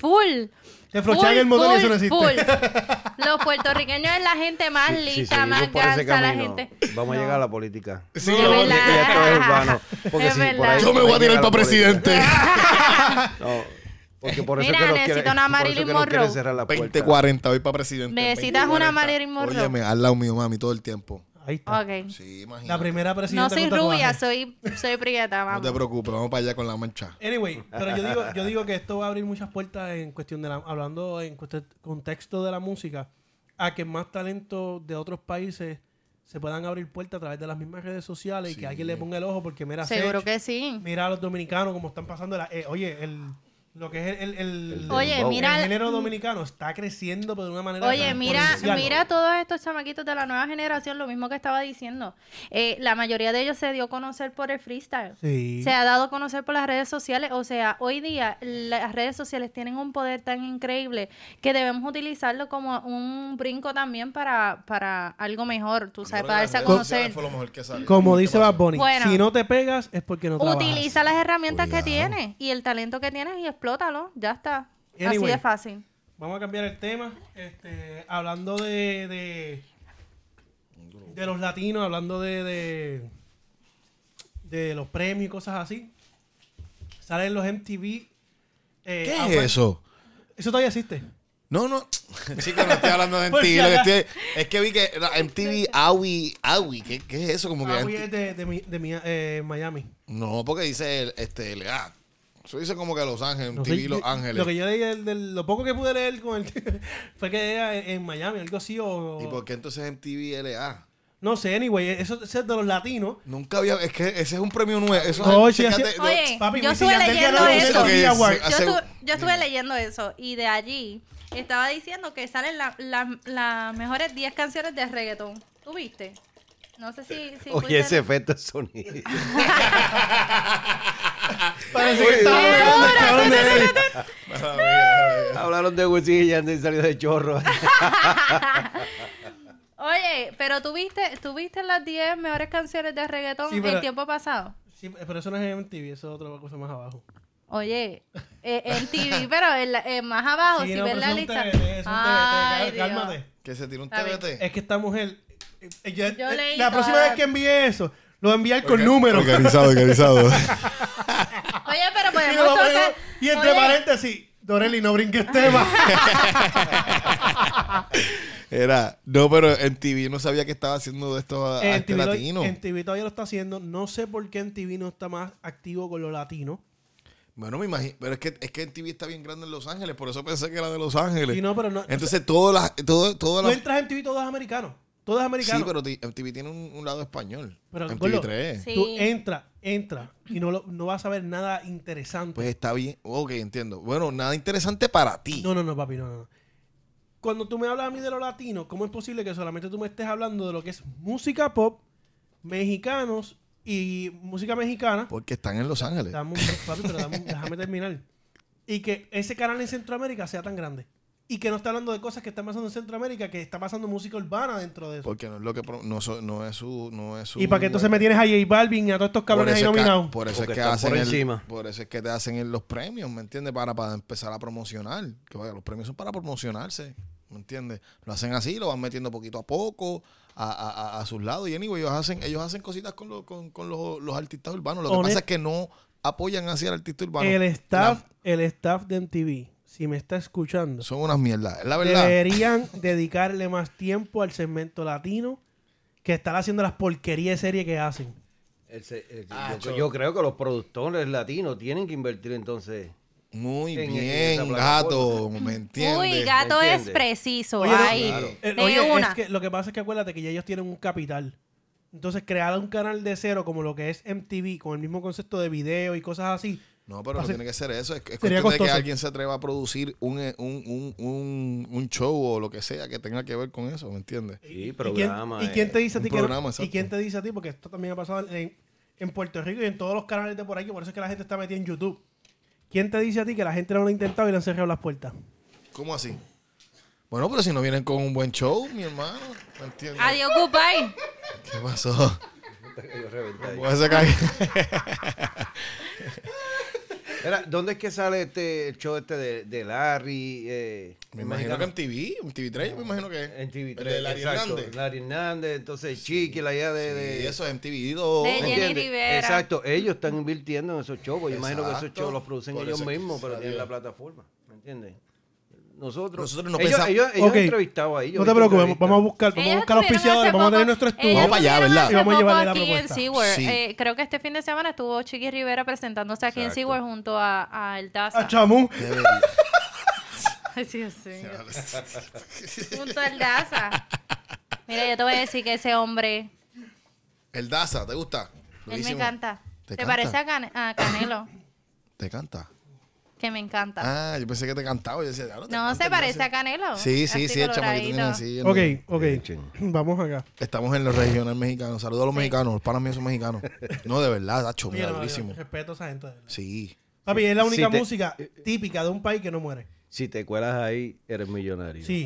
Speaker 4: Full.
Speaker 5: Te frochan
Speaker 4: Full,
Speaker 5: el motor y
Speaker 4: full,
Speaker 5: eso no existe.
Speaker 4: full. Los puertorriqueños es la gente más
Speaker 3: Si- si
Speaker 4: lista,
Speaker 3: seguimos
Speaker 4: más
Speaker 3: por ese
Speaker 4: gansa, la
Speaker 3: camino,
Speaker 4: gente.
Speaker 3: Vamos a
Speaker 4: No.
Speaker 3: llegar a la política.
Speaker 4: Sí, es verdad.
Speaker 3: Y esto es urbano. Porque
Speaker 4: Es
Speaker 3: si
Speaker 4: verdad.
Speaker 3: por ahí-
Speaker 2: Yo me voy a tirar
Speaker 3: llega la
Speaker 2: para presidente.
Speaker 3: política. No, porque por eso
Speaker 4: Mira,
Speaker 3: que nos
Speaker 4: necesito
Speaker 3: quiere-
Speaker 4: una
Speaker 3: por eso
Speaker 4: Marilyn
Speaker 3: que nos quiere
Speaker 4: Monroe.
Speaker 3: cerrar la puerta.
Speaker 2: 2040, voy para presidente.
Speaker 4: Necesitas una
Speaker 2: 20-40.
Speaker 4: Marilyn Monroe.
Speaker 2: Óyeme, al lado mío, mami, todo el tiempo.
Speaker 5: Ahí está.
Speaker 4: Ok.
Speaker 2: Sí,
Speaker 5: La
Speaker 2: imagínate.
Speaker 5: primera presidenta
Speaker 4: No soy
Speaker 5: con tatuaje.
Speaker 4: rubia, soy, soy
Speaker 2: No
Speaker 4: prieta,
Speaker 2: te
Speaker 4: vamos.
Speaker 2: preocupes, vamos para allá con la mancha.
Speaker 5: Anyway, pero yo digo, yo digo que esto va a abrir muchas puertas en cuestión de la, hablando en cueste- contexto de la música, a que más talentos de otros países se puedan abrir puertas a través de las mismas redes sociales y que alguien le ponga el ojo porque mira,
Speaker 4: Seguro
Speaker 5: Sech,
Speaker 4: que sí.
Speaker 5: mira a los dominicanos como están pasando la- eh, oye, el lo que es el, el- el-
Speaker 4: Oye,
Speaker 5: el
Speaker 4: mira- Mm.
Speaker 5: género dominicano está creciendo pero de una manera
Speaker 4: Oye, mira,
Speaker 5: exponencial.
Speaker 4: mira todos estos chamaquitos de la nueva generación, lo mismo que estaba diciendo. Eh, la mayoría de ellos se dio a conocer por el freestyle.
Speaker 5: Sí.
Speaker 4: Se ha dado a conocer por las redes sociales. O sea, hoy día las redes sociales tienen un poder tan increíble que debemos utilizarlo como un brinco también para, para algo mejor, tú sabes, para darse a conocer.
Speaker 2: Fue lo mejor que salió.
Speaker 5: como dice Bad Bunny,
Speaker 4: Bueno.
Speaker 5: si no te pegas es porque no trabajas.
Speaker 4: Utiliza las herramientas que tienes y el talento que tienes y explótalo. Ya está. Así
Speaker 5: Anyway.
Speaker 4: de fácil.
Speaker 5: Vamos a cambiar el tema. Este, hablando de, de. de los latinos, hablando de, de. de los premios y cosas así. Salen los MTV. eh,
Speaker 2: ¿Qué
Speaker 5: ah,
Speaker 2: es eso?
Speaker 5: Eso todavía existe.
Speaker 2: No, no. Chico, no estoy hablando de
Speaker 5: Por si
Speaker 2: MTV. lo que
Speaker 5: acaso.
Speaker 2: estoy- es que vi que era MTV Awi, Awi. ¿Qué, qué es eso? Como que
Speaker 5: Ah,
Speaker 2: MTV
Speaker 5: hoy es de, de mi- de mi- eh, Miami.
Speaker 2: No, porque dice el, este, el, ah, eso dice como que Los Ángeles,
Speaker 5: No
Speaker 2: MTV
Speaker 5: sé,
Speaker 2: Los
Speaker 5: yo-
Speaker 2: Ángeles.
Speaker 5: Lo que yo leí, del- del- lo poco que pude leer con el, fue que era en, en Miami, algo así. O,
Speaker 2: ¿Y por qué entonces MTV LA?
Speaker 5: No sé, anyway, eso eso es de los latinos.
Speaker 2: Nunca había, es que ese es un premio nuevo. Eso
Speaker 5: No,
Speaker 2: es,
Speaker 5: sí,
Speaker 2: chécate,
Speaker 5: así-
Speaker 2: no,
Speaker 4: Oye,
Speaker 5: Papi,
Speaker 4: Eh, yo
Speaker 5: Wisin
Speaker 4: estuve
Speaker 5: Yandel
Speaker 4: leyendo
Speaker 5: ganó
Speaker 4: eso.
Speaker 5: un Emmy Award.
Speaker 2: Sí,
Speaker 4: Yo,
Speaker 2: Hace-
Speaker 4: estuve, yo estuve leyendo eso y de allí estaba diciendo que salen la- la- las mejores 10 canciones de reggaetón. ¿Tú viste? No sé si... si
Speaker 3: Oye,
Speaker 4: pudiste-
Speaker 3: ese efecto de sonido.
Speaker 5: Parece que estaba
Speaker 4: Eh,
Speaker 5: pegando el cabrón de él.
Speaker 3: Hablaron de Wisin y Yandel y salió de chorro.
Speaker 4: Oye, Oye, pero tú viste, tú viste las 10 mejores canciones de reggaetón
Speaker 5: Sí, pero-
Speaker 4: el tiempo pasado.
Speaker 5: Sí, pero eso no es MTV, eso es otra cosa más abajo.
Speaker 4: Oye, eh, en TV, pero en la- eh, más abajo,
Speaker 5: Sí,
Speaker 4: si
Speaker 5: no,
Speaker 4: ves
Speaker 5: pero
Speaker 4: la
Speaker 5: es un
Speaker 4: lista.
Speaker 5: TBT, es un
Speaker 4: Ay,
Speaker 5: TBT, cal-
Speaker 4: Dios.
Speaker 5: cálmate.
Speaker 2: Que se tiró un
Speaker 4: Está bien.
Speaker 2: TBT.
Speaker 5: Es que esta mujer. eh, eh, yo-
Speaker 4: Yo
Speaker 5: eh,
Speaker 4: leí
Speaker 5: la
Speaker 4: todas
Speaker 5: próxima vez
Speaker 4: las-
Speaker 5: que envíe eso, lo va a enviar con números.
Speaker 2: Organizado, organizado.
Speaker 4: Oye, pero
Speaker 5: Y,
Speaker 4: podemos
Speaker 5: lo va a
Speaker 4: tocar.
Speaker 5: poner- y entre
Speaker 4: Oye,
Speaker 5: paréntesis, Dorelli, no brinques tema.
Speaker 2: Era, no, pero en TV no sabía que estaba haciendo de esto a, a este
Speaker 5: MTV lo-
Speaker 2: latino.
Speaker 5: MTV todavía lo está haciendo. No sé por qué MTV no está más activo con lo latino.
Speaker 2: Bueno, me imagino, pero es que, es que en TV está bien grande en Los Ángeles, por eso pensé que era de Los Ángeles.
Speaker 5: Y no, pero no.
Speaker 2: Entonces, todas las, todo, todas
Speaker 5: Tú
Speaker 2: las-
Speaker 5: entras en MTV, todo es americano. Todo es americano.
Speaker 2: Sí, pero ti- MTV tiene un, un lado español.
Speaker 5: Pero,
Speaker 2: MTV
Speaker 5: Gordo,
Speaker 2: 3.
Speaker 4: Sí.
Speaker 5: Tú entras, entras y no, lo- no vas a ver nada interesante.
Speaker 2: Pues está bien. Ok, entiendo. Bueno, nada interesante para ti.
Speaker 5: No, no, no, papi, no, no. no. Cuando tú me hablas a mí de lo latino, ¿cómo es posible que solamente tú me estés hablando de lo que es música pop, mexicanos y música mexicana?
Speaker 2: Porque están en Los Ángeles.
Speaker 5: Dame un- papi, pero dame un- déjame terminar. Y que ese canal en Centroamérica sea tan grande. Y que no está hablando de cosas que están pasando en Centroamérica, que está pasando música urbana dentro de eso.
Speaker 2: Porque no es lo que pro- no, so- no es su no es su
Speaker 5: y para que entonces me tienes a J Balvin y a todos estos
Speaker 2: por
Speaker 5: cabrones
Speaker 2: eso,
Speaker 5: ahí
Speaker 2: es que,
Speaker 5: nominados.
Speaker 2: por eso es
Speaker 3: Porque
Speaker 2: que
Speaker 3: están por
Speaker 2: hacen el-
Speaker 3: encima.
Speaker 2: por eso es que te hacen el- los premios, ¿me entiendes? Para, para empezar a promocionar. Que vaya, los premios son para promocionarse, ¿me entiendes? Lo hacen así, lo van metiendo poquito a poco a, a- a- a sus lados. Y anyway, ellos hacen, ellos hacen cositas con, lo- con, con los, los artistas urbanos. Lo que
Speaker 5: Honest-
Speaker 2: pasa es que no apoyan así al artista urbano.
Speaker 5: el staff,
Speaker 2: La-
Speaker 5: el staff de MTV, si me está escuchando,
Speaker 2: son unas mierdas, es la verdad.
Speaker 5: deberían dedicarle más tiempo al segmento latino que estar haciendo las porquerías de serie que hacen.
Speaker 3: El se- el-
Speaker 2: Ah,
Speaker 3: yo,
Speaker 2: cho-
Speaker 3: yo creo que los productores latinos tienen que invertir entonces.
Speaker 2: Muy
Speaker 3: en- en esa
Speaker 2: bien,
Speaker 3: plataforma.
Speaker 2: gato, ¿me entiendes?
Speaker 4: Uy, gato
Speaker 3: ¿Me
Speaker 4: es
Speaker 3: entiendes?
Speaker 4: preciso.
Speaker 5: Oye, no,
Speaker 4: Ay,
Speaker 3: claro.
Speaker 5: Eh,
Speaker 4: de
Speaker 5: oye,
Speaker 4: una.
Speaker 5: es que lo que pasa es que acuérdate que ya ellos tienen un capital. Entonces, crear un canal de cero como lo que es MTV, con el mismo concepto de video y cosas así.
Speaker 2: No, pero no
Speaker 5: Así-
Speaker 2: tiene que ser eso. Es, es
Speaker 5: Sería
Speaker 2: cuestión de que
Speaker 5: costoso.
Speaker 2: alguien se atreva a producir un, eh, un, un, un, un show o lo que sea que tenga que ver con eso, ¿me entiendes?
Speaker 3: Sí,
Speaker 5: ¿Y quién,
Speaker 3: programa. eh.
Speaker 5: y quién te dice a
Speaker 2: un
Speaker 5: ti que no-
Speaker 2: programa, exacto.
Speaker 5: ¿Y quién te dice a ti? Porque esto también ha pasado en, en Puerto Rico y en todos los canales de por aquí. Por eso es que la gente está metida en YouTube. ¿Quién te dice a ti que la gente no lo ha intentado y le han cerrado las puertas?
Speaker 2: ¿Cómo así? Bueno, pero si no vienen con un buen show, mi hermano, ¿me entiendes?
Speaker 4: Adiós, goodbye.
Speaker 2: ¿Qué pasó?
Speaker 3: Yo reventé ahí.
Speaker 2: Voy a sacar-
Speaker 3: Mira, ¿dónde es que sale este el show este de, de Larry? eh,
Speaker 2: Me imagino que en
Speaker 3: mexicano?
Speaker 2: TV, en TV3, yo me imagino que.
Speaker 3: en TV.
Speaker 2: Pero de Larry
Speaker 3: exacto,
Speaker 2: Hernández.
Speaker 3: Larry Hernández, entonces Chiqui, la idea de... de-
Speaker 2: Y eso es en TV2.
Speaker 4: De
Speaker 3: ¿me
Speaker 4: Jenny
Speaker 3: entiendes?
Speaker 4: Rivera.
Speaker 3: Exacto, ellos están invirtiendo en esos shows. pues, Yo imagino que esos
Speaker 2: Exacto,
Speaker 3: shows los producen
Speaker 2: por
Speaker 3: ellos
Speaker 2: eso es que
Speaker 3: mismos, pero
Speaker 2: salió.
Speaker 3: tienen la plataforma. ¿Me entiendes? Nosotros,
Speaker 2: Nosotros no
Speaker 3: ellos,
Speaker 2: pensamos-
Speaker 3: ellos, ellos
Speaker 5: Ok.
Speaker 3: han entrevistado a ellos.
Speaker 5: No te
Speaker 3: ¿viste?
Speaker 5: preocupes,
Speaker 3: Entrevistas.
Speaker 5: vamos a buscar, vamos a
Speaker 4: Ellos
Speaker 5: buscar auspiciadores,
Speaker 4: estuvieron
Speaker 5: vamos a tener
Speaker 4: hace
Speaker 5: nuestro
Speaker 4: poco-
Speaker 5: estudio.
Speaker 4: ellos
Speaker 2: Vamos para allá,
Speaker 4: estuvieron
Speaker 2: ¿verdad?
Speaker 4: hace
Speaker 5: Y vamos a
Speaker 4: poco
Speaker 5: llevarle la
Speaker 4: aquí en
Speaker 5: propuesta.
Speaker 4: SeaWorld.
Speaker 2: Sí.
Speaker 4: Eh, creo que este fin de semana estuvo Chiqui Rivera presentándose aquí en
Speaker 3: Exacto.
Speaker 4: SeaWorld junto a, a El Daza.
Speaker 5: Ah, chamú.
Speaker 4: Ay, Dios mío. junto al Daza. Mira, yo te voy a decir que ese hombre,
Speaker 2: El Daza, ¿te gusta?
Speaker 4: él me
Speaker 2: Buenísimo.
Speaker 4: encanta.
Speaker 2: ¿Te
Speaker 4: ¿Te,
Speaker 2: canta?
Speaker 4: parece a, Can- a Canelo?
Speaker 2: ¿Te canta?
Speaker 4: que me encanta.
Speaker 2: Ah, yo pensé que te cantaba. Yo decía, "Diablo, te
Speaker 4: no,
Speaker 2: canta
Speaker 4: se
Speaker 2: el
Speaker 4: parece
Speaker 2: Daza".
Speaker 4: a Canelo.
Speaker 2: Sí, sí,
Speaker 4: Así
Speaker 2: sí, el chamaquito tiene
Speaker 4: coloradito.
Speaker 2: así. el-
Speaker 5: Ok, ok. Vamos acá.
Speaker 2: Estamos en los regionales mexicanos. Saludos a los mexicanos. Los panas míos son mexicanos. No, de verdad, Dacho,
Speaker 5: Oye,
Speaker 2: mira,
Speaker 5: no,
Speaker 2: durísimo.
Speaker 5: respeto a esa gente. de verdad. eh,
Speaker 2: Sí.
Speaker 5: Papi, es la
Speaker 3: Si
Speaker 5: única
Speaker 3: te-
Speaker 5: música típica de un país que no muere.
Speaker 3: Si te cuelas ahí, eres millonario.
Speaker 5: Sí.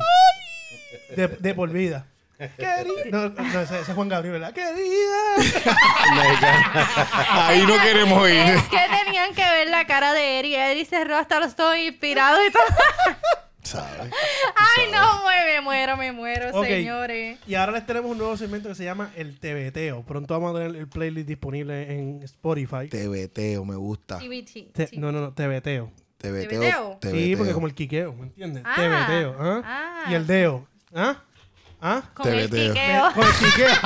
Speaker 5: De, de por vida. Querida. No, no, ese, ese es Juan Gabriel, ¿verdad? Querida.
Speaker 2: Ahí no queremos ir.
Speaker 4: Es que tenían que ver la cara de Eri. Eri cerró hasta los ojos inspirados y todo.
Speaker 2: ¿Sabes?
Speaker 4: Ay, no, me muero, me muero,
Speaker 5: Ok.
Speaker 4: señores.
Speaker 5: Y ahora les tenemos un nuevo segmento que se llama El TBTeo. Pronto vamos a tener el playlist disponible en Spotify.
Speaker 2: Te veteo, me gusta.
Speaker 4: TBT.
Speaker 5: Te- no, no, no, TBTeo.
Speaker 2: Te
Speaker 4: veteo?
Speaker 2: veteo. te
Speaker 5: Sí,
Speaker 2: veteo.
Speaker 5: porque como el quiqueo, ¿me entiendes?
Speaker 4: Ah,
Speaker 5: TBTeo. ¿ah?
Speaker 4: ah.
Speaker 5: Y el deo. ¿Ah? ¿Ah?
Speaker 4: Con el
Speaker 2: TBTeo.
Speaker 4: quiqueo.
Speaker 5: Con el quiqueo.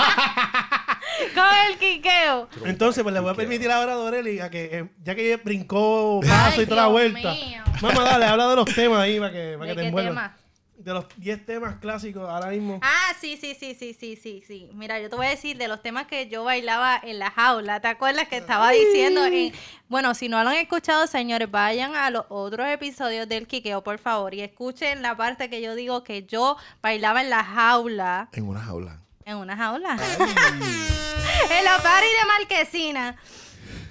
Speaker 4: Con el quiqueo.
Speaker 5: Entonces, pues le voy a permitir ahora a Doreli a que, eh, ya que brincó paso y toda la
Speaker 4: Dios
Speaker 5: vuelta.
Speaker 4: mío.
Speaker 5: Mamá, dale, habla de los temas ahí para que, para
Speaker 4: ¿De
Speaker 5: que te
Speaker 4: qué
Speaker 5: envuelvan.
Speaker 4: tema?
Speaker 5: De los 10 temas clásicos ahora mismo.
Speaker 4: Ah, sí, sí, sí, sí, sí, sí, sí. Mira, yo te voy a decir de los temas que yo bailaba en la jaula. ¿Te acuerdas que estaba diciendo? en- Bueno, si no lo han escuchado, señores, vayan a los otros episodios del Quiqueo, por favor, y escuchen la parte que yo digo que yo bailaba en la jaula.
Speaker 2: En una jaula.
Speaker 4: En una jaula. en la party de Marquesina.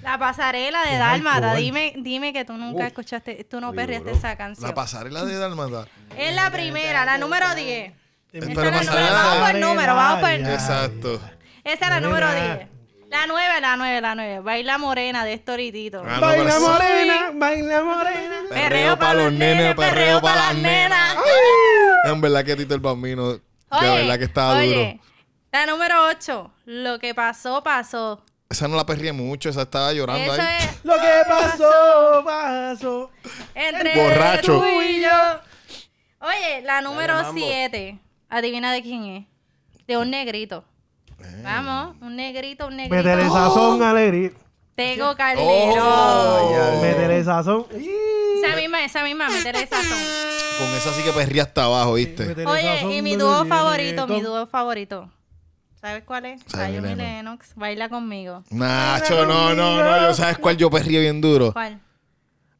Speaker 4: La pasarela de Dálmata. Dime, dime que tú nunca escuchaste, tú no perreaste esa canción.
Speaker 2: La pasarela de Dalmata.
Speaker 4: Es la primera, la número 10.
Speaker 5: Te-
Speaker 2: Pero no pasa nada.
Speaker 4: Vamos por número, vamos por-
Speaker 5: Ya,
Speaker 2: Exacto.
Speaker 4: Esa es la
Speaker 5: Mira.
Speaker 4: número 10. La 9, la 9, la 9. Baila morena de Storitito.
Speaker 2: Ah, no,
Speaker 5: Baila
Speaker 2: pero-
Speaker 5: morena, baila morena.
Speaker 4: Perreo pa' los nenes, perreo pa' las nenas.
Speaker 2: En verdad que Tito el Bambino, de verdad que estaba
Speaker 4: oye,
Speaker 2: duro.
Speaker 4: La número 8. Lo que pasó, pasó.
Speaker 2: Esa no la perrié mucho, esa estaba llorando
Speaker 4: Eso
Speaker 2: ahí.
Speaker 4: es
Speaker 5: Lo que pasó, pasó.
Speaker 4: entre
Speaker 2: Borracho.
Speaker 4: tú y yo. Oye, la número
Speaker 3: mambo.
Speaker 4: 7. Adivina de quién es. De un negrito.
Speaker 2: Eh.
Speaker 4: Vamos, un negrito, un negrito.
Speaker 5: Métele sazón, Aleri.
Speaker 4: Tego Calderón.
Speaker 2: Oh.
Speaker 5: Métele sazón.
Speaker 4: Esa misma, esa misma, métele esa son.
Speaker 2: Con esa sí que perría hasta abajo, ¿viste?
Speaker 5: Métele sazón,
Speaker 4: Oye, y mi
Speaker 5: no
Speaker 4: dúo
Speaker 5: le
Speaker 4: favorito, mi
Speaker 5: llegue.
Speaker 4: dúo favorito. ¿Sabes cuál es?
Speaker 2: Zion y
Speaker 4: Zion y
Speaker 2: Lennox.
Speaker 4: Lennox. Baila conmigo.
Speaker 2: Nacho, no, no, no. Yo sabes cuál yo perrío bien duro.
Speaker 4: ¿Cuál?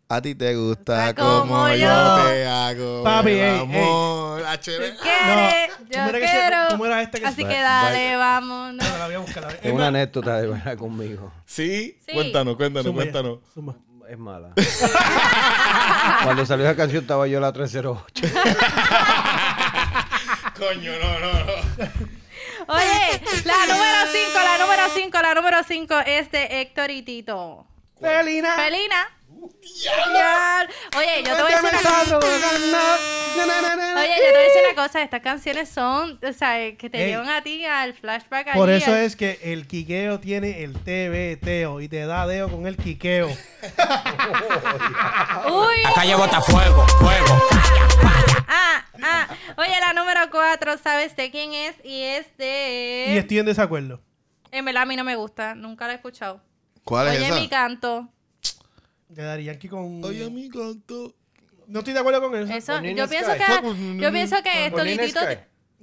Speaker 2: A ti te gusta
Speaker 4: Está como
Speaker 2: como yo
Speaker 4: yo.
Speaker 2: te hago.
Speaker 5: Papi,
Speaker 2: el
Speaker 5: ey, ey.
Speaker 2: amor. Ah, chévere.
Speaker 4: ¿Quieres?
Speaker 5: ¿cómo
Speaker 4: Yo
Speaker 5: era que se-
Speaker 4: quiero.
Speaker 5: cómo era este que se-
Speaker 4: Así que dale, vámonos.
Speaker 5: La voy a buscar, la voy a-
Speaker 3: Es una anécdota de verdad conmigo.
Speaker 2: Sí,
Speaker 4: Sí.
Speaker 2: cuéntanos, cuéntanos,
Speaker 5: Suma ya,
Speaker 2: cuéntanos.
Speaker 5: suma.
Speaker 3: Es mala. Cuando salió esa canción estaba yo la 308.
Speaker 2: Coño, no, no, no.
Speaker 4: Oye, la número 5, la número 5, la número 5 es de Héctor y Tito.
Speaker 5: Felina.
Speaker 4: Felina. Diablo. Oye, yo te voy a decir una cosa. Oye, yo te voy a decir una cosa, estas canciones son, o sea, eh, que te
Speaker 5: Ey.
Speaker 4: llevan a ti al flashback
Speaker 5: Por
Speaker 4: allí,
Speaker 5: eso
Speaker 4: al-
Speaker 5: es que el quiqueo tiene el tebeteo y te da deo con el quiqueo.
Speaker 4: Uy,
Speaker 1: La calle bota fuego, fuego.
Speaker 4: ah, ah. Oye, la número 4, ¿sabes de quién es? Y es de
Speaker 5: Y estoy en desacuerdo.
Speaker 4: En verdad a mí no me gusta, nunca la he escuchado.
Speaker 2: ¿Cuál es
Speaker 4: Oye,
Speaker 2: esa?
Speaker 4: mi canto.
Speaker 5: De Dari Yankee con.
Speaker 2: Oye, mi canto.
Speaker 5: No estoy de acuerdo con eso.
Speaker 4: Eso,
Speaker 3: Bonnie
Speaker 4: yo
Speaker 3: and
Speaker 4: pienso
Speaker 3: Sky.
Speaker 4: que
Speaker 2: Bonnie
Speaker 4: yo pienso que
Speaker 3: Con Nina
Speaker 4: Tolitito
Speaker 3: Sky.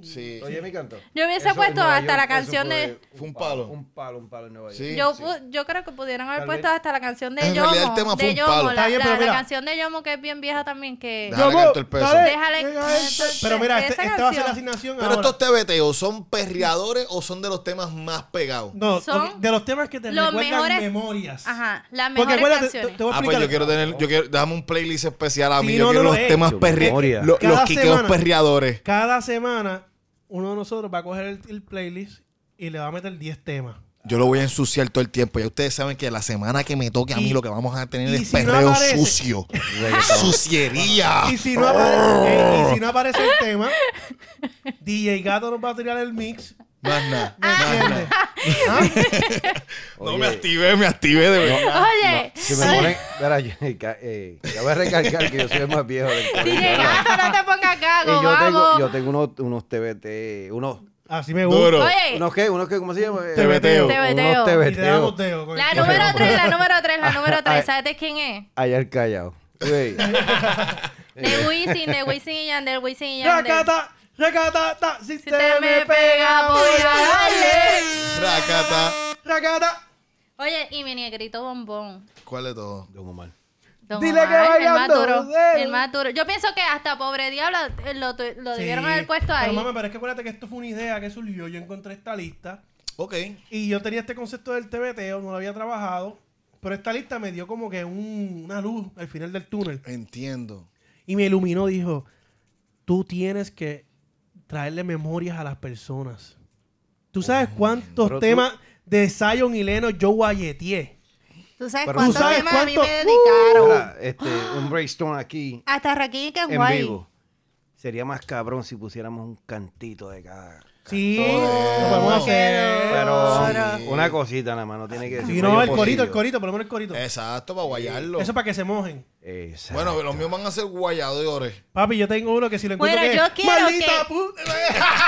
Speaker 2: Sí.
Speaker 3: Oye, mi canto.
Speaker 4: yo hubiese
Speaker 3: Eso
Speaker 4: puesto
Speaker 3: en Nueva
Speaker 4: hasta la
Speaker 3: York, eso
Speaker 4: canción de
Speaker 2: Fue un palo.
Speaker 3: Un palo, un palo en Nueva York.
Speaker 2: Sí.
Speaker 4: yo, pu- yo creo que pudieran haber
Speaker 3: Tal
Speaker 4: puesto
Speaker 3: vez.
Speaker 4: hasta la canción de
Speaker 2: En realidad el
Speaker 4: Yomo,
Speaker 2: tema fue
Speaker 4: de
Speaker 2: un
Speaker 4: Yomo,
Speaker 2: palo.
Speaker 4: la-
Speaker 5: Está bien,
Speaker 4: la,
Speaker 5: pero
Speaker 4: la
Speaker 5: mira.
Speaker 4: canción de Yomo que es bien vieja también que
Speaker 2: Déjale que esto el peso.
Speaker 4: Déjale-
Speaker 5: venga, esto-
Speaker 4: Esa-
Speaker 5: Pero mira,
Speaker 4: esa
Speaker 5: este- esta va a ser la
Speaker 4: canción.
Speaker 5: asignación.
Speaker 2: Pero
Speaker 5: ahora.
Speaker 2: estos TBTO son perreadores o son de los temas más pegados.
Speaker 5: No,
Speaker 4: son
Speaker 5: ok, de los temas que te
Speaker 4: los
Speaker 5: recuerdan
Speaker 4: mejores-
Speaker 5: memorias.
Speaker 4: Ajá, las
Speaker 5: Porque
Speaker 4: mejores
Speaker 5: acuérdate, te,
Speaker 4: canciones.
Speaker 5: te voy a
Speaker 2: Ah, pues
Speaker 5: explicar.
Speaker 2: yo quiero tener, yo quiero, dame un playlist especial a mí.
Speaker 5: Sí,
Speaker 2: yo
Speaker 5: no,
Speaker 2: quiero
Speaker 5: no,
Speaker 2: los
Speaker 5: no,
Speaker 2: temas
Speaker 3: eh.
Speaker 2: perre,
Speaker 3: Memoria.
Speaker 2: lo- los
Speaker 5: Cada
Speaker 2: quiqueos
Speaker 5: semana.
Speaker 2: perreadores.
Speaker 5: Cada semana uno de nosotros va a coger el, el playlist y le va a meter 10 temas.
Speaker 2: Yo lo voy a ensuciar todo el tiempo. Ya ustedes saben que la semana que me toque a mí
Speaker 5: Y-
Speaker 2: lo que vamos a tener
Speaker 5: y
Speaker 2: es
Speaker 5: si no
Speaker 2: perreo
Speaker 5: aparece.
Speaker 2: sucio. Suciería. Oh.
Speaker 5: Y si no aparece,
Speaker 2: Ah.
Speaker 5: eh, y si no aparece el tema, DJ Gato nos va a tirar el mix.
Speaker 2: Más nada.
Speaker 5: ¿Me entiendes?
Speaker 2: No
Speaker 3: Oye,
Speaker 2: me activé, me activé de verdad.
Speaker 4: Oye,
Speaker 3: Si me ponen. Espera, yo, eh, ca- eh, cabe recalcar que yo soy el más viejo del
Speaker 4: si
Speaker 3: colegio.
Speaker 4: llegando ah, no te pongas
Speaker 3: Y
Speaker 4: cago,
Speaker 3: yo tengo,
Speaker 4: vamos.
Speaker 3: yo tengo unos, unos TBT. Unos,
Speaker 5: Así me gusta.
Speaker 2: Duro.
Speaker 4: Oye,
Speaker 3: ¿Unos qué? ¿Unos qué? ¿Cómo se llama?
Speaker 2: TBTeo.
Speaker 4: TBTeo.
Speaker 3: Unos
Speaker 5: Y te damos
Speaker 3: TBT.
Speaker 5: deo. con
Speaker 4: la
Speaker 5: el-
Speaker 4: número
Speaker 3: Oye,
Speaker 4: 3, la número 3, la número 3,
Speaker 3: Ay.
Speaker 4: ¿sabes de quién es?
Speaker 3: Allá el callao. Güey.
Speaker 4: De Wisin, de Wisin y Yandel, Wisin y Yandel.
Speaker 5: Racata, racata, ta, si
Speaker 4: Si te me pega, voy a darle.
Speaker 2: Racata.
Speaker 5: Racata.
Speaker 4: Oye, y mi negrito bombón.
Speaker 2: ¿Cuál de todos?
Speaker 3: Don Omar.
Speaker 4: Don
Speaker 5: Dile que
Speaker 4: el más
Speaker 5: bailando,
Speaker 4: duro,
Speaker 5: sí.
Speaker 4: el más duro. Yo pienso que hasta Pobre Diablo eh, lo, tu- lo debieron haber puesto ahí.
Speaker 5: Pero mami, pero es que acuérdate que esto fue una idea que surgió. Yo encontré esta lista
Speaker 2: Ok.
Speaker 5: y yo tenía este concepto del TBTeo, no lo había trabajado. Pero esta lista me dio como que un- una luz al final del túnel.
Speaker 2: Entiendo.
Speaker 5: Y me iluminó, dijo, tú tienes que traerle memorias a las personas. ¿Tú sabes cuántos
Speaker 3: Pero tú-
Speaker 5: temas de Zion y Leno yo guayeteé?
Speaker 4: ¿Tú sabes
Speaker 3: Pero-
Speaker 4: cuántos
Speaker 5: ¿Tú sabes
Speaker 4: temas a mí me
Speaker 5: cuánto?
Speaker 4: dedicaron?
Speaker 3: Ahora, este, un breakstone aquí
Speaker 4: Hasta Raquín, que es
Speaker 3: Uh. en
Speaker 4: Ah, guay.
Speaker 3: vivo. Sería más cabrón si pusiéramos un cantito de cada.
Speaker 5: Sí, lo podemos hacer.
Speaker 3: Pero
Speaker 2: Sí.
Speaker 3: una cosita nada más, no tiene que decir.
Speaker 5: Si no, el
Speaker 3: medio
Speaker 5: corito, el
Speaker 3: pocillo.
Speaker 5: corito, por lo menos el corito. Eso
Speaker 2: Exacto, para guayarlo.
Speaker 5: es para que se mojen.
Speaker 3: Exacto.
Speaker 2: Bueno, los míos van a ser guayadores.
Speaker 5: Papi, yo tengo uno que si lo encuentro
Speaker 4: Bueno,
Speaker 5: que
Speaker 4: yo quiero
Speaker 5: ¡Maldita
Speaker 4: que-
Speaker 5: puta!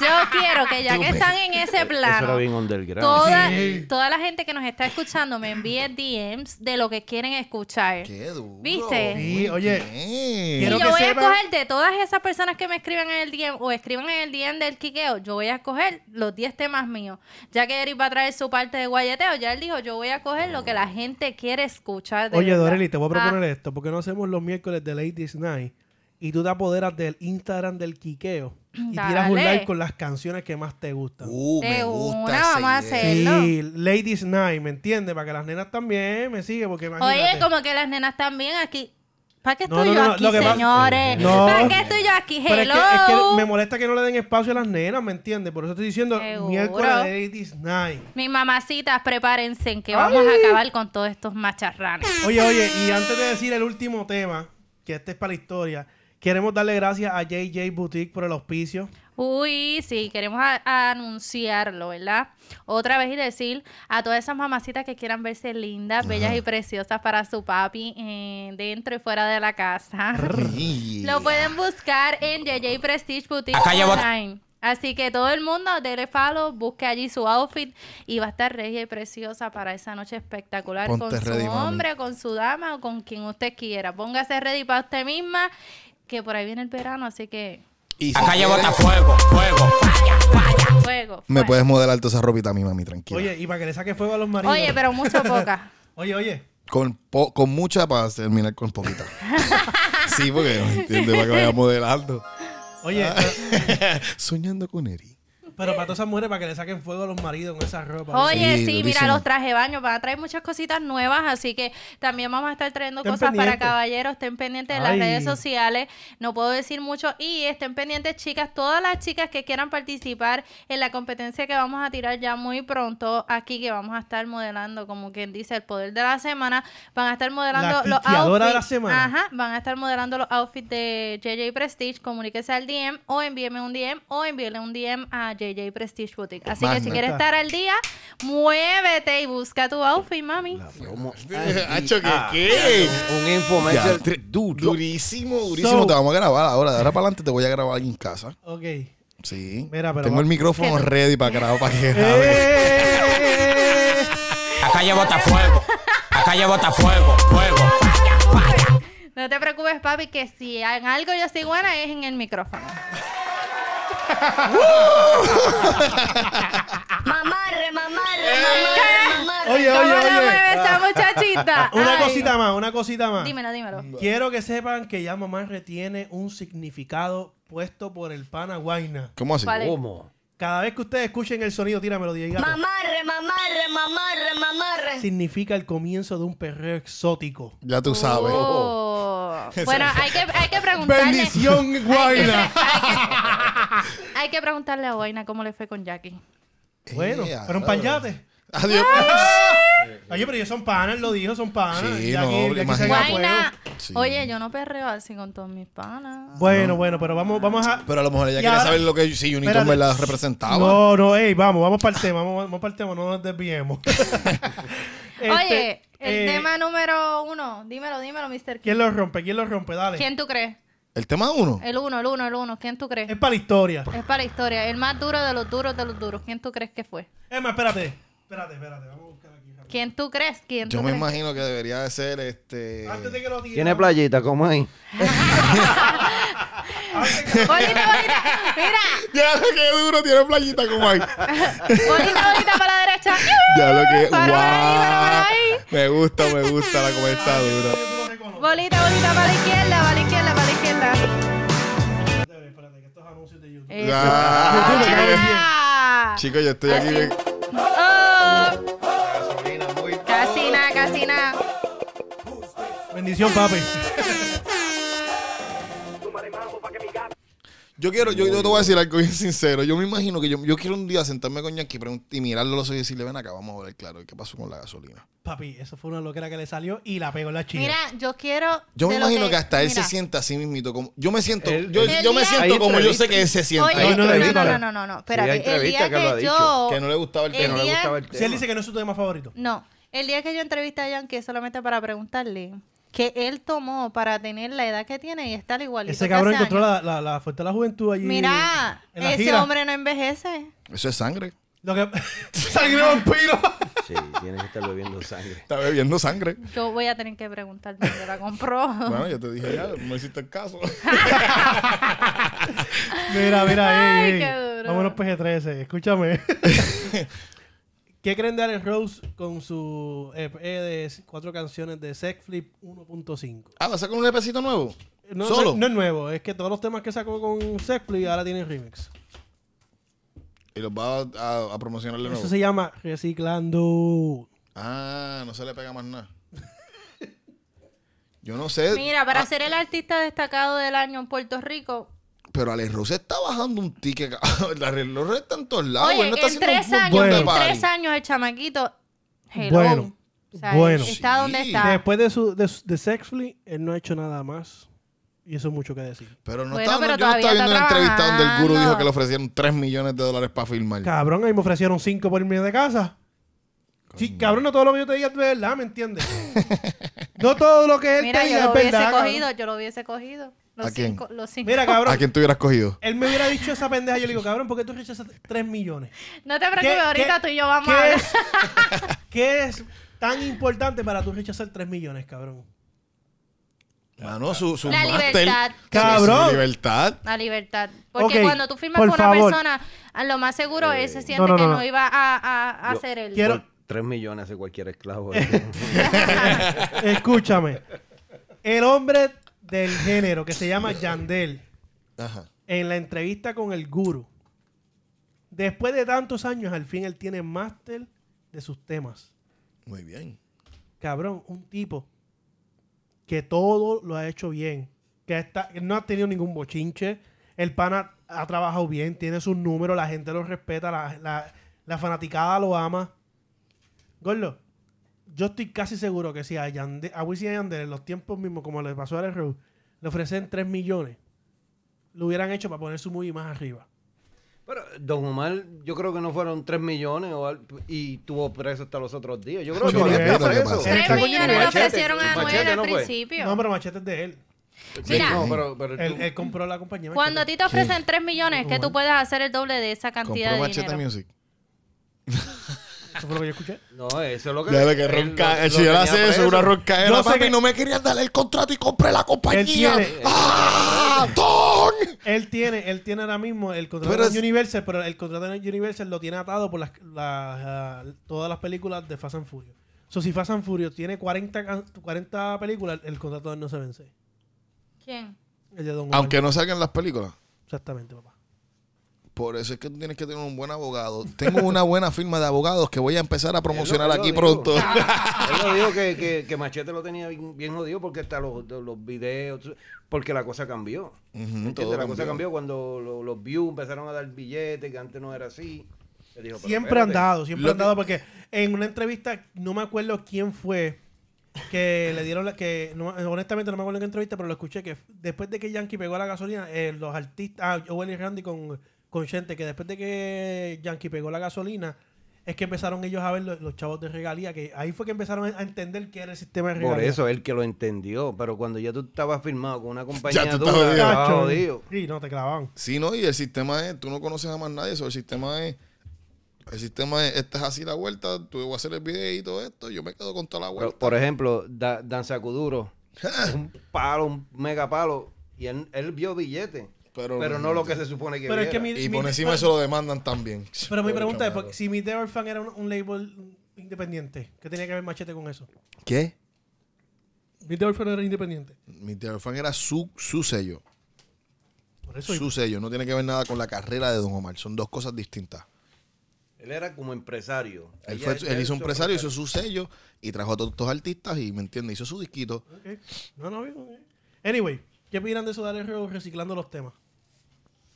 Speaker 4: Yo quiero que ya que están en ese
Speaker 3: Eso era bien
Speaker 4: plano,
Speaker 3: underground.
Speaker 4: toda,
Speaker 5: Sí.
Speaker 4: toda la gente que nos está escuchando me envíe DMs de lo que quieren escuchar.
Speaker 2: Qué duro.
Speaker 4: ¿Viste?
Speaker 5: Sí,
Speaker 2: Muy
Speaker 5: oye.
Speaker 2: bien.
Speaker 4: Y
Speaker 5: Quiero
Speaker 4: yo
Speaker 5: que
Speaker 4: voy
Speaker 5: sepan-
Speaker 4: a coger de todas esas personas que me escriban en el DM o escriban en el DM del quiqueo, yo voy a escoger los 10 temas míos. Ya que Eric va a traer su parte de guayeteo, ya él dijo, yo voy a coger lo que la gente quiere escuchar. de
Speaker 5: Oye,
Speaker 4: verdad".
Speaker 5: Doreli, te voy a proponer
Speaker 4: Ah,
Speaker 5: esto. ¿Por qué no hacemos los miércoles de Ladies Night y tú te apoderas del Instagram del Quiqueo y tiras un
Speaker 4: Dale.
Speaker 5: like con las canciones que más te gustan?
Speaker 2: Uh,
Speaker 4: De
Speaker 2: me gusta
Speaker 4: una,
Speaker 2: esa
Speaker 4: vamos a
Speaker 2: idea.
Speaker 4: hacer. Hello.
Speaker 5: Sí, Ladies Night, ¿me entiendes? Para que las nenas también me siguen, porque imagínate.
Speaker 4: Oye, como que las nenas también aquí. ¿Para qué
Speaker 5: No,
Speaker 4: estoy
Speaker 5: no,
Speaker 4: yo
Speaker 5: no,
Speaker 4: aquí,
Speaker 5: lo que pasa- Eh,
Speaker 4: señores?
Speaker 5: No.
Speaker 4: ¿Para qué estoy yo aquí?
Speaker 5: Pero es
Speaker 4: Hello.
Speaker 5: que, es que me molesta que no le den espacio a las nenas, ¿me entiendes? Por eso estoy diciendo
Speaker 4: Seguro.
Speaker 5: miércoles de 80s night.
Speaker 4: Mis mamacitas, prepárense que vamos a acabar con todos estos macharranes.
Speaker 5: Oye, oye, y antes de decir el último tema, que este es para la historia, queremos darle gracias a JJ Boutique por el auspicio.
Speaker 4: Uy, sí, queremos a- a anunciarlo, ¿verdad? Otra vez y decir a todas esas mamacitas que quieran verse lindas, bellas y preciosas para su papi eh, dentro y fuera de la casa. Lo pueden buscar en JJ Prestige Boutique
Speaker 1: Acá llevo-
Speaker 4: Online. Así que todo el mundo, dele follow, busque allí su outfit y va a estar regia y preciosa para esa noche espectacular
Speaker 2: Ponte
Speaker 4: con
Speaker 2: ready,
Speaker 4: su
Speaker 2: mami.
Speaker 4: hombre, con su dama o con quien usted quiera. Póngase ready para usted misma, que por ahí viene el verano, así que
Speaker 2: Y si
Speaker 1: La calle
Speaker 2: quieres,
Speaker 1: bota fuego, fuego.
Speaker 4: fuego.
Speaker 2: Me
Speaker 4: fuego.
Speaker 2: puedes modelar toda esa ropita a mí, mami, tranquila.
Speaker 5: Oye, y para que le saque fuego a los maridos.
Speaker 4: Oye, pero mucho poca.
Speaker 5: Oye, oye.
Speaker 2: Con, po- con mucha para terminar con poquita. sí, porque ¿me entiendes, para que vaya modelando.
Speaker 5: Oye,
Speaker 2: Ah. Soñando con Eri.
Speaker 5: pero, pero para todas esas mujeres, para que le saquen fuego a los maridos con esa ropa.
Speaker 2: Sí,
Speaker 4: Oye, sí, mira,
Speaker 2: durísimo.
Speaker 4: los traje baño van a traer muchas cositas nuevas, así que también vamos a estar trayendo
Speaker 5: Estén
Speaker 4: cosas para
Speaker 5: pendientes.
Speaker 4: caballeros, estén pendientes de las
Speaker 5: Ay.
Speaker 4: redes sociales, no puedo decir mucho, y estén pendientes chicas, todas las chicas que quieran participar en la competencia que vamos a tirar ya muy pronto aquí, que vamos a estar modelando, como quien dice, el poder de la semana, van a estar modelando
Speaker 5: La
Speaker 4: los
Speaker 5: titiadora de la
Speaker 4: outfits.
Speaker 5: semana.
Speaker 4: Ajá, van a estar modelando los outfits de JJ Prestige, comuníquese al DM o envíeme un DM o envíele un DM a JJ Prestige Boutique. Así que si
Speaker 2: Magna.
Speaker 4: quieres estar al día, muévete y busca tu outfit, mami.
Speaker 3: Promo
Speaker 2: ¿Hacho que
Speaker 3: Ah,
Speaker 2: qué?
Speaker 3: Un infomercial
Speaker 2: Diantre,
Speaker 3: duro.
Speaker 2: Durísimo, durísimo.
Speaker 5: So-
Speaker 2: te vamos a grabar ahora. De ahora para adelante te voy a grabar en casa.
Speaker 5: Ok.
Speaker 2: Sí.
Speaker 5: Mira, pero
Speaker 2: Tengo
Speaker 5: va-
Speaker 2: el micrófono
Speaker 4: ¿Qué tú-
Speaker 2: ready para grabar. Para que grabe.
Speaker 5: ¡Eh!
Speaker 1: La calle bota fuego. La calle bota fuego, fuego.
Speaker 4: No te preocupes, papi, que si en algo yo soy buena es en el micrófono.
Speaker 6: Mamarre, mamarre, mamarre, mamarre.
Speaker 5: Oye,
Speaker 4: ¿Cómo
Speaker 5: oye,
Speaker 4: la
Speaker 5: oye.
Speaker 4: mueve esa muchachita?
Speaker 5: Ah. Una
Speaker 4: Ay.
Speaker 5: cosita más, una cosita más. Mm,
Speaker 4: Dímelo, dímelo.
Speaker 5: Quiero que sepan que ya mamá retiene un significado puesto por el pana Guayna.
Speaker 2: ¿Cómo así?
Speaker 4: ¿Cuál es?
Speaker 3: ¿Cómo?
Speaker 5: Cada vez que ustedes escuchen el sonido, tíramelo, DJ Gato.
Speaker 6: Mamarre, mamarre, mamarre, mamarre.
Speaker 5: Significa el comienzo de un perreo exótico.
Speaker 2: Ya tú
Speaker 5: ah,
Speaker 2: sabes.
Speaker 4: Oh. Bueno, hay que, hay que preguntarle.
Speaker 2: Bendición, Guayna.
Speaker 4: Hay que preguntarle a Guayna cómo le fue con Jackie.
Speaker 5: Ah, Bueno,
Speaker 2: Yeah,
Speaker 5: fueron
Speaker 2: Eh, claro.
Speaker 5: panyates.
Speaker 2: Adiós.
Speaker 5: Oye, pero ellos son panas, lo dijo, son panas.
Speaker 2: Sí,
Speaker 5: Ya
Speaker 2: no,
Speaker 5: aquí- ya aquí
Speaker 2: imagínate.
Speaker 5: se acabó.
Speaker 4: Guayna.
Speaker 2: Sí.
Speaker 4: Oye, yo no perreo así con todos mis panas.
Speaker 5: Bueno, bueno, pero vamos, vamos a.
Speaker 2: Pero a lo mejor ella
Speaker 5: Y
Speaker 2: quiere
Speaker 5: ahora-
Speaker 2: saber lo que si Unicorn
Speaker 5: Espérate.
Speaker 2: me la representaba.
Speaker 5: No, no, ey, vamos, vamos para el tema, vamos, vamos para el tema, no nos desviemos. Este,
Speaker 4: Oye, el
Speaker 5: eh,
Speaker 4: tema número uno. Dímelo, dímelo, Mr. Kim.
Speaker 5: ¿Quién lo rompe? ¿Quién lo rompe? Dale.
Speaker 4: ¿Quién tú crees?
Speaker 2: El tema uno.
Speaker 4: El uno, el uno, el uno. ¿Quién tú crees?
Speaker 5: Es para la historia.
Speaker 2: Pues.
Speaker 4: Es para la historia. El más duro de los duros de los duros. ¿Quién tú crees que fue?
Speaker 5: Emma, espérate. Espérate, espérate, vamos a buscar aquí. rápido.
Speaker 4: ¿Quién tú crees? ¿Quién
Speaker 2: Yo
Speaker 4: tú
Speaker 2: me
Speaker 4: crees?
Speaker 2: imagino que debería de ser este.
Speaker 5: Antes de que lo diga.
Speaker 3: Tiene playita, ¿cómo ahí?
Speaker 4: Bolita, bolita. Mira,
Speaker 2: Ya lo que duro tiene playita como ahí.
Speaker 4: bolita, bolita para la derecha.
Speaker 2: Ya lo que.
Speaker 4: Para ahí, para, para
Speaker 2: ¡Guau!
Speaker 4: ahí.
Speaker 2: Me gusta, me gusta la comida está dura.
Speaker 5: Yo lo reconozco.
Speaker 4: Bolita, bolita para la izquierda, para la izquierda, para la izquierda.
Speaker 5: Espérate, espérate, que estos anuncios de YouTube.
Speaker 4: Eso.
Speaker 2: Ah,
Speaker 4: Ah.
Speaker 2: Chicos, yo estoy aquí. bien-
Speaker 4: Oh. Casi nada, casi nada.
Speaker 5: Bendición, papi.
Speaker 2: Yo quiero, yo, yo te voy a decir algo bien sincero. Yo me imagino que yo, yo quiero un día sentarme con Yankee y pregunt- y mirarlo a los ojos y decirle, ven acá, vamos a ver, claro, ¿qué pasó con la gasolina?
Speaker 5: Papi, eso fue una loquera que le salió y la pegó en la chica.
Speaker 4: Mira, yo quiero.
Speaker 2: Yo me
Speaker 4: de lo
Speaker 2: imagino que hasta él se
Speaker 4: mira.
Speaker 2: sienta así mismito. Como, yo me siento,
Speaker 3: Él-
Speaker 2: yo,
Speaker 4: él-
Speaker 2: yo me
Speaker 4: Hay
Speaker 2: siento como yo sé que él se siente.
Speaker 4: Oye,
Speaker 5: no,
Speaker 4: no,
Speaker 5: no,
Speaker 4: no,
Speaker 5: entrevista.
Speaker 4: no, no, no, no,
Speaker 3: Sí, hay
Speaker 4: espérate. el
Speaker 3: entrevista
Speaker 4: día
Speaker 3: que lo ha
Speaker 4: que
Speaker 3: dicho,
Speaker 4: yo.
Speaker 2: que no le gustaba el
Speaker 4: el
Speaker 2: tema.
Speaker 3: no le
Speaker 4: día-
Speaker 3: gustaba el
Speaker 5: Si él
Speaker 3: tema.
Speaker 5: dice que no es su tema favorito.
Speaker 4: No, el día que yo entrevisté a Yankee es solamente para preguntarle que él tomó para tener la edad que tiene y estar igualito.
Speaker 5: Ese
Speaker 4: que
Speaker 5: cabrón
Speaker 4: hace
Speaker 5: encontró
Speaker 4: años.
Speaker 5: la, la, la fuerza de la juventud allí.
Speaker 4: Mira,
Speaker 5: en la
Speaker 4: ese
Speaker 5: gira.
Speaker 4: hombre no envejece.
Speaker 2: Eso es sangre.
Speaker 5: Lo que... ¡Sangre vampiro!
Speaker 3: Sí, tienes que estar bebiendo sangre.
Speaker 2: Está bebiendo sangre.
Speaker 4: Yo voy a tener que preguntar dónde la compró.
Speaker 2: Bueno, yo te dije ya, no hiciste el caso.
Speaker 5: Mira, mira,
Speaker 4: Ay,
Speaker 5: ey, ey.
Speaker 4: qué duro.
Speaker 5: Vámonos PG-13, escúchame. ¿Qué creen de Alex Rose con su EP de cuatro canciones de Sex Flip 1.5?
Speaker 2: ah, ¿vas a sacar un lepecito nuevo?
Speaker 5: No,
Speaker 2: ¿Solo?
Speaker 5: No, no es nuevo, es que todos los temas que sacó con Sex Flip ahora tienen remix.
Speaker 2: Y los va a, a- a promocionar de nuevo.
Speaker 5: Eso se llama Reciclando.
Speaker 2: Ah, no se le pega más nada. Yo no sé,
Speaker 4: Mira, para ser el artista destacado del año en Puerto Rico,
Speaker 2: pero Alex Rosé está bajando un ticket. cabrón. Alex Rosé está en todos lados.
Speaker 4: oye,
Speaker 2: Ah, él no está
Speaker 4: en
Speaker 2: haciendo
Speaker 4: tres
Speaker 2: un
Speaker 4: años,
Speaker 2: boom de
Speaker 4: en
Speaker 2: party.
Speaker 4: tres años el chamaquito, hello.
Speaker 5: Bueno,
Speaker 4: O sea,
Speaker 5: bueno.
Speaker 4: Está donde
Speaker 2: Sí.
Speaker 4: está.
Speaker 5: Después de su, de, su- de Sexfully, él no ha hecho nada más. Y eso es mucho que decir.
Speaker 2: Pero no
Speaker 4: Bueno,
Speaker 2: estaba,
Speaker 4: pero
Speaker 2: yo no
Speaker 4: todavía
Speaker 2: estaba viendo
Speaker 4: está
Speaker 2: una entrevista donde el guru dijo
Speaker 4: trabajando.
Speaker 2: que le ofrecieron 3 millones de dólares para filmar.
Speaker 5: Cabrón, ahí me ofrecieron 5 por irme de casa. Sí, cabrón, no todo lo que yo te diga es verdad, ¿me entiendes? no todo lo que él
Speaker 4: Mira,
Speaker 5: te
Speaker 4: yo
Speaker 5: diga
Speaker 4: lo
Speaker 5: es
Speaker 4: hubiese
Speaker 5: verdad. cabrón.
Speaker 4: cogido, yo lo hubiese cogido. Los
Speaker 2: ¿A quién?
Speaker 4: cinco, los cinco.
Speaker 5: Mira,
Speaker 2: ¿A
Speaker 5: cabrón,
Speaker 2: quién te hubieras cogido?
Speaker 5: él me hubiera dicho esa pendeja. Yo le digo, cabrón, ¿por qué tú rechazas 3 millones?
Speaker 4: no te
Speaker 5: ¿Qué-
Speaker 4: preocupes, ahorita tú
Speaker 5: qué-
Speaker 4: y yo vamos
Speaker 5: qué
Speaker 4: a hablar.
Speaker 5: es- ¿Qué es tan importante para tú rechazar 3 millones, cabrón?
Speaker 2: Mano, su, su
Speaker 4: La
Speaker 2: máster.
Speaker 4: libertad.
Speaker 2: Sí, su
Speaker 5: Cabrón.
Speaker 2: libertad.
Speaker 4: La libertad. Porque
Speaker 5: Ok,
Speaker 4: cuando tú firmas
Speaker 5: por
Speaker 4: con una
Speaker 5: favor.
Speaker 4: persona, a lo más seguro él se siente
Speaker 5: no,
Speaker 4: que
Speaker 5: no,
Speaker 4: no,
Speaker 5: no.
Speaker 4: iba a, a, a
Speaker 3: Yo
Speaker 4: hacer el...
Speaker 5: quiero-
Speaker 3: Por Tres millones hace cualquier esclavo.
Speaker 5: Escúchame. El hombre del género que se llama Yandel,
Speaker 2: Ajá.
Speaker 5: en la entrevista con el guru, después de tantos años, al fin él tiene máster de sus temas.
Speaker 2: Muy bien.
Speaker 5: Cabrón, un tipo que todo lo ha hecho bien, que está- no ha tenido ningún bochinche, el pana ha trabajado bien, tiene sus números, la gente lo respeta, la, la- la fanaticada lo ama. Gordo, yo estoy casi seguro que si a, Yande, a Wisin y a Yandel en los tiempos mismos, como le pasó a Alex Rose, le ofrecen 3 millones, lo hubieran hecho para poner su movie más arriba.
Speaker 3: Pero Don Omar, yo creo que no fueron 3 millones o al- y tuvo preso hasta los otros días. Yo creo que
Speaker 2: Yo
Speaker 3: todavía
Speaker 2: creo
Speaker 3: está
Speaker 2: que
Speaker 3: preso.
Speaker 5: pasa.
Speaker 4: Tres
Speaker 5: Está
Speaker 4: millones
Speaker 5: coño,
Speaker 4: le
Speaker 3: Machete,
Speaker 4: ofrecieron a Anuel
Speaker 3: Machete,
Speaker 4: al
Speaker 3: ¿no fue?
Speaker 4: principio.
Speaker 5: No, pero machete es de él.
Speaker 4: Mira.
Speaker 3: No, pero, pero tú-
Speaker 5: Él, él compró la compañía.
Speaker 4: Cuando a
Speaker 5: Machete.
Speaker 4: ti te ofrecen 3 millones, que tú puedes hacer el doble de esa cantidad
Speaker 2: Compró
Speaker 4: de
Speaker 2: Machete
Speaker 4: dinero.
Speaker 2: Music.
Speaker 5: Eso fue lo que yo escuché.
Speaker 3: no, eso es lo que.
Speaker 2: Ya lo que
Speaker 3: él lo-
Speaker 2: ronca. eh, El
Speaker 3: lo
Speaker 2: señor
Speaker 3: tenía
Speaker 2: hace eso,
Speaker 3: preso.
Speaker 2: una roncaera.
Speaker 5: Yo sé
Speaker 2: papi,
Speaker 5: que-
Speaker 2: no me querían darle el contrato y compré la compañía.
Speaker 5: Él tiene-
Speaker 2: ¡Ah! ¡Don!
Speaker 5: Él tiene, él tiene ahora mismo el contrato
Speaker 2: Pero
Speaker 5: de
Speaker 2: es-
Speaker 5: Universal, pero el contrato de Universal lo tiene atado por las, las, ah, todas las películas de Fast and Furious. So, si Fast and Furious tiene 40, can- 40 películas, el contrato de él no se vence.
Speaker 4: ¿Quién?
Speaker 5: El de Don Omar.
Speaker 2: Aunque no salgan las películas.
Speaker 5: Exactamente, papá.
Speaker 2: Por eso es que tú tienes que tener un buen abogado. Tengo una buena firma de abogados que voy a empezar a promocionar
Speaker 3: lo
Speaker 2: aquí
Speaker 3: digo.
Speaker 2: pronto.
Speaker 5: Ah.
Speaker 3: Él lo dijo que, que- que Machete lo tenía bien, bien jodido porque hasta los, los videos, porque la cosa cambió. ¿Entiendes?
Speaker 2: todo
Speaker 3: la cosa
Speaker 2: cambió.
Speaker 3: cambió cuando lo- los views empezaron a dar billetes, que antes no era así. Él dijo, pero
Speaker 5: Siempre han
Speaker 3: espérate.
Speaker 5: dado, siempre
Speaker 2: Lo
Speaker 5: han dado, porque en una entrevista, no me acuerdo quién fue que le dieron la que no- honestamente no me acuerdo en qué entrevista pero lo escuché que después de que Yankee pegó la gasolina eh, los artistas ah, Joel y Randy con con gente que después de que Yankee pegó la gasolina es que empezaron ellos a ver los, los chavos de regalía que ahí fue que empezaron a entender qué era el sistema de regalía
Speaker 3: Por eso él que lo entendió, pero cuando ya tú estabas firmado con una compañía
Speaker 2: Ya tú estás
Speaker 3: dura,
Speaker 2: jodido.
Speaker 3: estabas
Speaker 5: Cacho,
Speaker 3: jodido.
Speaker 5: sí no te clavaban
Speaker 2: Sí, no, y el sistema es, tú no conoces a más nadie, eso el sistema es, el sistema es, esta es así la vuelta, tú voy a hacer el video y todo esto, yo me quedo con toda la
Speaker 3: Pero,
Speaker 2: vuelta.
Speaker 3: por ejemplo, Da- Dan Sacuduro, un palo, un mega palo, y él, él vio billetes,
Speaker 2: Pero-
Speaker 3: pero, no lo que se supone que
Speaker 5: pero es
Speaker 3: viera.
Speaker 5: que mi,
Speaker 2: y
Speaker 5: mi-
Speaker 2: por encima de eso lo demandan también.
Speaker 5: pero mi
Speaker 2: Pobre
Speaker 5: pregunta es
Speaker 2: chamaco.
Speaker 5: porque si mi The Orphan era un, un label independiente ¿qué tenía que ver Machete con eso?
Speaker 2: ¿Qué?
Speaker 5: mi The Orphan era independiente
Speaker 2: Mi Theater Fan era su, su sello,
Speaker 5: por eso
Speaker 2: su sello, no tiene que ver nada con la carrera de Don Omar, son dos cosas distintas.
Speaker 3: Él era como empresario.
Speaker 2: Él,
Speaker 3: Ella-
Speaker 2: fue- él
Speaker 3: ella
Speaker 2: hizo un empresario, hizo su sello y trajo a todos estos artistas y, ¿me entiendes? Hizo su disquito.
Speaker 5: Ok. No, no, ok. Anyway, ¿qué opinan de eso de Alex Rose reciclando los temas?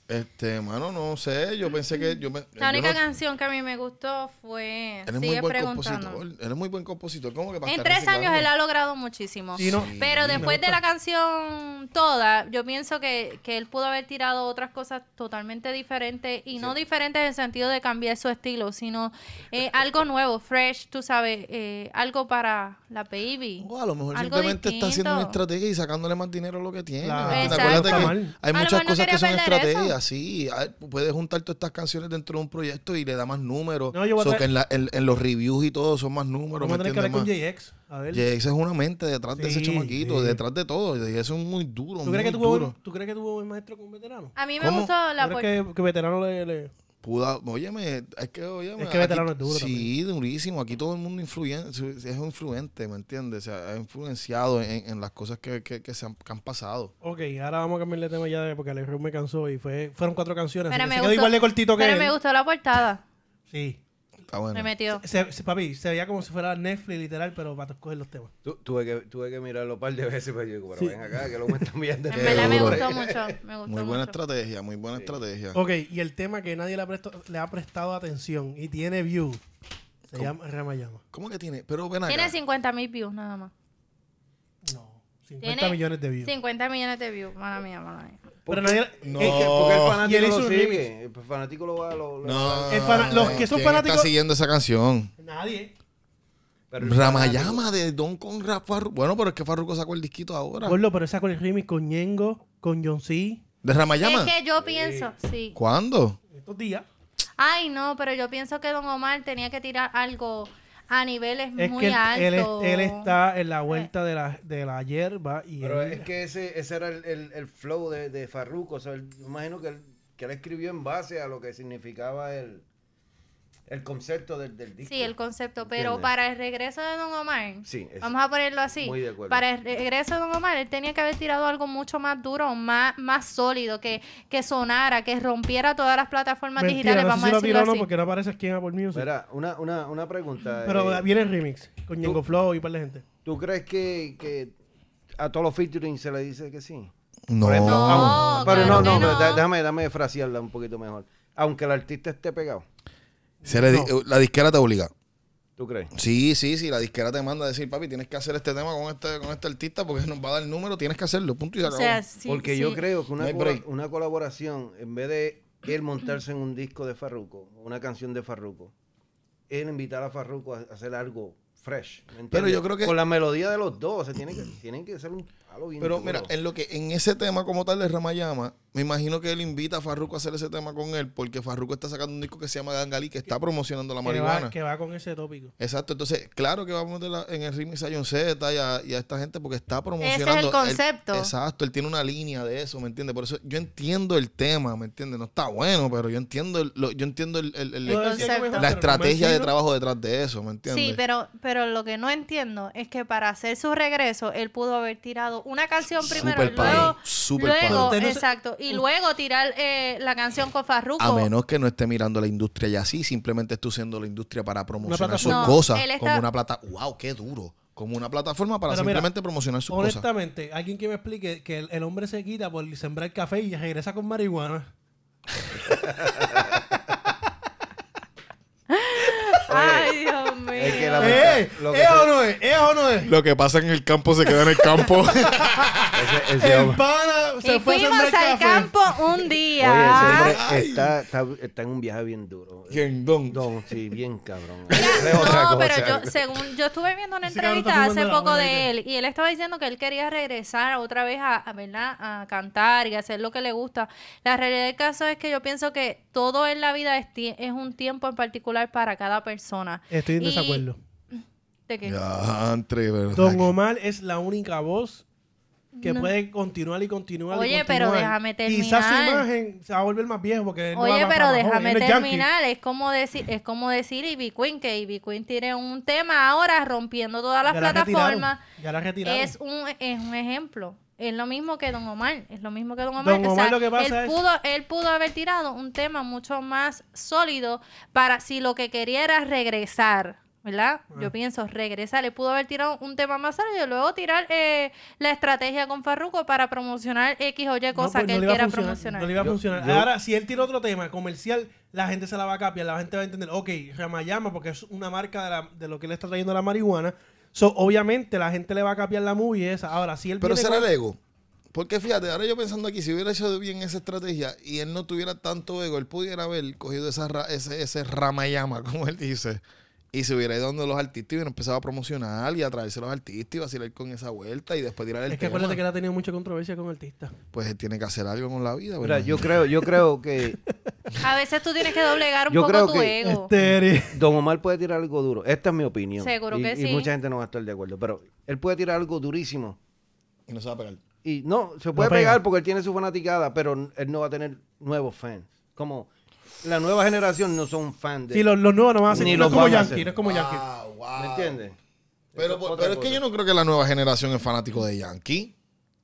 Speaker 2: Este, mano, no sé, yo pensé que... Yo, me- eh,
Speaker 4: La
Speaker 2: yo
Speaker 4: única
Speaker 2: no-
Speaker 4: canción que a mí me gustó fue...
Speaker 2: Él es muy
Speaker 4: Sigue
Speaker 2: buen
Speaker 4: preguntando.
Speaker 2: compositor. Él es muy buen compositor. ¿Cómo que para
Speaker 4: En
Speaker 2: estar
Speaker 4: tres años
Speaker 2: reciclando?
Speaker 4: él ha logrado
Speaker 2: Ah,
Speaker 4: muchísimo.
Speaker 5: Sí, no.
Speaker 4: Pero
Speaker 5: Sí, me
Speaker 4: después de
Speaker 5: gusta.
Speaker 4: la canción toda, yo pienso que, que él pudo haber tirado otras cosas totalmente diferentes y no diferentes en el sentido de cambiar su estilo, sino eh, algo nuevo, fresh, tú sabes, eh, algo para la baby.
Speaker 2: O a lo mejor
Speaker 4: Algo
Speaker 2: simplemente está haciendo una
Speaker 4: distinto.
Speaker 2: estrategia y sacándole más dinero a lo que tiene.
Speaker 5: Claro.
Speaker 2: Porque
Speaker 4: Exacto.
Speaker 2: acuérdate
Speaker 4: Está
Speaker 2: que
Speaker 5: mal.
Speaker 2: hay
Speaker 4: A lo
Speaker 2: muchas
Speaker 4: mejor no
Speaker 2: cosas que
Speaker 4: quería
Speaker 2: son
Speaker 4: perder eso.
Speaker 2: estrategias, sí. Hay- Puedes juntar todas estas canciones dentro de un proyecto y le da más números.
Speaker 5: No, yo voy a
Speaker 2: So
Speaker 5: traer-
Speaker 2: que en, la- en- en los reviews y todo son más números.
Speaker 5: Vamos
Speaker 2: ¿me
Speaker 5: a tener que hablar con
Speaker 2: entiendes?
Speaker 5: JX. A ver.
Speaker 2: Más? Jace es una mente detrás de ese
Speaker 5: Sí,
Speaker 2: chamaquito,
Speaker 5: sí.
Speaker 2: detrás de todo. Y eso es muy duro,
Speaker 5: ¿Tú
Speaker 2: muy
Speaker 5: crees, que tuvo,
Speaker 2: duro.
Speaker 5: buen- ¿Tú crees que tuvo buen maestro con veterano?
Speaker 4: A mí me
Speaker 2: ¿Cómo?
Speaker 4: gustó Ah, la
Speaker 5: ¿Tú
Speaker 4: por-
Speaker 5: crees que, que veterano le, le-
Speaker 2: Puda, óyeme, es que, óyeme,
Speaker 5: Es que veterano
Speaker 2: aquí-
Speaker 5: es duro
Speaker 2: Sí, durísimo. Aquí todo el mundo influyen- es influente, ¿me entiendes? O sea, ha influenciado en, en las cosas que, que- que se han, que han pasado.
Speaker 5: Ok, ahora vamos a cambiarle de tema ya de- porque Alex Rose me cansó y fue, fueron cuatro canciones.
Speaker 4: Pero
Speaker 5: así que
Speaker 4: me
Speaker 5: se quedó
Speaker 4: gustó-
Speaker 5: igual de cortito que
Speaker 4: pero
Speaker 5: él.
Speaker 4: me gustó la portada.
Speaker 5: Sí.
Speaker 2: Está bueno.
Speaker 4: Me metió.
Speaker 5: Se- se- papi, se veía como si fuera Netflix literal, pero para escoger los temas.
Speaker 3: Tu- tuve, que, tuve que mirarlo un par de veces, pero yo digo, pero ven acá, que lo me están mirando.
Speaker 4: En verdad me
Speaker 2: duro.
Speaker 4: gustó mucho. Me gustó
Speaker 2: Muy buena
Speaker 4: mucho.
Speaker 2: estrategia, muy buena estrategia.
Speaker 5: Ok, y el tema que nadie le ha, presto- le ha prestado atención y tiene view. Se llama Ramayama.
Speaker 2: ¿Cómo que tiene? Pero ven acá.
Speaker 4: Tiene 50 mil views nada más.
Speaker 5: No. 50
Speaker 4: Tiene
Speaker 5: millones de views.
Speaker 4: 50 millones de views. Mala mía, mala mía.
Speaker 5: Pero nadie.
Speaker 2: No.
Speaker 5: eh, que-
Speaker 3: Porque el
Speaker 5: Y él
Speaker 3: fanático
Speaker 5: hizo
Speaker 3: lo
Speaker 5: un
Speaker 3: sigue. El fanático lo va lo, lo-
Speaker 2: Oh. No,
Speaker 5: El fana- los que son
Speaker 2: ¿quién
Speaker 5: fanáticos-
Speaker 2: está siguiendo esa canción?
Speaker 5: Nadie.
Speaker 3: pero el fanático-
Speaker 2: Ramayama de Don con Rap Farru- Bueno, pero es que Farruko sacó el disquito ahora.
Speaker 5: Gordo, pero esa con el remix con Ñengo, con John C.
Speaker 2: ¿De Ramayama?
Speaker 4: Es que yo pienso, sí.
Speaker 2: ¿Cuándo?
Speaker 5: Estos días.
Speaker 4: Ay, no, pero yo pienso que Don Omar tenía que tirar algo a niveles
Speaker 5: Es
Speaker 4: muy Eh.
Speaker 5: que él, él es-
Speaker 4: altos.
Speaker 5: él está en la vuelta de la, de la hierba y
Speaker 3: Pero
Speaker 5: él-
Speaker 3: es que ese, ese era el, el, el flow de, de Farruko. O sea, él- yo imagino que él, que él escribió en base a lo que significaba el, el concepto del, del disco.
Speaker 4: Sí, el concepto, pero
Speaker 3: ¿Entiendes?
Speaker 4: para el regreso de Don Omar,
Speaker 3: Sí, es-
Speaker 4: vamos a ponerlo así,
Speaker 3: Muy de acuerdo.
Speaker 4: para el regreso de Don Omar, él tenía que haber tirado algo mucho más duro, más, más sólido, que, que sonara, que rompiera todas las plataformas
Speaker 5: Mentira,
Speaker 4: digitales,
Speaker 5: no
Speaker 4: vamos
Speaker 5: sé si
Speaker 4: a
Speaker 5: lo
Speaker 4: decirlo
Speaker 5: tiró o
Speaker 4: así.
Speaker 5: no porque no aparece aquí en Apple Music.
Speaker 3: Mira, una, una, una pregunta.
Speaker 5: pero
Speaker 3: eh,
Speaker 5: viene el remix con Ñengo
Speaker 3: tú-
Speaker 5: Flow y para la gente.
Speaker 3: ¿Tú crees que, que a todos los featuring se le dice que sí?
Speaker 2: No.
Speaker 3: Por ejemplo,
Speaker 4: No,
Speaker 5: ah,
Speaker 3: vamos, pero no,
Speaker 4: claro que
Speaker 3: no, pero
Speaker 4: no.
Speaker 3: da- déjame, déjame frasearla un poquito mejor. Aunque el artista esté pegado,
Speaker 2: Se le di- eh,
Speaker 5: No.
Speaker 2: La disquera te obliga.
Speaker 3: ¿tú crees?
Speaker 2: Sí, sí, sí. La disquera te manda a decir, papi, tienes que hacer este tema con este, con este artista porque nos va a dar el número, tienes que hacerlo. Punto y se
Speaker 4: O
Speaker 2: acabó.
Speaker 4: sea, sí,
Speaker 3: Porque
Speaker 4: sí.
Speaker 3: yo creo que una,
Speaker 2: No hay
Speaker 3: cola-
Speaker 2: break.
Speaker 3: una colaboración, en vez de él montarse en un disco de Farruko, una canción de Farruko, él invitar a Farruko a a hacer algo fresh. ¿me
Speaker 2: Pero
Speaker 3: entiendes?
Speaker 2: yo creo que-
Speaker 3: Con la melodía de los dos, o sea, tienen que, tienen que ser un palo bien
Speaker 2: Pero
Speaker 3: duro.
Speaker 2: mira, en lo que en ese tema como tal de Ramayama, me imagino que él invita a Farruko a hacer ese tema con él porque Farruko está sacando un disco que se llama Gangali que está promocionando la
Speaker 5: Que va,
Speaker 2: marihuana.
Speaker 5: que va con ese tópico.
Speaker 2: Exacto, entonces, claro que vamos a meter la- en el remix a John Z y a, y a esta gente porque está promocionando.
Speaker 4: Ese es el
Speaker 2: Él-
Speaker 4: concepto.
Speaker 2: exacto, él tiene una línea de eso, ¿me entiendes? Por eso yo entiendo el tema, ¿me entiendes? No está bueno, pero yo entiendo el- lo- yo entiendo el- el- el-
Speaker 5: Yo decía que
Speaker 4: concepto.
Speaker 5: mejor,
Speaker 2: la
Speaker 5: pero no me
Speaker 2: estrategia de
Speaker 5: sirve.
Speaker 2: trabajo detrás de eso, ¿me entiendes?
Speaker 4: Sí, pero, pero lo que no entiendo es que para hacer su regreso, él pudo haber tirado una canción primero,
Speaker 2: Súper
Speaker 4: luego,
Speaker 2: palo, súper
Speaker 4: luego
Speaker 5: palo.
Speaker 4: exacto, y luego tirar eh, la canción con Farruko.
Speaker 2: A menos que no esté mirando la industria y así, simplemente esté usando la industria para promocionar sus
Speaker 4: plataforma. No,
Speaker 2: cosas.
Speaker 4: él está-
Speaker 2: Como una plata. ¡Wow! ¡Qué duro! Como una plataforma para
Speaker 5: Pero mira,
Speaker 2: simplemente promocionar sus cosas.
Speaker 5: Honestamente, alguien que me explique que el, el hombre se quita por sembrar café y regresa con marihuana.
Speaker 4: Ay, Dios mío.
Speaker 3: Es que la verdad,
Speaker 5: ¡Eh!
Speaker 3: lo que
Speaker 5: ¿Es
Speaker 3: se-
Speaker 5: o no es? ¿Es o no es?
Speaker 2: Lo que pasa en el campo se queda en el campo.
Speaker 3: ese- ese
Speaker 5: El
Speaker 3: hombre-
Speaker 5: pana se
Speaker 4: y
Speaker 5: fue a
Speaker 4: fuimos
Speaker 5: sembrar
Speaker 4: al
Speaker 5: café.
Speaker 4: campo un
Speaker 3: Oye,
Speaker 4: día.
Speaker 3: ese hombre está, está, está en un viaje bien duro.
Speaker 2: ¿Quién? Don.
Speaker 3: Don, sí, bien cabrón. Es otra
Speaker 4: No, pero
Speaker 3: cosa.
Speaker 4: yo, según yo estuve viendo una
Speaker 5: Ese cabrón está
Speaker 4: entrevista hace
Speaker 5: fumando la
Speaker 4: poco
Speaker 5: buena
Speaker 4: de
Speaker 5: idea.
Speaker 4: él y él estaba diciendo que él quería regresar otra vez a, a, ¿verdad? a cantar y hacer lo que le gusta. La realidad del caso es que yo pienso que todo en la vida es, tie- es un tiempo en particular para cada persona.
Speaker 5: Estoy en
Speaker 4: Y-
Speaker 5: desacuerdo.
Speaker 4: ¿De qué?
Speaker 2: Ya, entre, ¿verdad?
Speaker 5: Don Omar es la única voz que
Speaker 4: No.
Speaker 5: puede continuar y continuar. y
Speaker 4: Oye, pero
Speaker 5: continuar.
Speaker 4: déjame
Speaker 5: Quizás su
Speaker 4: terminar.
Speaker 5: imagen se va a volver más viejo porque él no
Speaker 4: Oye,
Speaker 5: va- va-
Speaker 4: pero
Speaker 5: va-
Speaker 4: déjame
Speaker 5: él es yankee.
Speaker 4: terminar. Es como decir, es como decir Ivy Queen, que Ivy Queen tiene un tema ahora rompiendo todas las
Speaker 5: Ya la retiraron,
Speaker 4: plataformas.
Speaker 5: ya la retiraron.
Speaker 4: es un, es un ejemplo. Es lo mismo que Don Omar. Es lo mismo que Don Omar.
Speaker 5: Don
Speaker 4: O
Speaker 5: Omar
Speaker 4: sea,
Speaker 5: lo que pasa
Speaker 4: él,
Speaker 5: es-
Speaker 4: pudo, él pudo haber tirado un tema mucho más sólido para si lo que quería era regresar. ¿Verdad? Yo
Speaker 5: Ah.
Speaker 4: pienso regresar. Él pudo haber tirado un tema más sólido y luego tirar eh, la estrategia con Farruko para promocionar X o Y
Speaker 5: No,
Speaker 4: cosa
Speaker 5: pues,
Speaker 4: que
Speaker 5: no
Speaker 4: él
Speaker 5: le iba a
Speaker 4: quiera
Speaker 5: funcionar,
Speaker 4: promocionar.
Speaker 5: No le iba a
Speaker 3: Yo-
Speaker 5: funcionar.
Speaker 3: yo-
Speaker 5: Ahora, si él tira otro tema comercial, la gente se la va a capiar, la gente va a entender, ok, Ramayama, porque es una marca de, la- de lo que le está trayendo la marihuana. So, obviamente, la gente le va a capiar la movie esa. Ahora, si él
Speaker 2: Pero
Speaker 5: viene
Speaker 2: será
Speaker 5: con-
Speaker 2: el ego. Porque fíjate, ahora yo pensando aquí, si hubiera hecho bien esa estrategia y él no tuviera tanto ego, él pudiera haber cogido esa ra- ese, ese ramayama, como él dice, y se hubiera ido donde los artistas y hubiera empezado a promocionar y a traerse los artistas y vacilar con esa vuelta y después tirar el
Speaker 5: Es que
Speaker 2: tema.
Speaker 5: acuérdate que él ha tenido mucha controversia con artistas.
Speaker 2: Pues él tiene que hacer algo con la vida.
Speaker 3: Mira,
Speaker 2: ¿verdad?
Speaker 3: yo creo, yo creo que
Speaker 4: A veces tú tienes que doblegar un
Speaker 3: Yo creo
Speaker 4: poco tu
Speaker 3: que- este
Speaker 4: ego.
Speaker 5: Tere.
Speaker 3: Don Omar puede tirar algo duro. Esta es mi opinión.
Speaker 4: Seguro
Speaker 3: Y-
Speaker 4: que
Speaker 3: Y
Speaker 4: sí.
Speaker 3: mucha gente no va a estar de acuerdo. Pero él puede tirar algo durísimo.
Speaker 2: Y no se va a pegar.
Speaker 3: Y no, se puede
Speaker 5: pega.
Speaker 3: pegar porque él tiene su fanaticada, pero n- él no va a tener nuevos fans. Como la nueva generación no son fans de
Speaker 5: Si los, los nuevos no van a hacer.
Speaker 3: Ni
Speaker 5: No
Speaker 3: los
Speaker 5: es como
Speaker 3: van a
Speaker 5: Yankee,
Speaker 3: hacer.
Speaker 5: no es como Yankee.
Speaker 2: Wow, wow.
Speaker 3: ¿Me entiendes?
Speaker 2: Ah, Pero, pues,
Speaker 3: Otra
Speaker 2: pero es que
Speaker 3: cosa.
Speaker 2: yo no creo que la nueva generación es fanático de Yankee.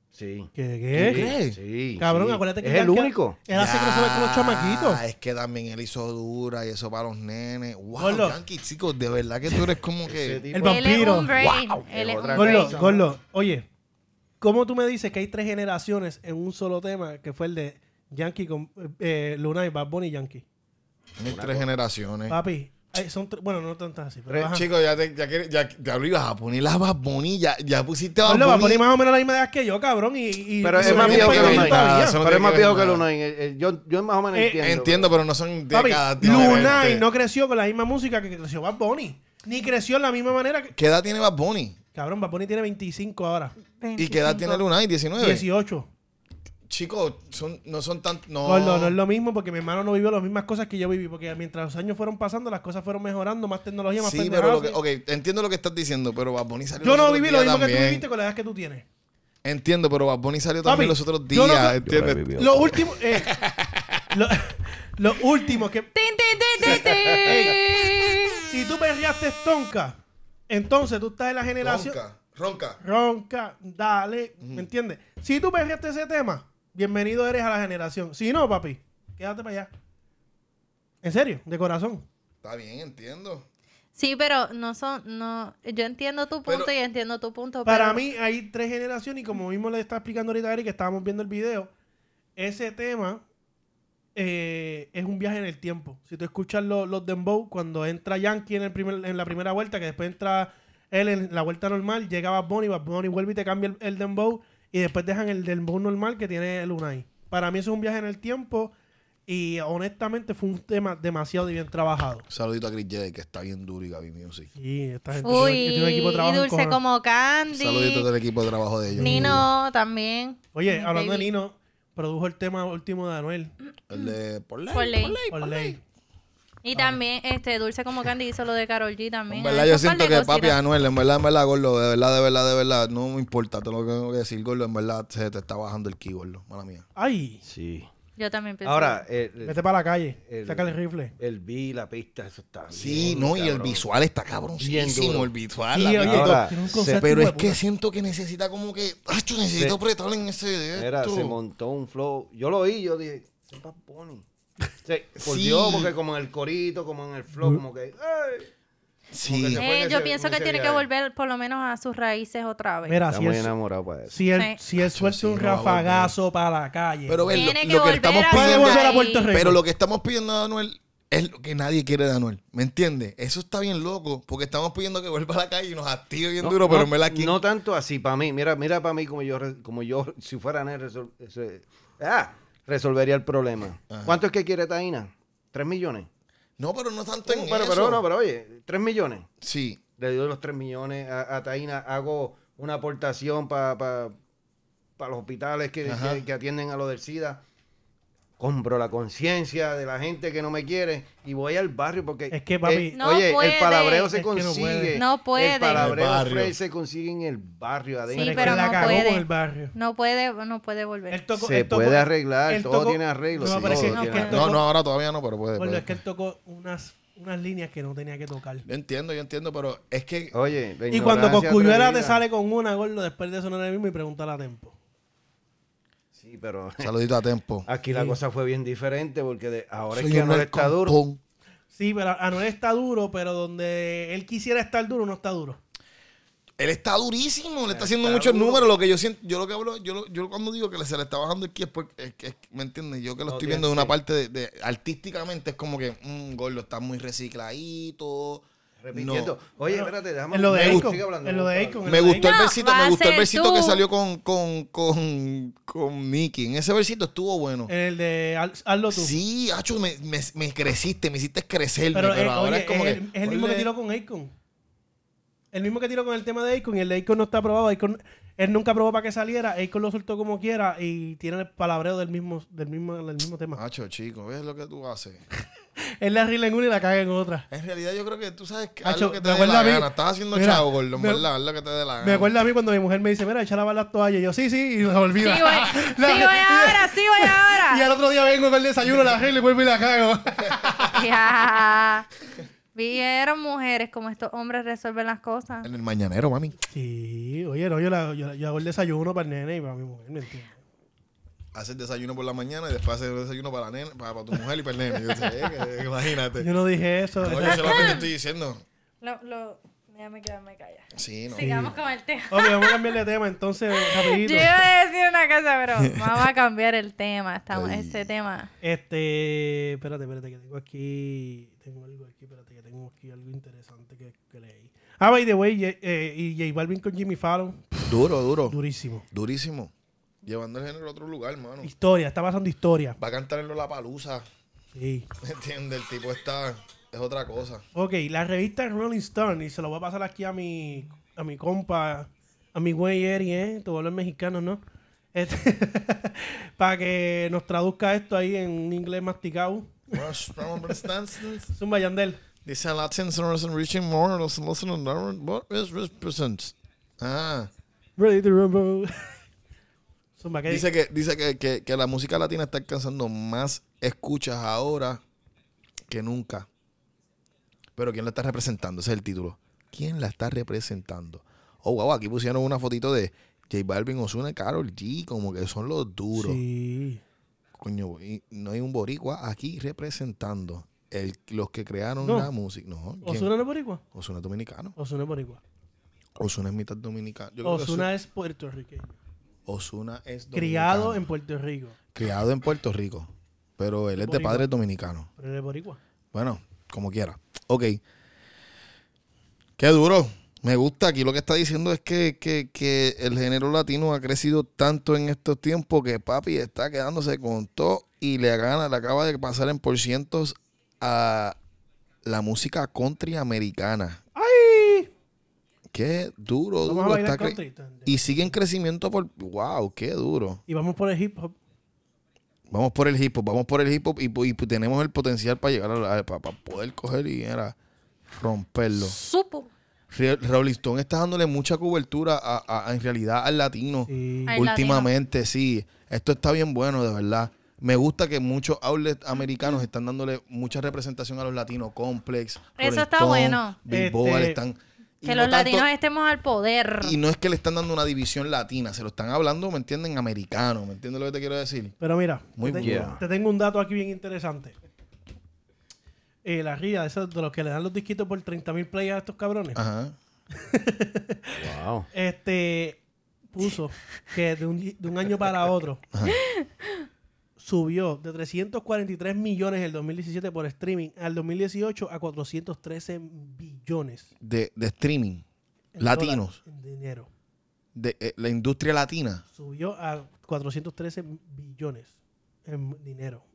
Speaker 3: Sí.
Speaker 5: ¿Qué? ¿Qué?
Speaker 2: ¿Qué?
Speaker 3: Sí.
Speaker 5: Cabrón,
Speaker 3: sí.
Speaker 5: acuérdate que
Speaker 3: Es
Speaker 5: ya-
Speaker 3: el
Speaker 5: que-
Speaker 3: único.
Speaker 5: Él hace crossover con los
Speaker 2: Ah,
Speaker 5: chamaquitos.
Speaker 2: es que también él hizo dura y eso para los nenes. Wow,
Speaker 5: Gordo.
Speaker 2: Yankee, chicos, de verdad que tú eres como
Speaker 3: Ese
Speaker 2: que.
Speaker 3: tipo-
Speaker 4: Él
Speaker 5: El
Speaker 4: es
Speaker 5: vampiro.
Speaker 4: un brain. Él
Speaker 3: Es
Speaker 4: es
Speaker 3: otra
Speaker 4: un
Speaker 3: cosa.
Speaker 4: brain.
Speaker 5: Gorlo, Gorlo, oye, ¿cómo tú me dices que hay tres generaciones en un solo tema que fue el de Yankee con eh, Luna y Bad Bunny y Yankee?
Speaker 2: Tienes tres generaciones.
Speaker 5: Papi, eh, son tres, bueno, no tantas así, pero
Speaker 2: Tres,
Speaker 5: ajá.
Speaker 2: chicos, ya te, ya, que- ya, ya lo ibas a poner las Bad Bunny, ya, ya pusiste
Speaker 5: Gorlo, Bad
Speaker 2: Bad
Speaker 5: Bunny
Speaker 2: Bunny.
Speaker 5: más o menos la misma edad que yo, cabrón, y... y-
Speaker 3: Pero
Speaker 5: y
Speaker 3: es
Speaker 5: son
Speaker 3: más
Speaker 5: bien
Speaker 3: viejo que
Speaker 5: pequeños
Speaker 3: Luna.
Speaker 5: todavía.
Speaker 2: Eso no
Speaker 3: Pero es
Speaker 2: tiene
Speaker 3: más
Speaker 2: que
Speaker 3: viejo
Speaker 2: ver
Speaker 3: que
Speaker 2: nada.
Speaker 3: Luna. Yo, yo más o menos
Speaker 5: Eh,
Speaker 3: entiendo.
Speaker 2: Entiendo, pero no son
Speaker 5: Papi,
Speaker 2: décadas.
Speaker 5: Lunay
Speaker 2: diferentes.
Speaker 5: no creció con la misma música que creció Bad Bunny. Ni creció de la misma manera que...
Speaker 2: ¿Qué edad tiene Bad Bunny?
Speaker 5: Cabrón, Bad Bunny tiene 25 ahora.
Speaker 2: ¿Y qué edad tiene Lunay? 19.
Speaker 5: 18.
Speaker 2: Chicos, son, no son tan. No.
Speaker 5: Gordo, no es lo mismo porque mi hermano no vivió las mismas cosas que yo viví. Porque mientras los años fueron pasando, las cosas fueron mejorando, más tecnología, más
Speaker 2: Sí, pero
Speaker 5: pendejadas.
Speaker 2: lo que, ok, entiendo lo que estás diciendo, pero Bad Bunny salió
Speaker 5: Yo
Speaker 2: los
Speaker 5: no
Speaker 2: otros
Speaker 5: viví lo
Speaker 2: días
Speaker 5: mismo que tú
Speaker 2: también.
Speaker 5: viviste con la edad que tú tienes.
Speaker 2: Entiendo, pero Bad Bunny salió
Speaker 5: Papi,
Speaker 2: también los otros días,
Speaker 5: yo no-
Speaker 2: ¿entiendes?
Speaker 5: Lo último. eh, lo, lo último que.
Speaker 4: Tin, tin, tin, tin, tin.
Speaker 5: Si tú perreaste tonca, entonces tú estás en la generación.
Speaker 2: ronca, ronca.
Speaker 5: Ronca, dale. ¿Me entiendes? Si tú perreaste ese tema, bienvenido eres a la generación. Si no, papi, quédate para allá. En serio, de corazón.
Speaker 2: Está bien, entiendo.
Speaker 4: Sí, pero no son, no, yo entiendo tu punto
Speaker 2: Pero-
Speaker 4: y entiendo tu punto.
Speaker 5: Para
Speaker 4: pero-
Speaker 5: mí hay tres generaciones y como mismo le está explicando ahorita a Eric que estábamos viendo el video, ese tema eh, es un viaje en el tiempo. Si tú escuchas lo- los Dembow, cuando entra Yankee en, el primer, en la primera vuelta, que después entra él en la vuelta normal, llega Bad Bunny, Bad Bunny vuelve y te cambia el, el Dembow y después dejan el Dembow normal que tiene el Unai. Para mí eso es un viaje en el tiempo y honestamente fue un tema demasiado bien trabajado.
Speaker 2: Un saludito a Chris J, que está bien duro y Gaby Music.
Speaker 5: Y esta gente tiene-
Speaker 4: Uy,
Speaker 5: tiene un equipo de trabajo
Speaker 4: y dulce
Speaker 5: encojonado.
Speaker 4: como
Speaker 2: Un
Speaker 4: Candy.
Speaker 2: saludito del equipo de trabajo de ellos.
Speaker 4: Nino también.
Speaker 5: Oye,
Speaker 4: Mi
Speaker 5: hablando de
Speaker 4: baby.
Speaker 5: Nino, produjo el tema último de Anuel.
Speaker 2: El de Por Ley.
Speaker 4: Por ley.
Speaker 5: Por ley.
Speaker 4: Y también, este, Dulce como Candy hizo lo de Carol G también.
Speaker 2: En
Speaker 4: Ha
Speaker 2: verdad,
Speaker 4: hecho
Speaker 2: yo
Speaker 4: un par
Speaker 2: siento
Speaker 4: de
Speaker 2: que papi
Speaker 4: cositas.
Speaker 2: Anuel, en verdad, en verdad, Gordo, de verdad, de verdad, de verdad, no me importa, te lo tengo que decir, Gordo, en verdad, se te está bajando el ki, Gordo, mala mía.
Speaker 5: Ay,
Speaker 3: Sí.
Speaker 4: Yo también pienso.
Speaker 3: Ahora, eh,
Speaker 5: vete para la calle,
Speaker 3: el-
Speaker 5: saca el rifle.
Speaker 3: el vi, la pista, eso está.
Speaker 2: Sí,
Speaker 3: bien,
Speaker 2: no, y el
Speaker 3: cabrón.
Speaker 2: visual está cabroncísimo,
Speaker 3: duro.
Speaker 2: el visual.
Speaker 5: Y,
Speaker 2: Ah, la
Speaker 5: oye,
Speaker 2: verdad.
Speaker 3: ahora,
Speaker 5: tiene un
Speaker 3: se-
Speaker 5: concepto,
Speaker 2: pero
Speaker 5: hijo
Speaker 2: es
Speaker 5: de
Speaker 2: que
Speaker 5: puta.
Speaker 2: siento que necesita como que, "Acho, necesito
Speaker 3: Se-
Speaker 2: apretarle en ese
Speaker 3: Mira,
Speaker 2: esto".
Speaker 3: se montó un flow. Yo lo oí, yo dije, es Bad Bunny. Sí, por
Speaker 2: Sí. Mm.
Speaker 3: Dios, porque como en el corito, como en el flow, como que. "Ah". ¡ay!
Speaker 2: Sí.
Speaker 3: se-
Speaker 4: Eh,
Speaker 3: después que
Speaker 4: yo
Speaker 3: se-
Speaker 4: pienso
Speaker 3: como
Speaker 4: que
Speaker 3: se
Speaker 4: tiene que
Speaker 3: viaje.
Speaker 4: volver por lo menos a sus raíces otra vez.
Speaker 5: Mira, si
Speaker 3: Estamos
Speaker 5: es,
Speaker 3: enamorados para eso.
Speaker 5: si él,
Speaker 4: Sí.
Speaker 5: si él suelta un
Speaker 2: sí, no va a volver.
Speaker 5: rafagazo para la calle.
Speaker 2: Pero ve, lo,
Speaker 4: Eh, Tiene
Speaker 2: lo que
Speaker 4: volver
Speaker 2: estamos
Speaker 4: a
Speaker 5: Puede
Speaker 4: sus
Speaker 2: pidiendo,
Speaker 5: volver a Puerto
Speaker 4: raíces.
Speaker 5: Rico.
Speaker 2: pero lo que estamos pidiendo a Anuel es lo que nadie quiere de Anuel, ¿me entiendes? Eso está bien loco, porque estamos pidiendo que vuelva a la calle y nos active bien
Speaker 3: No,
Speaker 2: duro, pero
Speaker 3: no,
Speaker 2: en verdad aquí
Speaker 3: no tanto así para mí. Mira, mira para mí como yo, re- como yo si fuera Nel, resol- ese- ah, resolvería el problema.
Speaker 2: Ajá.
Speaker 3: ¿Cuánto es que quiere Taina? ¿Tres millones?
Speaker 2: No, pero no tanto en
Speaker 3: Pero, pero,
Speaker 2: eso.
Speaker 3: no, pero oye, tres millones.
Speaker 2: Sí.
Speaker 3: Le doy los tres millones a, a Taina, hago una aportación para los hospitales que,
Speaker 2: Ajá.
Speaker 3: que- que atienden a los del SIDA. Compro la conciencia de la gente que no me quiere y voy al barrio porque...
Speaker 5: Es que,
Speaker 3: eh,
Speaker 5: papi-
Speaker 4: No
Speaker 3: oye,
Speaker 4: puede.
Speaker 3: el palabreo
Speaker 5: Es
Speaker 3: se
Speaker 5: que no puede.
Speaker 3: consigue.
Speaker 4: No puede.
Speaker 3: El
Speaker 2: En
Speaker 3: palabreo
Speaker 2: el barrio.
Speaker 3: Fred, se consigue en el barrio
Speaker 5: Pero
Speaker 3: adentro.
Speaker 5: es que
Speaker 4: pero
Speaker 5: la
Speaker 4: no
Speaker 5: cagó
Speaker 4: puede.
Speaker 5: con el barrio.
Speaker 4: No puede, no puede volver.
Speaker 5: Él tocó-
Speaker 3: Se
Speaker 5: él tocó-
Speaker 3: puede arreglar,
Speaker 5: él
Speaker 3: todo
Speaker 5: tocó-
Speaker 3: tiene arreglo,
Speaker 5: No,
Speaker 3: sí,
Speaker 5: pero es
Speaker 2: todo
Speaker 5: que-
Speaker 4: tiene
Speaker 5: es que él
Speaker 4: arreglo.
Speaker 5: tocó-
Speaker 2: No, no, ahora todavía no, pero puede.
Speaker 5: Gordo,
Speaker 2: puede.
Speaker 5: es que él tocó unas, unas líneas que no tenía que tocar.
Speaker 2: Yo entiendo, yo entiendo, pero es que
Speaker 3: Oye, la
Speaker 5: Y cuando
Speaker 3: ignorancia
Speaker 5: Coscuyuela te
Speaker 3: atrevida.
Speaker 5: sale con una, gordo, después de eso no era el mismo y preguntar a tiempo.
Speaker 3: Sí, pero
Speaker 2: saludito a Tempo.
Speaker 3: aquí la cosa fue bien diferente porque de- ahora
Speaker 2: Soy
Speaker 3: es que
Speaker 2: un
Speaker 3: no está duro.
Speaker 2: compón.
Speaker 5: Sí, pero Anuel está duro, pero donde él quisiera estar duro, no está duro.
Speaker 2: Él está durísimo, le está haciendo
Speaker 3: está
Speaker 2: muchos
Speaker 3: duro.
Speaker 2: números. Lo que yo siento, yo lo que hablo, yo, lo- yo cuando digo que se le está bajando el ki es porque, es que- es que, ¿me entiendes? Yo que lo
Speaker 3: No
Speaker 2: estoy
Speaker 3: tiene-
Speaker 2: viendo de una
Speaker 3: sí.
Speaker 2: parte de, de- artísticamente es como que, mmm, Gordo está muy recicladito.
Speaker 3: Repitiendo.
Speaker 2: No.
Speaker 3: Oye, espérate, déjame.
Speaker 5: En lo de
Speaker 3: Sigue
Speaker 5: Akon,
Speaker 3: hablando,
Speaker 5: en lo de
Speaker 3: sigue
Speaker 5: Akon,
Speaker 3: hablando.
Speaker 5: en
Speaker 2: Me
Speaker 5: lo de
Speaker 2: gustó el
Speaker 4: No,
Speaker 2: versito,
Speaker 4: va
Speaker 2: me
Speaker 4: a
Speaker 2: gustó el
Speaker 4: ser
Speaker 2: versito
Speaker 4: tú.
Speaker 2: que salió con, con, con, con Nicky. En ese versito estuvo bueno.
Speaker 5: El de haz- hazlo Eh, tú.
Speaker 2: Sí, Acho, me, me, me creciste, me hiciste crecer.
Speaker 5: Pero,
Speaker 2: Pero,
Speaker 5: eh,
Speaker 2: ahora
Speaker 5: oye,
Speaker 2: es como
Speaker 5: es,
Speaker 2: que.
Speaker 5: el, es el mismo que
Speaker 2: ponle-
Speaker 5: tiró con Akon. El mismo que tiró con el tema de Akon. Y el de Akon no está aprobado. Akon- él nunca aprobó para que saliera. Akon lo soltó como quiera y tiene el palabreo del mismo, del mismo, del mismo tema.
Speaker 2: Acho, chico, ves lo que tú haces.
Speaker 5: Él la arregla en una y la caga en otra.
Speaker 2: En realidad, yo creo que tú sabes que haz
Speaker 5: Acho,
Speaker 2: lo que te
Speaker 5: me
Speaker 2: dé
Speaker 5: acuerdo
Speaker 2: la
Speaker 5: a mí-
Speaker 2: gana. Estás haciendo
Speaker 5: mira,
Speaker 2: chavo, gordo, en
Speaker 5: me-
Speaker 2: verdad, haz lo que te dé la gana.
Speaker 5: Me acuerda a mí cuando mi mujer me dice, mira, echa a lavar las toallas. Y yo, sí, sí, y nos olvida.
Speaker 4: Sí voy,
Speaker 5: La-
Speaker 4: sí voy ahora, sí voy
Speaker 5: Y al
Speaker 4: ahora.
Speaker 5: otro día vengo con el desayuno, la arreglo y vuelvo y la cago.
Speaker 4: Ya. Vieron mujeres como estos hombres resuelven las cosas.
Speaker 2: En el mañanero, mami.
Speaker 5: Sí, oye, no, yo, la- yo, la- yo hago el desayuno para el nene y para mi mujer, ¿me entiendes?
Speaker 2: Haces desayuno por la mañana y después haces desayuno para la nena, para, para tu mujer y para el nene. Yo sé, que- imagínate.
Speaker 5: Yo no dije eso.
Speaker 2: No, yo sé lo que te estoy diciendo.
Speaker 4: Lo, lo, ya me quedo, me calla.
Speaker 2: Sí, no.
Speaker 4: Sigamos con el tema.
Speaker 5: Ok, vamos a cambiar de tema entonces, rapidito.
Speaker 4: Yo iba a decir una cosa, pero vamos a cambiar el tema. Estamos,
Speaker 2: Ay.
Speaker 4: ese tema.
Speaker 5: Este, espérate, espérate, que tengo aquí, tengo algo aquí, espérate, que tengo aquí algo interesante que, que leí. Ah, by the way, Ye- eh, y J Balvin con Jimmy Fallon,
Speaker 2: Duro, duro.
Speaker 5: durísimo.
Speaker 2: Durísimo. Llevando el género a otro lugar, mano.
Speaker 5: Historia, está pasando historia.
Speaker 2: Va a cantar en la palusa.
Speaker 5: Sí.
Speaker 2: ¿Entiendes? El tipo está. Es otra cosa.
Speaker 5: Ok, la revista Rolling Stone, y se lo voy a pasar aquí a mi, a mi compa, a mi güey Eri, ¿eh? Todos los mexicanos, ¿no? Este, para que nos traduzca esto ahí en un inglés masticado.
Speaker 2: Rush, Robert Stanson,
Speaker 5: Zumba Yandel.
Speaker 2: Dice Latin Sonors and Reaching More, los los and Darwin, what is represent? Ah.
Speaker 5: Ready to rumble. Zumba, ¿qué
Speaker 2: Dice que, dice que, que, que la música latina está alcanzando más escuchas ahora que nunca. Pero ¿quién la está representando? Ese es el título. ¿Quién la está representando? Oh, wow, aquí pusieron una fotito de J Balvin, Ozuna, Carol G, como que son los duros.
Speaker 5: Sí.
Speaker 2: Coño, y no hay un boricua aquí representando el, los que crearon
Speaker 5: No.
Speaker 2: la música. No, ¿quién?
Speaker 5: ¿Osuna no es boricua?
Speaker 2: Ozuna es dominicano.
Speaker 5: Osuna es boricua.
Speaker 2: Osuna es mitad dominicano. Yo creo que
Speaker 5: Osuna es puertorriqueño.
Speaker 2: Ozuna es
Speaker 5: Criado
Speaker 2: dominicano.
Speaker 5: en Puerto Rico.
Speaker 2: criado en Puerto Rico, pero él es de
Speaker 5: Boricua.
Speaker 2: padres dominicanos.
Speaker 5: Pero él es boricua.
Speaker 2: Bueno, como quiera. Ok. Qué duro. Me gusta. Aquí lo que está diciendo es que, que- que el género latino ha crecido tanto en estos tiempos que papi está quedándose con todo y le gana, le acaba de pasar en por cientos a la música country americana.
Speaker 5: ¡Ay!
Speaker 2: Qué duro,
Speaker 5: Vamos a
Speaker 2: duro.
Speaker 5: bailar
Speaker 2: está cre-
Speaker 5: country.
Speaker 2: y sigue en crecimiento por. ¡Wow! ¡Qué duro!
Speaker 5: Y vamos por el hip hop.
Speaker 2: Vamos por el hip hop, vamos por el hip hop y, po- y po- tenemos el potencial para llegar a la- para, para poder coger y era, romperlo.
Speaker 4: Supo.
Speaker 2: Re- Rolling Stone está dándole mucha cobertura a- a- a- en realidad al latino
Speaker 5: Sí.
Speaker 4: Ay. Al
Speaker 2: últimamente, sí. Esto está bien bueno, de verdad. Me gusta que muchos outlets americanos están dándole mucha representación a los latinos. Complex, Rolling
Speaker 4: está
Speaker 2: Stone,
Speaker 4: bueno.
Speaker 2: Billboard
Speaker 5: Este,
Speaker 2: están. y
Speaker 4: Que
Speaker 2: no
Speaker 4: los
Speaker 2: tanto-
Speaker 4: latinos estemos al poder.
Speaker 2: Y no es que le están dando una división latina, se lo están hablando, ¿me entienden? Americano, ¿me entiendes lo que te quiero decir?
Speaker 5: Pero mira,
Speaker 2: Muy
Speaker 5: te,
Speaker 2: bueno.
Speaker 5: te tengo un dato aquí bien interesante. Eh, la ría de, esos, de los que le dan los disquitos por 30 mil plays a estos cabrones.
Speaker 2: Ajá.
Speaker 3: Wow.
Speaker 5: Este puso que de un, de un año para otro subió de 343 millones en el 2017 por streaming al 2018 a 413 billones.
Speaker 2: de, de streaming
Speaker 5: en
Speaker 2: latinos,
Speaker 5: dólares, En dinero.
Speaker 2: de eh, la industria latina.
Speaker 5: Subió a 413 billones en dinero.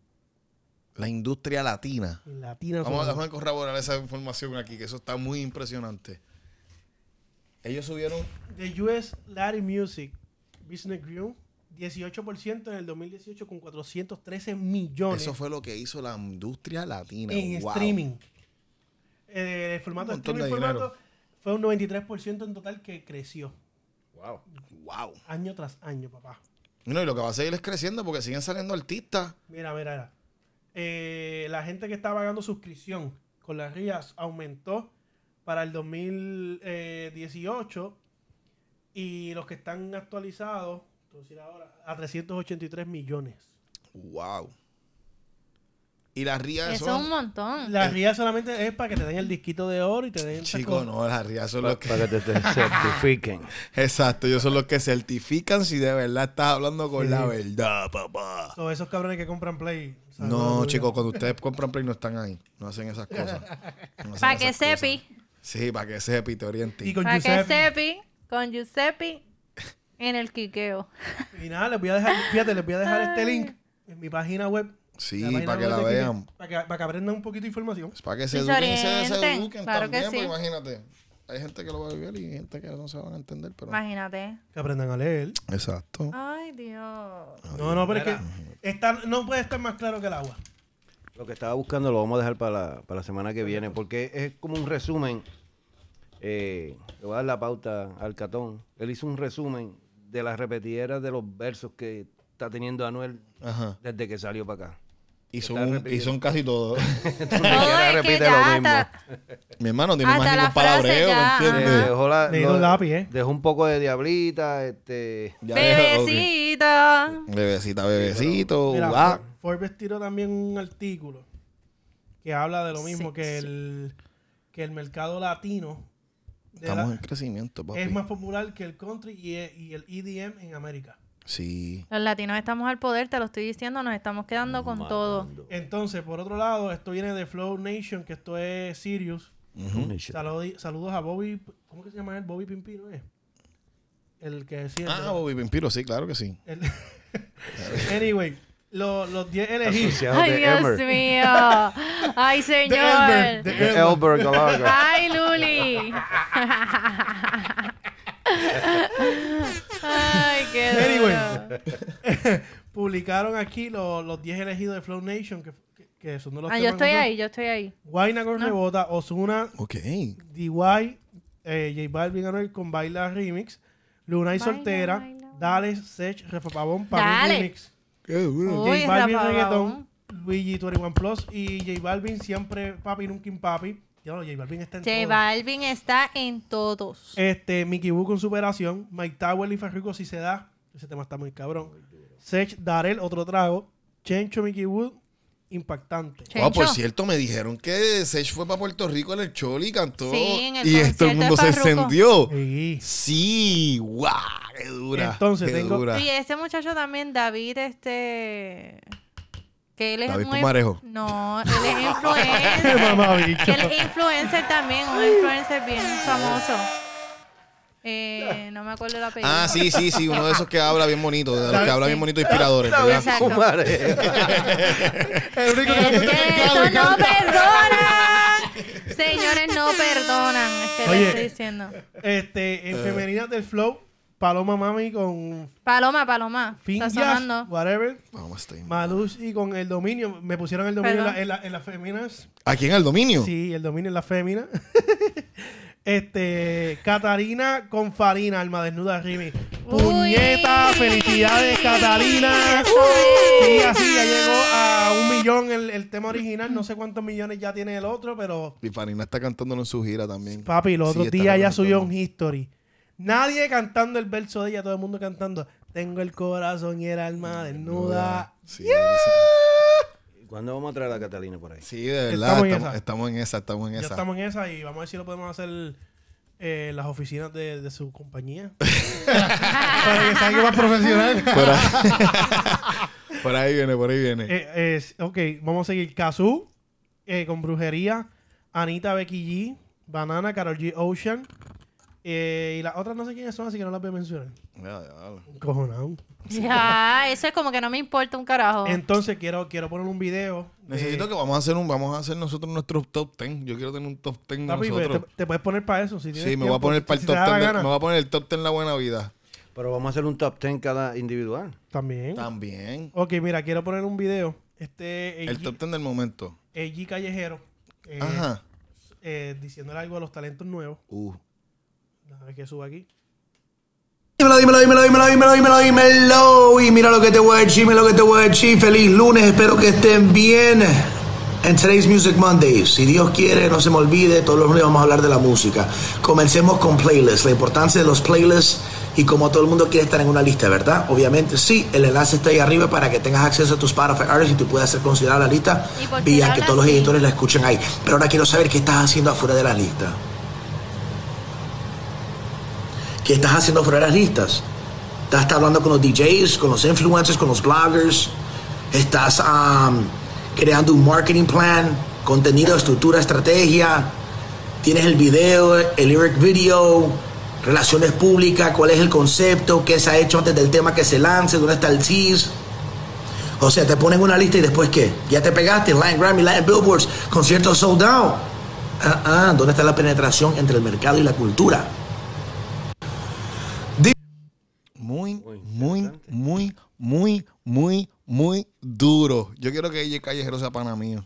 Speaker 2: La industria latina.
Speaker 5: En latinos.
Speaker 2: Vamos, vamos a corroborar esa información aquí, que eso está muy impresionante. Ellos subieron
Speaker 5: The US Latin Music Business grew 18% en el 2018 con 413 millones
Speaker 2: Eso fue lo que hizo la industria latina.
Speaker 5: en
Speaker 2: Wow.
Speaker 5: streaming. Eh, el formato
Speaker 2: Un montón
Speaker 5: streaming
Speaker 2: de dinero.
Speaker 5: formato fue un 93% en total que creció
Speaker 3: Wow.
Speaker 2: Wow.
Speaker 5: año tras año, papá.
Speaker 2: No, y lo que va a seguir es creciendo porque siguen saliendo artistas.
Speaker 5: Mira, mira, mira. Eh, la gente que estaba pagando suscripción con las RIAS aumentó para el 2018 y los que están actualizados, te voy a decir ahora, a 383 millones.
Speaker 2: Wow. Y las rías
Speaker 4: Eso es un
Speaker 2: son.
Speaker 4: montón.
Speaker 2: Eh.
Speaker 5: La RIA solamente es para que te den el disquito de oro y te den... esas
Speaker 2: Chicos,
Speaker 5: cosas.
Speaker 2: no, las rías son
Speaker 3: Para
Speaker 2: los que.
Speaker 3: que te, te certifiquen.
Speaker 2: Exacto, ellos son los que certifican si de verdad estás hablando con
Speaker 5: Sí.
Speaker 2: la verdad, papá.
Speaker 5: So, esos cabrones que compran Play. ¿sabes?
Speaker 2: No,
Speaker 5: Los-
Speaker 2: chicos, cuando ustedes compran Play no están ahí. No hacen esas cosas. No hacen
Speaker 4: Para que
Speaker 2: esas cosas.
Speaker 4: sepi.
Speaker 2: Sí, para que sepi, te oriente.
Speaker 5: Y con
Speaker 4: Para que
Speaker 5: Giuseppe.
Speaker 4: sepi. Con Giuseppe en el quiqueo.
Speaker 5: Y nada, les voy a dejar, fíjate, les voy a dejar este link en mi página web.
Speaker 2: Sí,
Speaker 5: La página
Speaker 2: para que
Speaker 5: web
Speaker 2: la
Speaker 5: de Quique,
Speaker 2: vean.
Speaker 5: Para que, para que aprendan un poquito de información.
Speaker 2: Es para que se
Speaker 4: Y se
Speaker 2: eduquen y se
Speaker 4: orienten,
Speaker 2: deseduquen
Speaker 4: claro que
Speaker 2: también, pues,
Speaker 4: sí.
Speaker 2: imagínate. Hay gente que lo va a vivir y gente que no se van a entender, pero...
Speaker 4: Imagínate.
Speaker 5: Que aprendan a leer.
Speaker 2: Exacto.
Speaker 4: Ay, Dios.
Speaker 2: Ah,
Speaker 5: No, no, pero es que está- no puede estar más claro que el agua.
Speaker 3: Lo que estaba buscando lo vamos a dejar para la, para la semana que viene, porque es como un resumen. Eh, le voy a dar la pauta al Catón. Él hizo un resumen de las repetideras de los versos que está teniendo Anuel
Speaker 2: Ajá.
Speaker 3: desde que salió para acá.
Speaker 2: Y son, un- y son casi todos.
Speaker 4: Todo
Speaker 3: Cualquiera
Speaker 4: es que
Speaker 3: repite
Speaker 4: ya
Speaker 3: lo mismo.
Speaker 4: hasta-
Speaker 2: Mi hermano tiene
Speaker 4: Hasta
Speaker 2: más
Speaker 4: la
Speaker 2: ningún palabreo,
Speaker 4: frase ya,
Speaker 2: ¿me entiendes?
Speaker 4: ajá.
Speaker 3: Dejó, la-
Speaker 5: Ah, Le dio
Speaker 3: lo-
Speaker 5: un lápiz, ¿eh?
Speaker 3: dejó un poco de diablita, este...
Speaker 2: Ya deja- ok.
Speaker 4: Bebecita.
Speaker 2: Bebecita, bebecito.
Speaker 5: Mira,
Speaker 2: guau.
Speaker 5: For- Forbes tiró también un artículo que habla de lo mismo,
Speaker 4: Sí,
Speaker 5: que,
Speaker 4: sí.
Speaker 5: El, que el mercado latino de la-
Speaker 2: Estamos en crecimiento, papi.
Speaker 5: es más popular que el country y e- y el EDM en América.
Speaker 2: Sí.
Speaker 4: Los latinos estamos al poder, te lo estoy diciendo, nos estamos quedando con todo.
Speaker 5: Entonces, por otro lado, esto viene de Flow Nation, que esto es Sirius. Saludi- saludos a Bobby. ¿Cómo que se llama él? Bobby Pimpino, ¿eh? El que decía.
Speaker 2: Ah, Bobby Vampiro, sí, claro que sí.
Speaker 5: anyway, lo- los 10 elegidos.
Speaker 3: Asociado
Speaker 4: Ay,
Speaker 3: de
Speaker 4: Dios
Speaker 3: Emmer.
Speaker 4: mío. Ay, señor.
Speaker 5: Elmer,
Speaker 3: De Elbert Gallagher.
Speaker 4: Ay, Luli. Ay, qué duro.
Speaker 5: Anyway. publicaron aquí lo- los 10 elegidos de Flow Nation, que, que- que son de los
Speaker 4: Ah, yo
Speaker 5: temas
Speaker 4: estoy
Speaker 5: como-
Speaker 4: ahí, yo estoy ahí.
Speaker 5: Guayna con rebota, Osuna,
Speaker 2: Ok.
Speaker 5: DY, eh, J Balvin Anuel con Baila Remix, Luna y
Speaker 4: Baila,
Speaker 5: Soltera,
Speaker 4: baila.
Speaker 5: Dale, Sech, Refapabón, Pabón
Speaker 4: Dale.
Speaker 5: Remix,
Speaker 2: Qué bueno.
Speaker 4: Uy,
Speaker 5: J Balvin
Speaker 4: Rafa
Speaker 5: Reggaetón,
Speaker 4: Babón.
Speaker 5: Luigi 21 Plus y J Balvin siempre Papi Nunca Papi. Ya lo, J Balvin está en
Speaker 4: J
Speaker 5: todo.
Speaker 4: Balvin está en todos.
Speaker 5: Este, Mickey Boo con Superación, Mike Tower y Farruko si se da. Ese tema está muy cabrón. Sech, Darel, otro trago. Chencho, Mickey Wood, impactante.
Speaker 2: Wow, Oh, por
Speaker 4: Chencho.
Speaker 2: cierto, me dijeron que Sech fue para Puerto Rico en el Choli y cantó.
Speaker 4: Sí, en el
Speaker 2: y esto el
Speaker 4: concierto
Speaker 2: mundo
Speaker 4: de
Speaker 2: se
Speaker 4: Farruko.
Speaker 2: encendió.
Speaker 5: Sí.
Speaker 2: Sí, guau, qué dura.
Speaker 5: Entonces,
Speaker 2: qué
Speaker 5: tengo-
Speaker 2: dura.
Speaker 4: Y este muchacho también, David, este. Que él es
Speaker 2: David
Speaker 4: muy-
Speaker 2: Pumarejo.
Speaker 4: No, él es influencer.
Speaker 5: Mamabicho.
Speaker 4: que él es influencer también, un influencer bien famoso. Eh, no me acuerdo el apellido.
Speaker 2: Ah, sí, sí, sí, uno de esos que habla bien bonito, de los que habla bien bonito, inspiradores, ¿verdad?
Speaker 4: Exacto.
Speaker 5: El único que-
Speaker 4: Es que esto no perdonan. Señores, no perdonan. Es que
Speaker 5: Oye.
Speaker 4: les estoy diciendo.
Speaker 5: Este, en femeninas del flow, Paloma Mami con
Speaker 4: Paloma, paloma. Está
Speaker 5: Fingias,
Speaker 4: sonando.
Speaker 5: whatever.
Speaker 2: Vamos, está bien.
Speaker 5: Maluz y con el dominio. Me pusieron el dominio en,
Speaker 4: Perdón.
Speaker 5: la- en la- en las féminas.
Speaker 2: Aquí en el dominio.
Speaker 5: Sí, el dominio en las féminas. este, Catarina con Farina, alma desnuda Rimi.
Speaker 4: Uy.
Speaker 5: Puñeta, felicidades, Catarina.
Speaker 4: Eso es.
Speaker 5: Sí, así ya llegó a un millón el, el tema original. No sé cuántos millones ya tiene el otro, pero
Speaker 2: Y Farina está cantándolo en su gira también.
Speaker 5: Papi, los
Speaker 2: Sí,
Speaker 5: otros
Speaker 2: está
Speaker 5: días ya
Speaker 2: representando.
Speaker 5: subió un history. Nadie cantando el verso de ella, todo el mundo cantando. Tengo el corazón y el alma desnuda.
Speaker 2: Sí, sí.
Speaker 3: ¿Cuándo vamos a traer a Catalina por ahí?
Speaker 2: Sí, de verdad,
Speaker 5: Estamos en
Speaker 2: estamos,
Speaker 5: esa.
Speaker 2: estamos en esa, estamos en
Speaker 5: Ya
Speaker 2: esa.
Speaker 5: estamos en esa y vamos a ver si lo podemos hacer eh, en las oficinas de, de su compañía. Para que salga más profesional.
Speaker 2: Por ahí, Por ahí viene, por ahí viene.
Speaker 5: Eh, es- ok, vamos a seguir. Kazú eh, con brujería. Anita Becky G. Banana, Carol G. Ocean. eh, y las otras no sé quiénes son, así que no las voy a mencionar.
Speaker 2: Ya, ya.
Speaker 5: Cojonado.
Speaker 4: Ya, eso es como que no me importa un carajo.
Speaker 5: Entonces quiero, quiero poner un video. de-
Speaker 2: Necesito que vamos a hacer un, vamos a hacer nosotros nuestros top 10. Yo quiero tener un top 10 de
Speaker 5: Papi, pues,
Speaker 2: nosotros.
Speaker 5: te, te puedes poner para eso. Si tienes
Speaker 2: Sí, me voy a
Speaker 5: tiempo,
Speaker 2: poner para
Speaker 5: si
Speaker 2: el
Speaker 5: te
Speaker 2: top
Speaker 5: da la
Speaker 2: 10 de-
Speaker 5: gana.
Speaker 2: me voy a poner el top 10 la buena vida.
Speaker 3: Pero vamos a hacer un top 10 cada individual.
Speaker 5: También.
Speaker 2: También.
Speaker 5: Ok, mira, quiero poner un video. Este
Speaker 2: El top
Speaker 5: AG,
Speaker 2: 10 del momento.
Speaker 5: AG Callejero eh,
Speaker 2: Ajá.
Speaker 5: eh, diciéndole algo a los talentos nuevos.
Speaker 2: Uh.
Speaker 5: A ver que suba aquí.
Speaker 7: Dímelo, dímelo, dímelo, dímelo, dímelo, dímelo, dímelo. Y mira lo que te voy a decir, mira lo que te voy a decir. Feliz lunes, espero que estén bien. En today's Music Monday, si Dios quiere, no se me olvide, todos los lunes vamos a hablar de la música. Comencemos con playlists, la importancia de los playlists y como todo el mundo quiere estar en una lista, ¿verdad? Obviamente, sí, el enlace está ahí arriba para que tengas acceso a tus Spotify artists y tú puedas ser considerado en la lista
Speaker 4: ¿Y por qué
Speaker 7: vía
Speaker 4: hablas
Speaker 7: que todos los
Speaker 4: así?
Speaker 7: editores la escuchen ahí. Pero ahora quiero saber qué estás haciendo afuera de la lista. ¿Qué estás haciendo fuera de las listas? Estás hablando con los DJs, con los influencers, con los bloggers. Estás um, creando un marketing plan, contenido, estructura, estrategia. Tienes el video, el lyric video, relaciones públicas, cuál es el concepto, qué se ha hecho antes del tema que se lance, dónde está el tease. O sea, te ponen una lista y después qué? Ya te pegaste, Latin Grammy, Latin Billboards, conciertos sold out. Ah, ah, ¿dónde está la penetración entre el mercado y la cultura?
Speaker 2: Muy,
Speaker 3: Muy
Speaker 2: muy,
Speaker 3: interesante.
Speaker 2: muy, muy, muy, muy duro. Yo quiero que ella Callejero sea pana mío.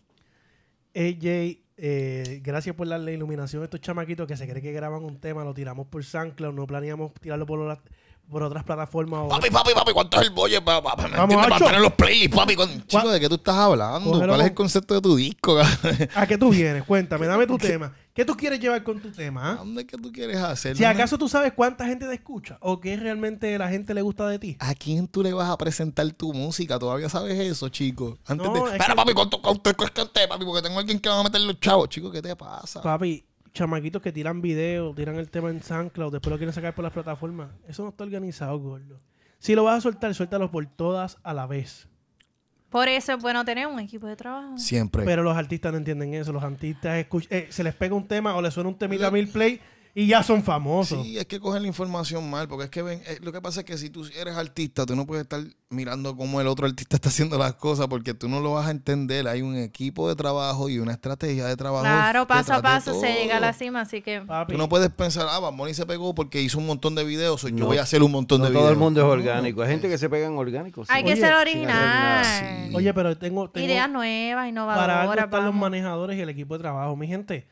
Speaker 5: AJ, eh, gracias por la, la iluminación de estos chamaquitos que se cree que graban un tema, lo tiramos por SoundCloud, no planeamos tirarlo por, la- por otras plataformas. o-
Speaker 2: Papi, papi, papi, ¿cuánto es el bolle para, para, ¿me
Speaker 5: Vamos,
Speaker 2: entiendes? para
Speaker 5: macho.
Speaker 2: tener los playlists, papi? Con... Chico, ¿de qué tú estás hablando?
Speaker 5: Cógelo
Speaker 2: ¿Cuál es
Speaker 5: con-
Speaker 2: el concepto de tu disco? cabrón?
Speaker 5: ¿A qué tú vienes? Cuéntame, dame tu tema. ¿Qué tú quieres llevar con tu tema?
Speaker 2: ¿A
Speaker 5: ah?
Speaker 2: ¿Dónde es que tú quieres hacer?
Speaker 5: Si
Speaker 2: una-
Speaker 5: acaso tú sabes cuánta gente te escucha o qué realmente la gente le gusta de ti.
Speaker 2: ¿A quién tú le vas a presentar tu música? ¿Todavía sabes eso, chico? Antes
Speaker 5: No,
Speaker 2: de...
Speaker 5: es
Speaker 2: Espera,
Speaker 5: que-
Speaker 2: papi, ¿cuánto, cuánto, cuánto es este, papi? Porque tengo alguien que va a meter los chavos. Chico, ¿qué te pasa?
Speaker 5: Papi, chamaquitos que tiran video, tiran el tema en SoundCloud, después lo quieren sacar por las plataformas. Eso no está organizado, gordo. Si lo vas a soltar, suéltalo por todas a la vez.
Speaker 4: Por eso es bueno tener un equipo de trabajo.
Speaker 2: Siempre.
Speaker 5: Pero los artistas no entienden eso. Los artistas escuch- eh, se les pega un tema o les suena un temita a mil play y ya son famosos.
Speaker 2: Sí, es que cogen la información mal, porque es que ven, eh, lo que pasa es que si tú eres artista, tú no puedes estar mirando cómo el otro artista está haciendo las cosas, porque tú no lo vas a entender. Hay un equipo de trabajo y una estrategia de trabajo.
Speaker 4: Claro, paso a
Speaker 2: detrás de
Speaker 4: paso se
Speaker 2: todo.
Speaker 4: llega a la cima, así que
Speaker 5: Papi,
Speaker 2: Tú no puedes pensar, ah, Bad Bunny se pegó porque hizo un montón de videos, o yo voy a hacer un montón
Speaker 3: No
Speaker 2: de
Speaker 3: todo
Speaker 2: videos.
Speaker 3: el mundo es orgánico. Hay gente que se pega en orgánico. sí.
Speaker 4: hay que
Speaker 5: Oye,
Speaker 4: ser
Speaker 3: nada.
Speaker 4: original.
Speaker 5: Oye, pero tengo, tengo
Speaker 4: Ideas nuevas,
Speaker 5: para algo
Speaker 4: innovadoras.
Speaker 5: están los
Speaker 4: vamos.
Speaker 5: manejadores y el equipo de trabajo. Mi gente,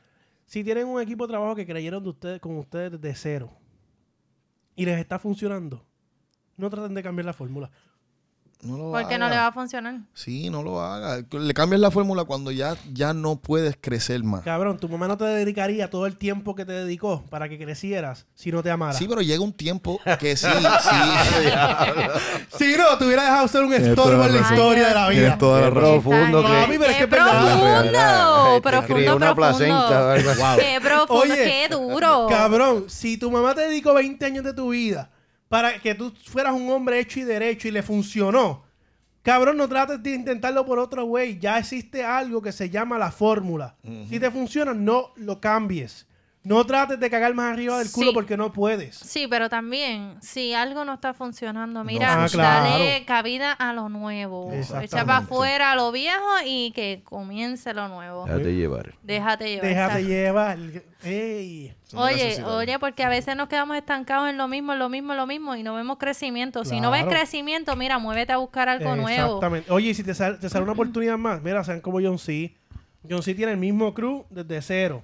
Speaker 5: si tienen un equipo de trabajo que creyeron de ustedes, con ustedes desde cero y les está funcionando, no traten de cambiar la fórmula.
Speaker 2: No lo
Speaker 4: Porque no
Speaker 2: hagas.
Speaker 4: le va a funcionar.
Speaker 2: Sí, no lo hagas. Le cambias la fórmula cuando ya, ya no puedes crecer más.
Speaker 5: Cabrón, tu mamá no te dedicaría todo el tiempo que te dedicó para que crecieras si no te amara.
Speaker 2: Sí, pero llega un tiempo que sí, sí.
Speaker 5: Si no, te hubiera dejado ser un
Speaker 2: Tienes
Speaker 5: estorbo
Speaker 2: toda
Speaker 5: en
Speaker 2: la
Speaker 5: la
Speaker 2: razón.
Speaker 5: historia de la vida.
Speaker 2: toda
Speaker 3: Qué profundo
Speaker 4: Está
Speaker 3: que
Speaker 4: bien.
Speaker 5: Mami, pero es que
Speaker 4: ¡Qué
Speaker 5: es verdad.
Speaker 3: La realidad.
Speaker 4: profundo!
Speaker 3: Te crió
Speaker 4: Profundo,
Speaker 3: una placenta o
Speaker 4: profundo.
Speaker 3: algo así.
Speaker 4: ¡Qué profundo!
Speaker 5: Oye,
Speaker 4: ¡Qué duro!
Speaker 5: Cabrón, si tu mamá te dedicó 20 años de tu vida para que tú fueras un hombre hecho y derecho y le funcionó, cabrón, no trates de intentarlo por otro güey. Ya existe algo que se llama la fórmula. Si te funciona, no lo cambies. No trates de cagar más arriba del culo
Speaker 4: Sí.
Speaker 5: porque no puedes.
Speaker 4: Sí, pero también, si algo no está funcionando, mira,
Speaker 5: Ah, claro.
Speaker 4: dale cabida a lo nuevo. Echa
Speaker 5: Exactamente.
Speaker 4: para afuera lo viejo y que comience lo nuevo.
Speaker 3: Déjate llevar.
Speaker 4: Déjate llevar.
Speaker 5: Déjate
Speaker 4: exacto.
Speaker 5: llevar. Ey.
Speaker 4: Oye, oye, porque a veces nos quedamos estancados en lo mismo, en lo mismo, en lo mismo y no vemos crecimiento. Si no ves
Speaker 5: Claro.
Speaker 4: crecimiento, mira, muévete a buscar algo nuevo.
Speaker 5: Exactamente. Oye, y si te, sal- te sale una oportunidad más, mira, sean como John C. John C tiene el mismo crew desde cero.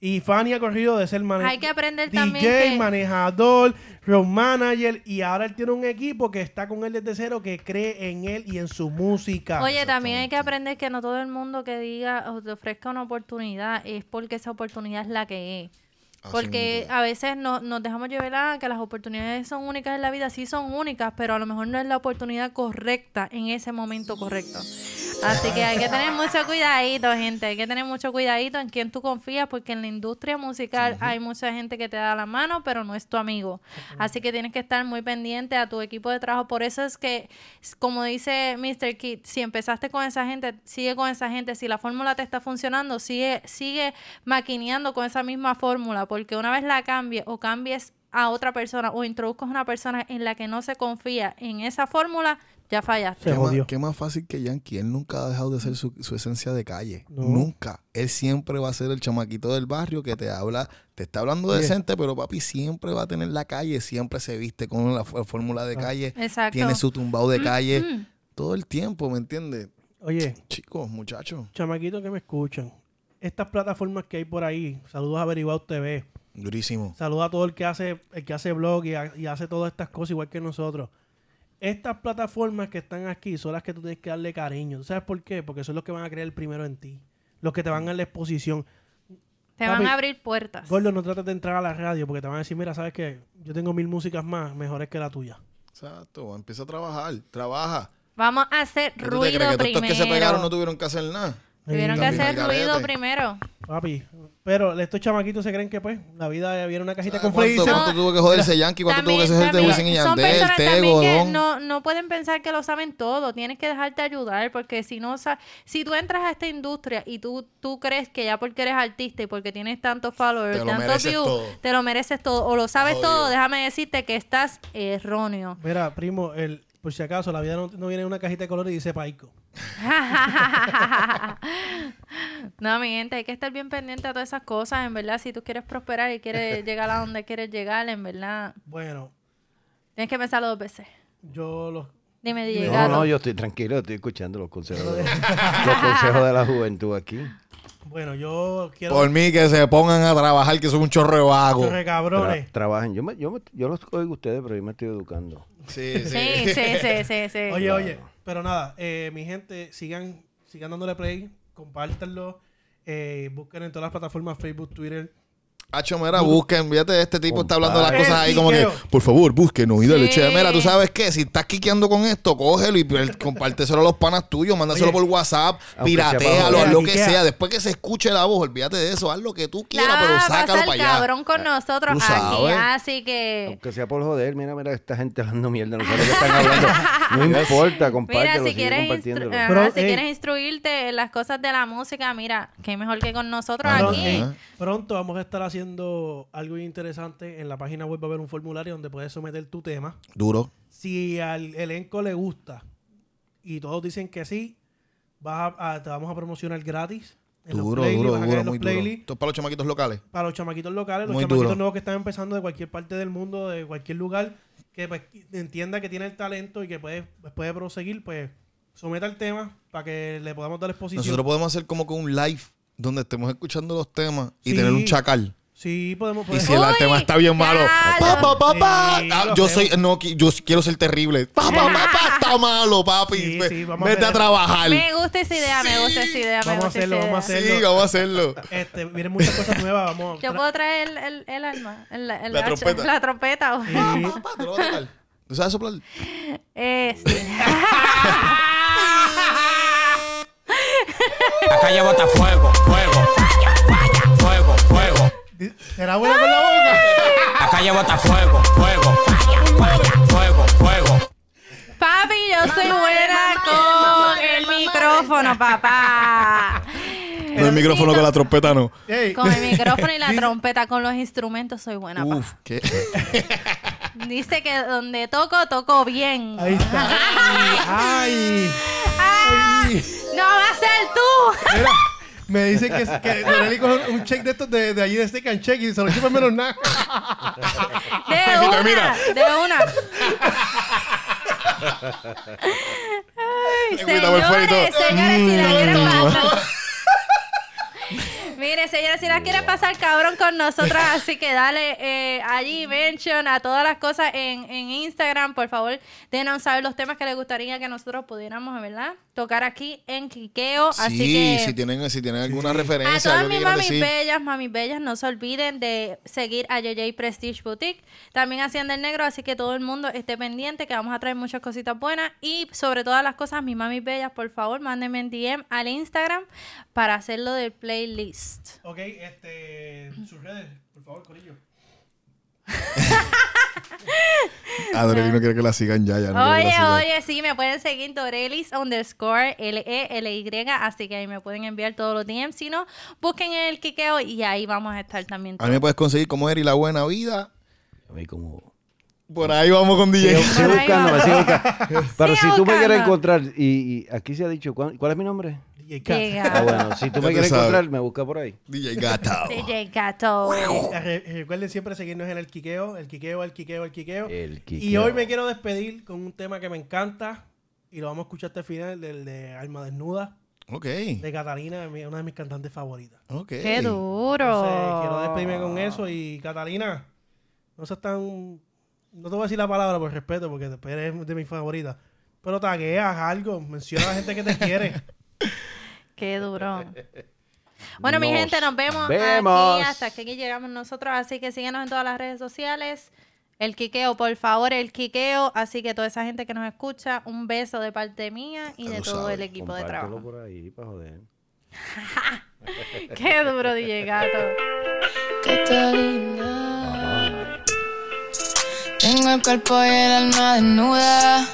Speaker 5: Y Fanny ha corrido de ser mane-
Speaker 4: Hay que aprender
Speaker 5: DJ,
Speaker 4: también que-
Speaker 5: manejador, road manager. Y ahora él tiene un equipo que está con él desde cero, que cree en él y en su música.
Speaker 4: Oye, también hay que aprender que no todo el mundo que diga o te ofrezca una oportunidad es porque esa oportunidad es la que es. Porque a veces no, nos dejamos llevar a que las oportunidades son únicas en la vida, sí son únicas, pero a lo mejor no es la oportunidad correcta en ese momento correcto. Así que hay que tener mucho cuidadito, gente. Hay que tener mucho cuidadito en quién tú confías, porque en la industria musical hay mucha gente que te da la mano, pero no es tu amigo. Así que tienes que estar muy pendiente a tu equipo de trabajo. Por eso es que, s- como dice Mr. Kid, si empezaste con esa gente, sigue con esa gente. Si la fórmula te está funcionando, sigue, sigue maquineando con esa misma fórmula, porque una vez la cambies o cambies a otra persona o introduzcas una persona en la que no se confía en esa fórmula, ya fallaste.
Speaker 5: Se
Speaker 2: ¿Qué más,
Speaker 5: jodió.
Speaker 2: qué más fácil que Yankee. Él nunca ha dejado de ser su, su esencia de calle.
Speaker 5: No.
Speaker 2: Nunca. Él siempre va a ser el chamaquito del barrio que te habla, te está hablando
Speaker 5: Bien.
Speaker 2: decente, pero papi siempre va a tener la calle. Siempre se viste con la f- fórmula de calle.
Speaker 4: Exacto.
Speaker 2: Tiene su tumbado de calle todo el tiempo, ¿me entiendes?
Speaker 5: Oye,
Speaker 2: Chicos, muchachos.
Speaker 5: chamaquitos que me escuchan, estas plataformas que hay por ahí, saludos a Averiguado TV,
Speaker 2: Durísimo.
Speaker 5: Saluda a todo el que hace, el que hace blog y, ha- y hace todas estas cosas igual que nosotros. Estas plataformas que están aquí son las que tú tienes que darle cariño. ¿Tú ¿Sabes por qué? Porque son los que van a creer primero en ti. Los que te van a la exposición.
Speaker 4: Te van
Speaker 5: Papi,
Speaker 4: a abrir puertas.
Speaker 5: Gordo, no trates de entrar a la radio porque te van a decir, mira, ¿sabes qué? Yo tengo mil músicas más mejores que la tuya.
Speaker 2: Exacto. Empieza a trabajar. Trabaja.
Speaker 4: Vamos a hacer
Speaker 2: ¿Qué tú te
Speaker 4: ruido
Speaker 2: crees? Que
Speaker 4: primero.
Speaker 2: todos estos que se pegaron no tuvieron que hacer nada.
Speaker 4: Tuvieron que
Speaker 2: También
Speaker 4: hacer
Speaker 2: al
Speaker 4: ruido
Speaker 2: garete.
Speaker 4: primero.
Speaker 5: Papi, pero estos chamaquitos se creen que pues la vida viene una cajita con
Speaker 2: ¿Cuánto,
Speaker 5: felices.
Speaker 2: cuánto tuvo que joderse Yankee? ¿Cuánto tuvo que
Speaker 4: También-
Speaker 2: hacer de
Speaker 4: también
Speaker 2: Wisin y
Speaker 4: son
Speaker 2: Yandel,
Speaker 4: personas
Speaker 2: Tego,
Speaker 4: también que
Speaker 2: Don?
Speaker 4: no, no pueden pensar que lo saben todo. Tienes que dejarte ayudar porque si no, sa- si tú entras a esta industria y tú, tú crees que ya porque eres artista y porque tienes tantos followers,
Speaker 2: Te lo
Speaker 4: tantos
Speaker 2: mereces
Speaker 4: views,
Speaker 2: todo.
Speaker 4: te lo mereces todo o lo sabes
Speaker 2: Jodido.
Speaker 4: todo, déjame decirte que estás erróneo.
Speaker 5: Mira, primo, el, por si acaso, la vida no, no viene en una cajita de colores y dice Paico.
Speaker 4: no, mi gente, hay que estar bien pendiente a todas esas cosas, en verdad. Si tú quieres prosperar y quieres llegar a donde quieres llegar, en verdad,
Speaker 5: Bueno,
Speaker 4: tienes que pensarlo dos veces.
Speaker 5: yo los...
Speaker 4: Dime, DJ
Speaker 3: No,
Speaker 4: Gato.
Speaker 3: no, yo estoy tranquilo, estoy escuchando los consejos de, los consejos de la juventud aquí.
Speaker 5: Bueno, yo quiero.
Speaker 2: Por mí que se pongan a trabajar, que son un chorro de vago.
Speaker 5: Corre, cabrones.
Speaker 3: Tra- trabajen. Yo, me- yo, me- yo los oigo a ustedes, pero yo me estoy educando.
Speaker 2: Sí,
Speaker 4: Sí, sí, sí, sí, sí.
Speaker 5: Oye, oye, pero nada, eh, mi gente, sigan, sigan dándole play, compártanlo, eh, busquen en todas las plataformas, Facebook, Twitter.
Speaker 2: Hacho, mira, busquen, fíjate, este tipo está hablando de las
Speaker 5: Compadre.
Speaker 2: cosas ahí como que,
Speaker 5: Quiqueo.
Speaker 2: por favor, búsquenos y dale,
Speaker 4: Sí.
Speaker 2: che, mira, tú sabes qué, si estás quiqueando con esto, cógelo y per- compárteselo a los panas tuyos, mándaselo
Speaker 5: Oye.
Speaker 2: por WhatsApp,
Speaker 3: Aunque sea para
Speaker 2: piratealo, haz
Speaker 5: joder.
Speaker 2: lo que
Speaker 5: Quiquea.
Speaker 2: sea, después que se escuche la voz, olvídate de eso, haz lo que tú quieras,
Speaker 4: La
Speaker 2: pero
Speaker 4: pasa
Speaker 2: sácalo
Speaker 4: el
Speaker 2: para allá. Eh,
Speaker 4: cabrón con nosotros
Speaker 2: Tú
Speaker 4: aquí,
Speaker 2: sabes.
Speaker 4: así que...
Speaker 3: Aunque sea por joder, mira, mira, esta gente hablando mierda, no sabe lo que están hablando. No importa, compártelo,
Speaker 4: Mira, si
Speaker 3: sigue
Speaker 4: quieres, Eh.
Speaker 3: compartiéndolo.
Speaker 4: instru- ajá,
Speaker 5: Pero, eh,
Speaker 4: si
Speaker 5: ey.
Speaker 4: quieres instruirte en las cosas de la música, mira, qué mejor que con nosotros
Speaker 3: Ah,
Speaker 2: Claro,
Speaker 4: aquí.
Speaker 2: ey.
Speaker 5: Pronto vamos a estar haciendo algo interesante. En la página web va a haber un formulario donde puedes someter tu tema.
Speaker 2: Duro.
Speaker 5: Si al elenco le gusta y todos dicen que sí, vas a- a- te vamos a promocionar gratis. en los
Speaker 2: Duro,
Speaker 5: playlists,
Speaker 2: duro,
Speaker 5: vas a
Speaker 2: duro,
Speaker 5: caer en los
Speaker 2: muy duro.
Speaker 5: playlists.
Speaker 2: Esto es para los chamaquitos locales.
Speaker 5: para los chamaquitos locales, los
Speaker 2: Muy
Speaker 5: chamaquitos
Speaker 2: duro.
Speaker 5: nuevos que están empezando de cualquier parte del mundo, de cualquier lugar, que pues, entienda que tiene el talento y que puede, pues, puede proseguir, pues someta el tema para que le podamos dar exposición.
Speaker 2: Nosotros podemos hacer como que un live donde estemos escuchando los temas y
Speaker 5: Sí.
Speaker 2: tener un chacal.
Speaker 5: Sí, podemos.
Speaker 2: Y
Speaker 5: podemos-
Speaker 2: si el
Speaker 4: Uy,
Speaker 2: tema está bien malo, pa,
Speaker 4: claro.
Speaker 2: pa, pa, pa.
Speaker 5: Sí,
Speaker 2: Ah,
Speaker 5: lo
Speaker 2: yo soy,
Speaker 5: hacemos.
Speaker 2: no, qui- yo quiero ser terrible. Pa, pa, pa, pa, está malo, papi.
Speaker 5: Sí,
Speaker 2: Ve-
Speaker 5: sí, vamos a
Speaker 2: Vete a
Speaker 5: hacer-
Speaker 2: trabajar.
Speaker 4: Me gusta esa idea, me gusta esa idea, me
Speaker 5: Vamos a
Speaker 4: gusta esa
Speaker 5: hacerlo, vamos a
Speaker 4: idea.
Speaker 5: hacerlo.
Speaker 2: Sí, vamos a hacerlo.
Speaker 5: Este, vienen muchas cosas nuevas, vamos.
Speaker 4: Yo
Speaker 5: tra-
Speaker 4: puedo traer el, el, el arma, el- el
Speaker 2: La
Speaker 4: hacha,
Speaker 2: trompeta.
Speaker 4: La trompeta. o-
Speaker 5: Sí.
Speaker 2: Pa, pa, te lo voy a tocar. ¿Tú sabes soplar?
Speaker 4: Este.
Speaker 1: Acá ya bota fuego, fuego. Fuego, fuego.
Speaker 5: Di- ¿Será bueno con la boca?
Speaker 1: Acá ya bota fuego, fuego. Fuego, fuego.
Speaker 4: Papi, yo soy buena con el micrófono, papá.
Speaker 2: No el micrófono con la trompeta, no.
Speaker 5: Ey,
Speaker 4: Con el micrófono y la trompeta, con los instrumentos soy buena, papá.
Speaker 2: Uf, qué.
Speaker 4: Dice que donde toco, toco bien.
Speaker 5: Ahí está. Ay, ay.
Speaker 4: ¡No va a ser tú!
Speaker 5: Mira, me dicen que, que Dorelli coge un check de estos de, de allí de Steak and Check y se lo chupa en menos nada.
Speaker 4: De una, de una. Ay,
Speaker 2: Cuidado por fuera y
Speaker 4: señores,
Speaker 2: todo.
Speaker 4: señores, si la
Speaker 2: Mm,
Speaker 4: quieren
Speaker 2: no.
Speaker 4: pasar. Mire, señores, si la quieren pasar cabrón con nosotras, así que dale eh, allí mention a todas las cosas en, en Instagram. Por favor, denos saber los temas que les gustaría que nosotros pudiéramos, ¿verdad? Tocar aquí en Quiqueo. así
Speaker 2: Sí,
Speaker 4: que...
Speaker 2: si tienen, si tienen alguna
Speaker 4: A
Speaker 2: referencia,
Speaker 4: todas
Speaker 2: algo que
Speaker 4: mis
Speaker 2: quieran
Speaker 4: mamis
Speaker 2: decir.
Speaker 4: bellas, mamis bellas, no se olviden de seguir a JJ Prestige Boutique, también Hacienda el Negro, así que todo el mundo esté pendiente que vamos a traer muchas cositas buenas y sobre todas las cosas, mis mamis bellas, por favor, mándenme en DM al Instagram para hacerlo del playlist.
Speaker 5: Ok, este. Sus redes, por favor, Corillo.
Speaker 2: Adri no quiere que la sigan ya, ya. no quiere que
Speaker 4: Oye,
Speaker 2: la sigan.
Speaker 4: oye, sí, me pueden seguir Dorelis underscore L-E-L-Y, así que ahí me pueden enviar todos los DMs, si no, busquen el Kikeo y ahí vamos a estar también.
Speaker 2: A mí me puedes conseguir como Eri la buena vida.
Speaker 3: A mí como...
Speaker 2: Por ahí vamos con DJ.
Speaker 3: Sigo, sigo
Speaker 4: Por ahí
Speaker 3: buscando,
Speaker 4: va.
Speaker 3: sigo buscando. Pero si tú me
Speaker 4: buscando.
Speaker 3: quieres encontrar, y, y aquí se ha dicho, ¿cuál, cuál es mi nombre?
Speaker 5: DJ Cat.
Speaker 4: Llega.
Speaker 3: Ah, bueno, si
Speaker 2: Ya tú
Speaker 3: tú me quieres
Speaker 2: sabes.
Speaker 3: encontrar, me busca por ahí.
Speaker 2: DJ Gata.
Speaker 4: DJ Gato.
Speaker 5: Ah, Re- Recuerden siempre seguirnos en el Quiqueo, el Quiqueo, el Quiqueo, el Quiqueo.
Speaker 3: El
Speaker 5: Y
Speaker 3: Quiqueo.
Speaker 5: hoy me quiero despedir con un tema que me encanta y lo vamos a escuchar hasta el final, del de Alma Desnuda,
Speaker 2: Ok.
Speaker 5: de Catalina, mi- una de mis cantantes favoritas.
Speaker 2: Ok.
Speaker 4: ¡Qué
Speaker 5: Entonces,
Speaker 4: duro!
Speaker 5: quiero despedirme con eso y Catalina, no seas tan... No te voy a decir la palabra por respeto porque después eres de mis favoritas, pero tagueas algo, menciona a la gente que te quiere.
Speaker 4: Qué duro. Bueno, mi
Speaker 3: Nos
Speaker 4: gente, nos vemos,
Speaker 3: vemos.
Speaker 4: aquí. Hasta aquí llegamos nosotros. Así que síguenos en todas las redes sociales. El quiqueo, por favor, el quiqueo. Así que toda esa gente que nos escucha, un beso de parte mía y
Speaker 2: Ya
Speaker 4: de
Speaker 2: lo
Speaker 4: todo el
Speaker 2: sabes.
Speaker 4: equipo de
Speaker 3: Compártelo
Speaker 4: trabajo.
Speaker 3: por ahí, para joder.
Speaker 4: Qué duro, DJ Gato.
Speaker 8: Catalina. Tengo el cuerpo y el alma desnuda,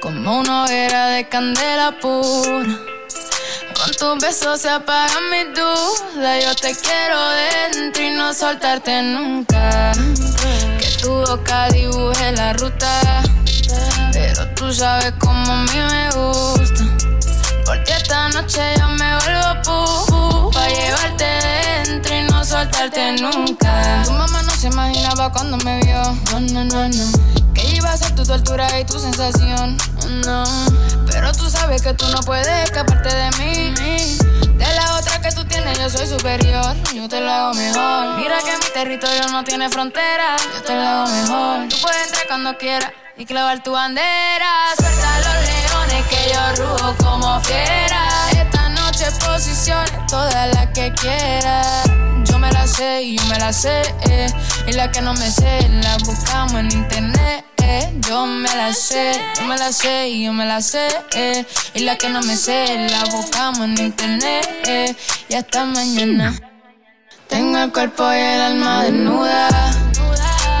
Speaker 8: como una hoguera de candela pura. Con tus besos se apagan mis dudas. Yo te quiero dentro y no soltarte nunca. Que tu boca dibuje la ruta, pero tú sabes cómo a mí me gusta. Porque esta noche yo me vuelvo pu Pa' llevarte dentro y no soltarte nunca Tu mamá no se imaginaba cuando me vio No, no, no, no Que iba a ser tu tortura y tu sensación No, pero tú sabes que tú no puedes escaparte de mí De la otra que tú tienes yo soy superior, yo te lo hago mejor. Mira que mi territorio no tiene frontera, yo te lo hago mejor. Tú puedes entrar cuando quieras y clavar tu bandera. Suelta a los leones que yo rujo como fiera. Esta noche posiciones todas las que quieras. Yo me la sé y yo me la sé, eh. y la que no me sé la buscamos en internet. eh. Yo me la sé, yo me la sé y yo me la sé. eh. Y la que no me sé, la buscamos en internet. eh. Y hasta mañana. Tengo el cuerpo y el alma desnuda,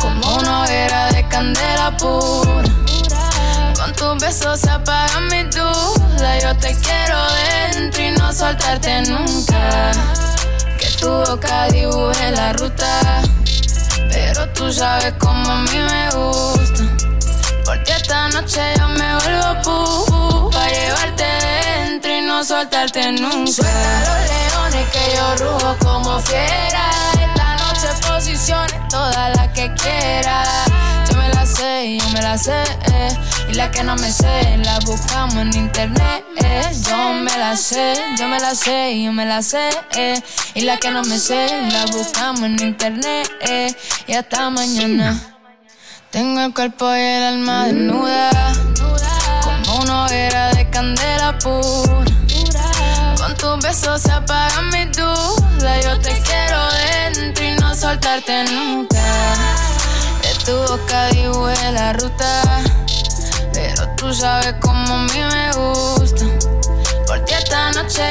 Speaker 8: como una hoguera de candela pura. Con tus besos se apaga mi duda. Yo te quiero dentro y no soltarte nunca. Que tu boca dibuje la ruta, pero tú sabes cómo a mí me gusta. Porque esta noche yo me vuelvo pu para llevarte dentro y no soltarte nunca. Suelta a los leones que yo rujo como fiera. Esta noche posiciones todas las que quieras. Yo me la sé y yo me la sé. eh. Y la que no me sé, la buscamos en internet. eh. Yo me la sé, yo me la sé y yo me la sé. eh. Y la que no me sé, la buscamos en internet. eh. Y hasta mañana. Tengo el cuerpo y el alma desnuda, como una hoguera de candela pura. Con tus besos se apaga mi duda, yo te quiero dentro y no soltarte nunca. De tu boca dibujé la ruta, pero tú sabes cómo a mí me gusta. Porque esta noche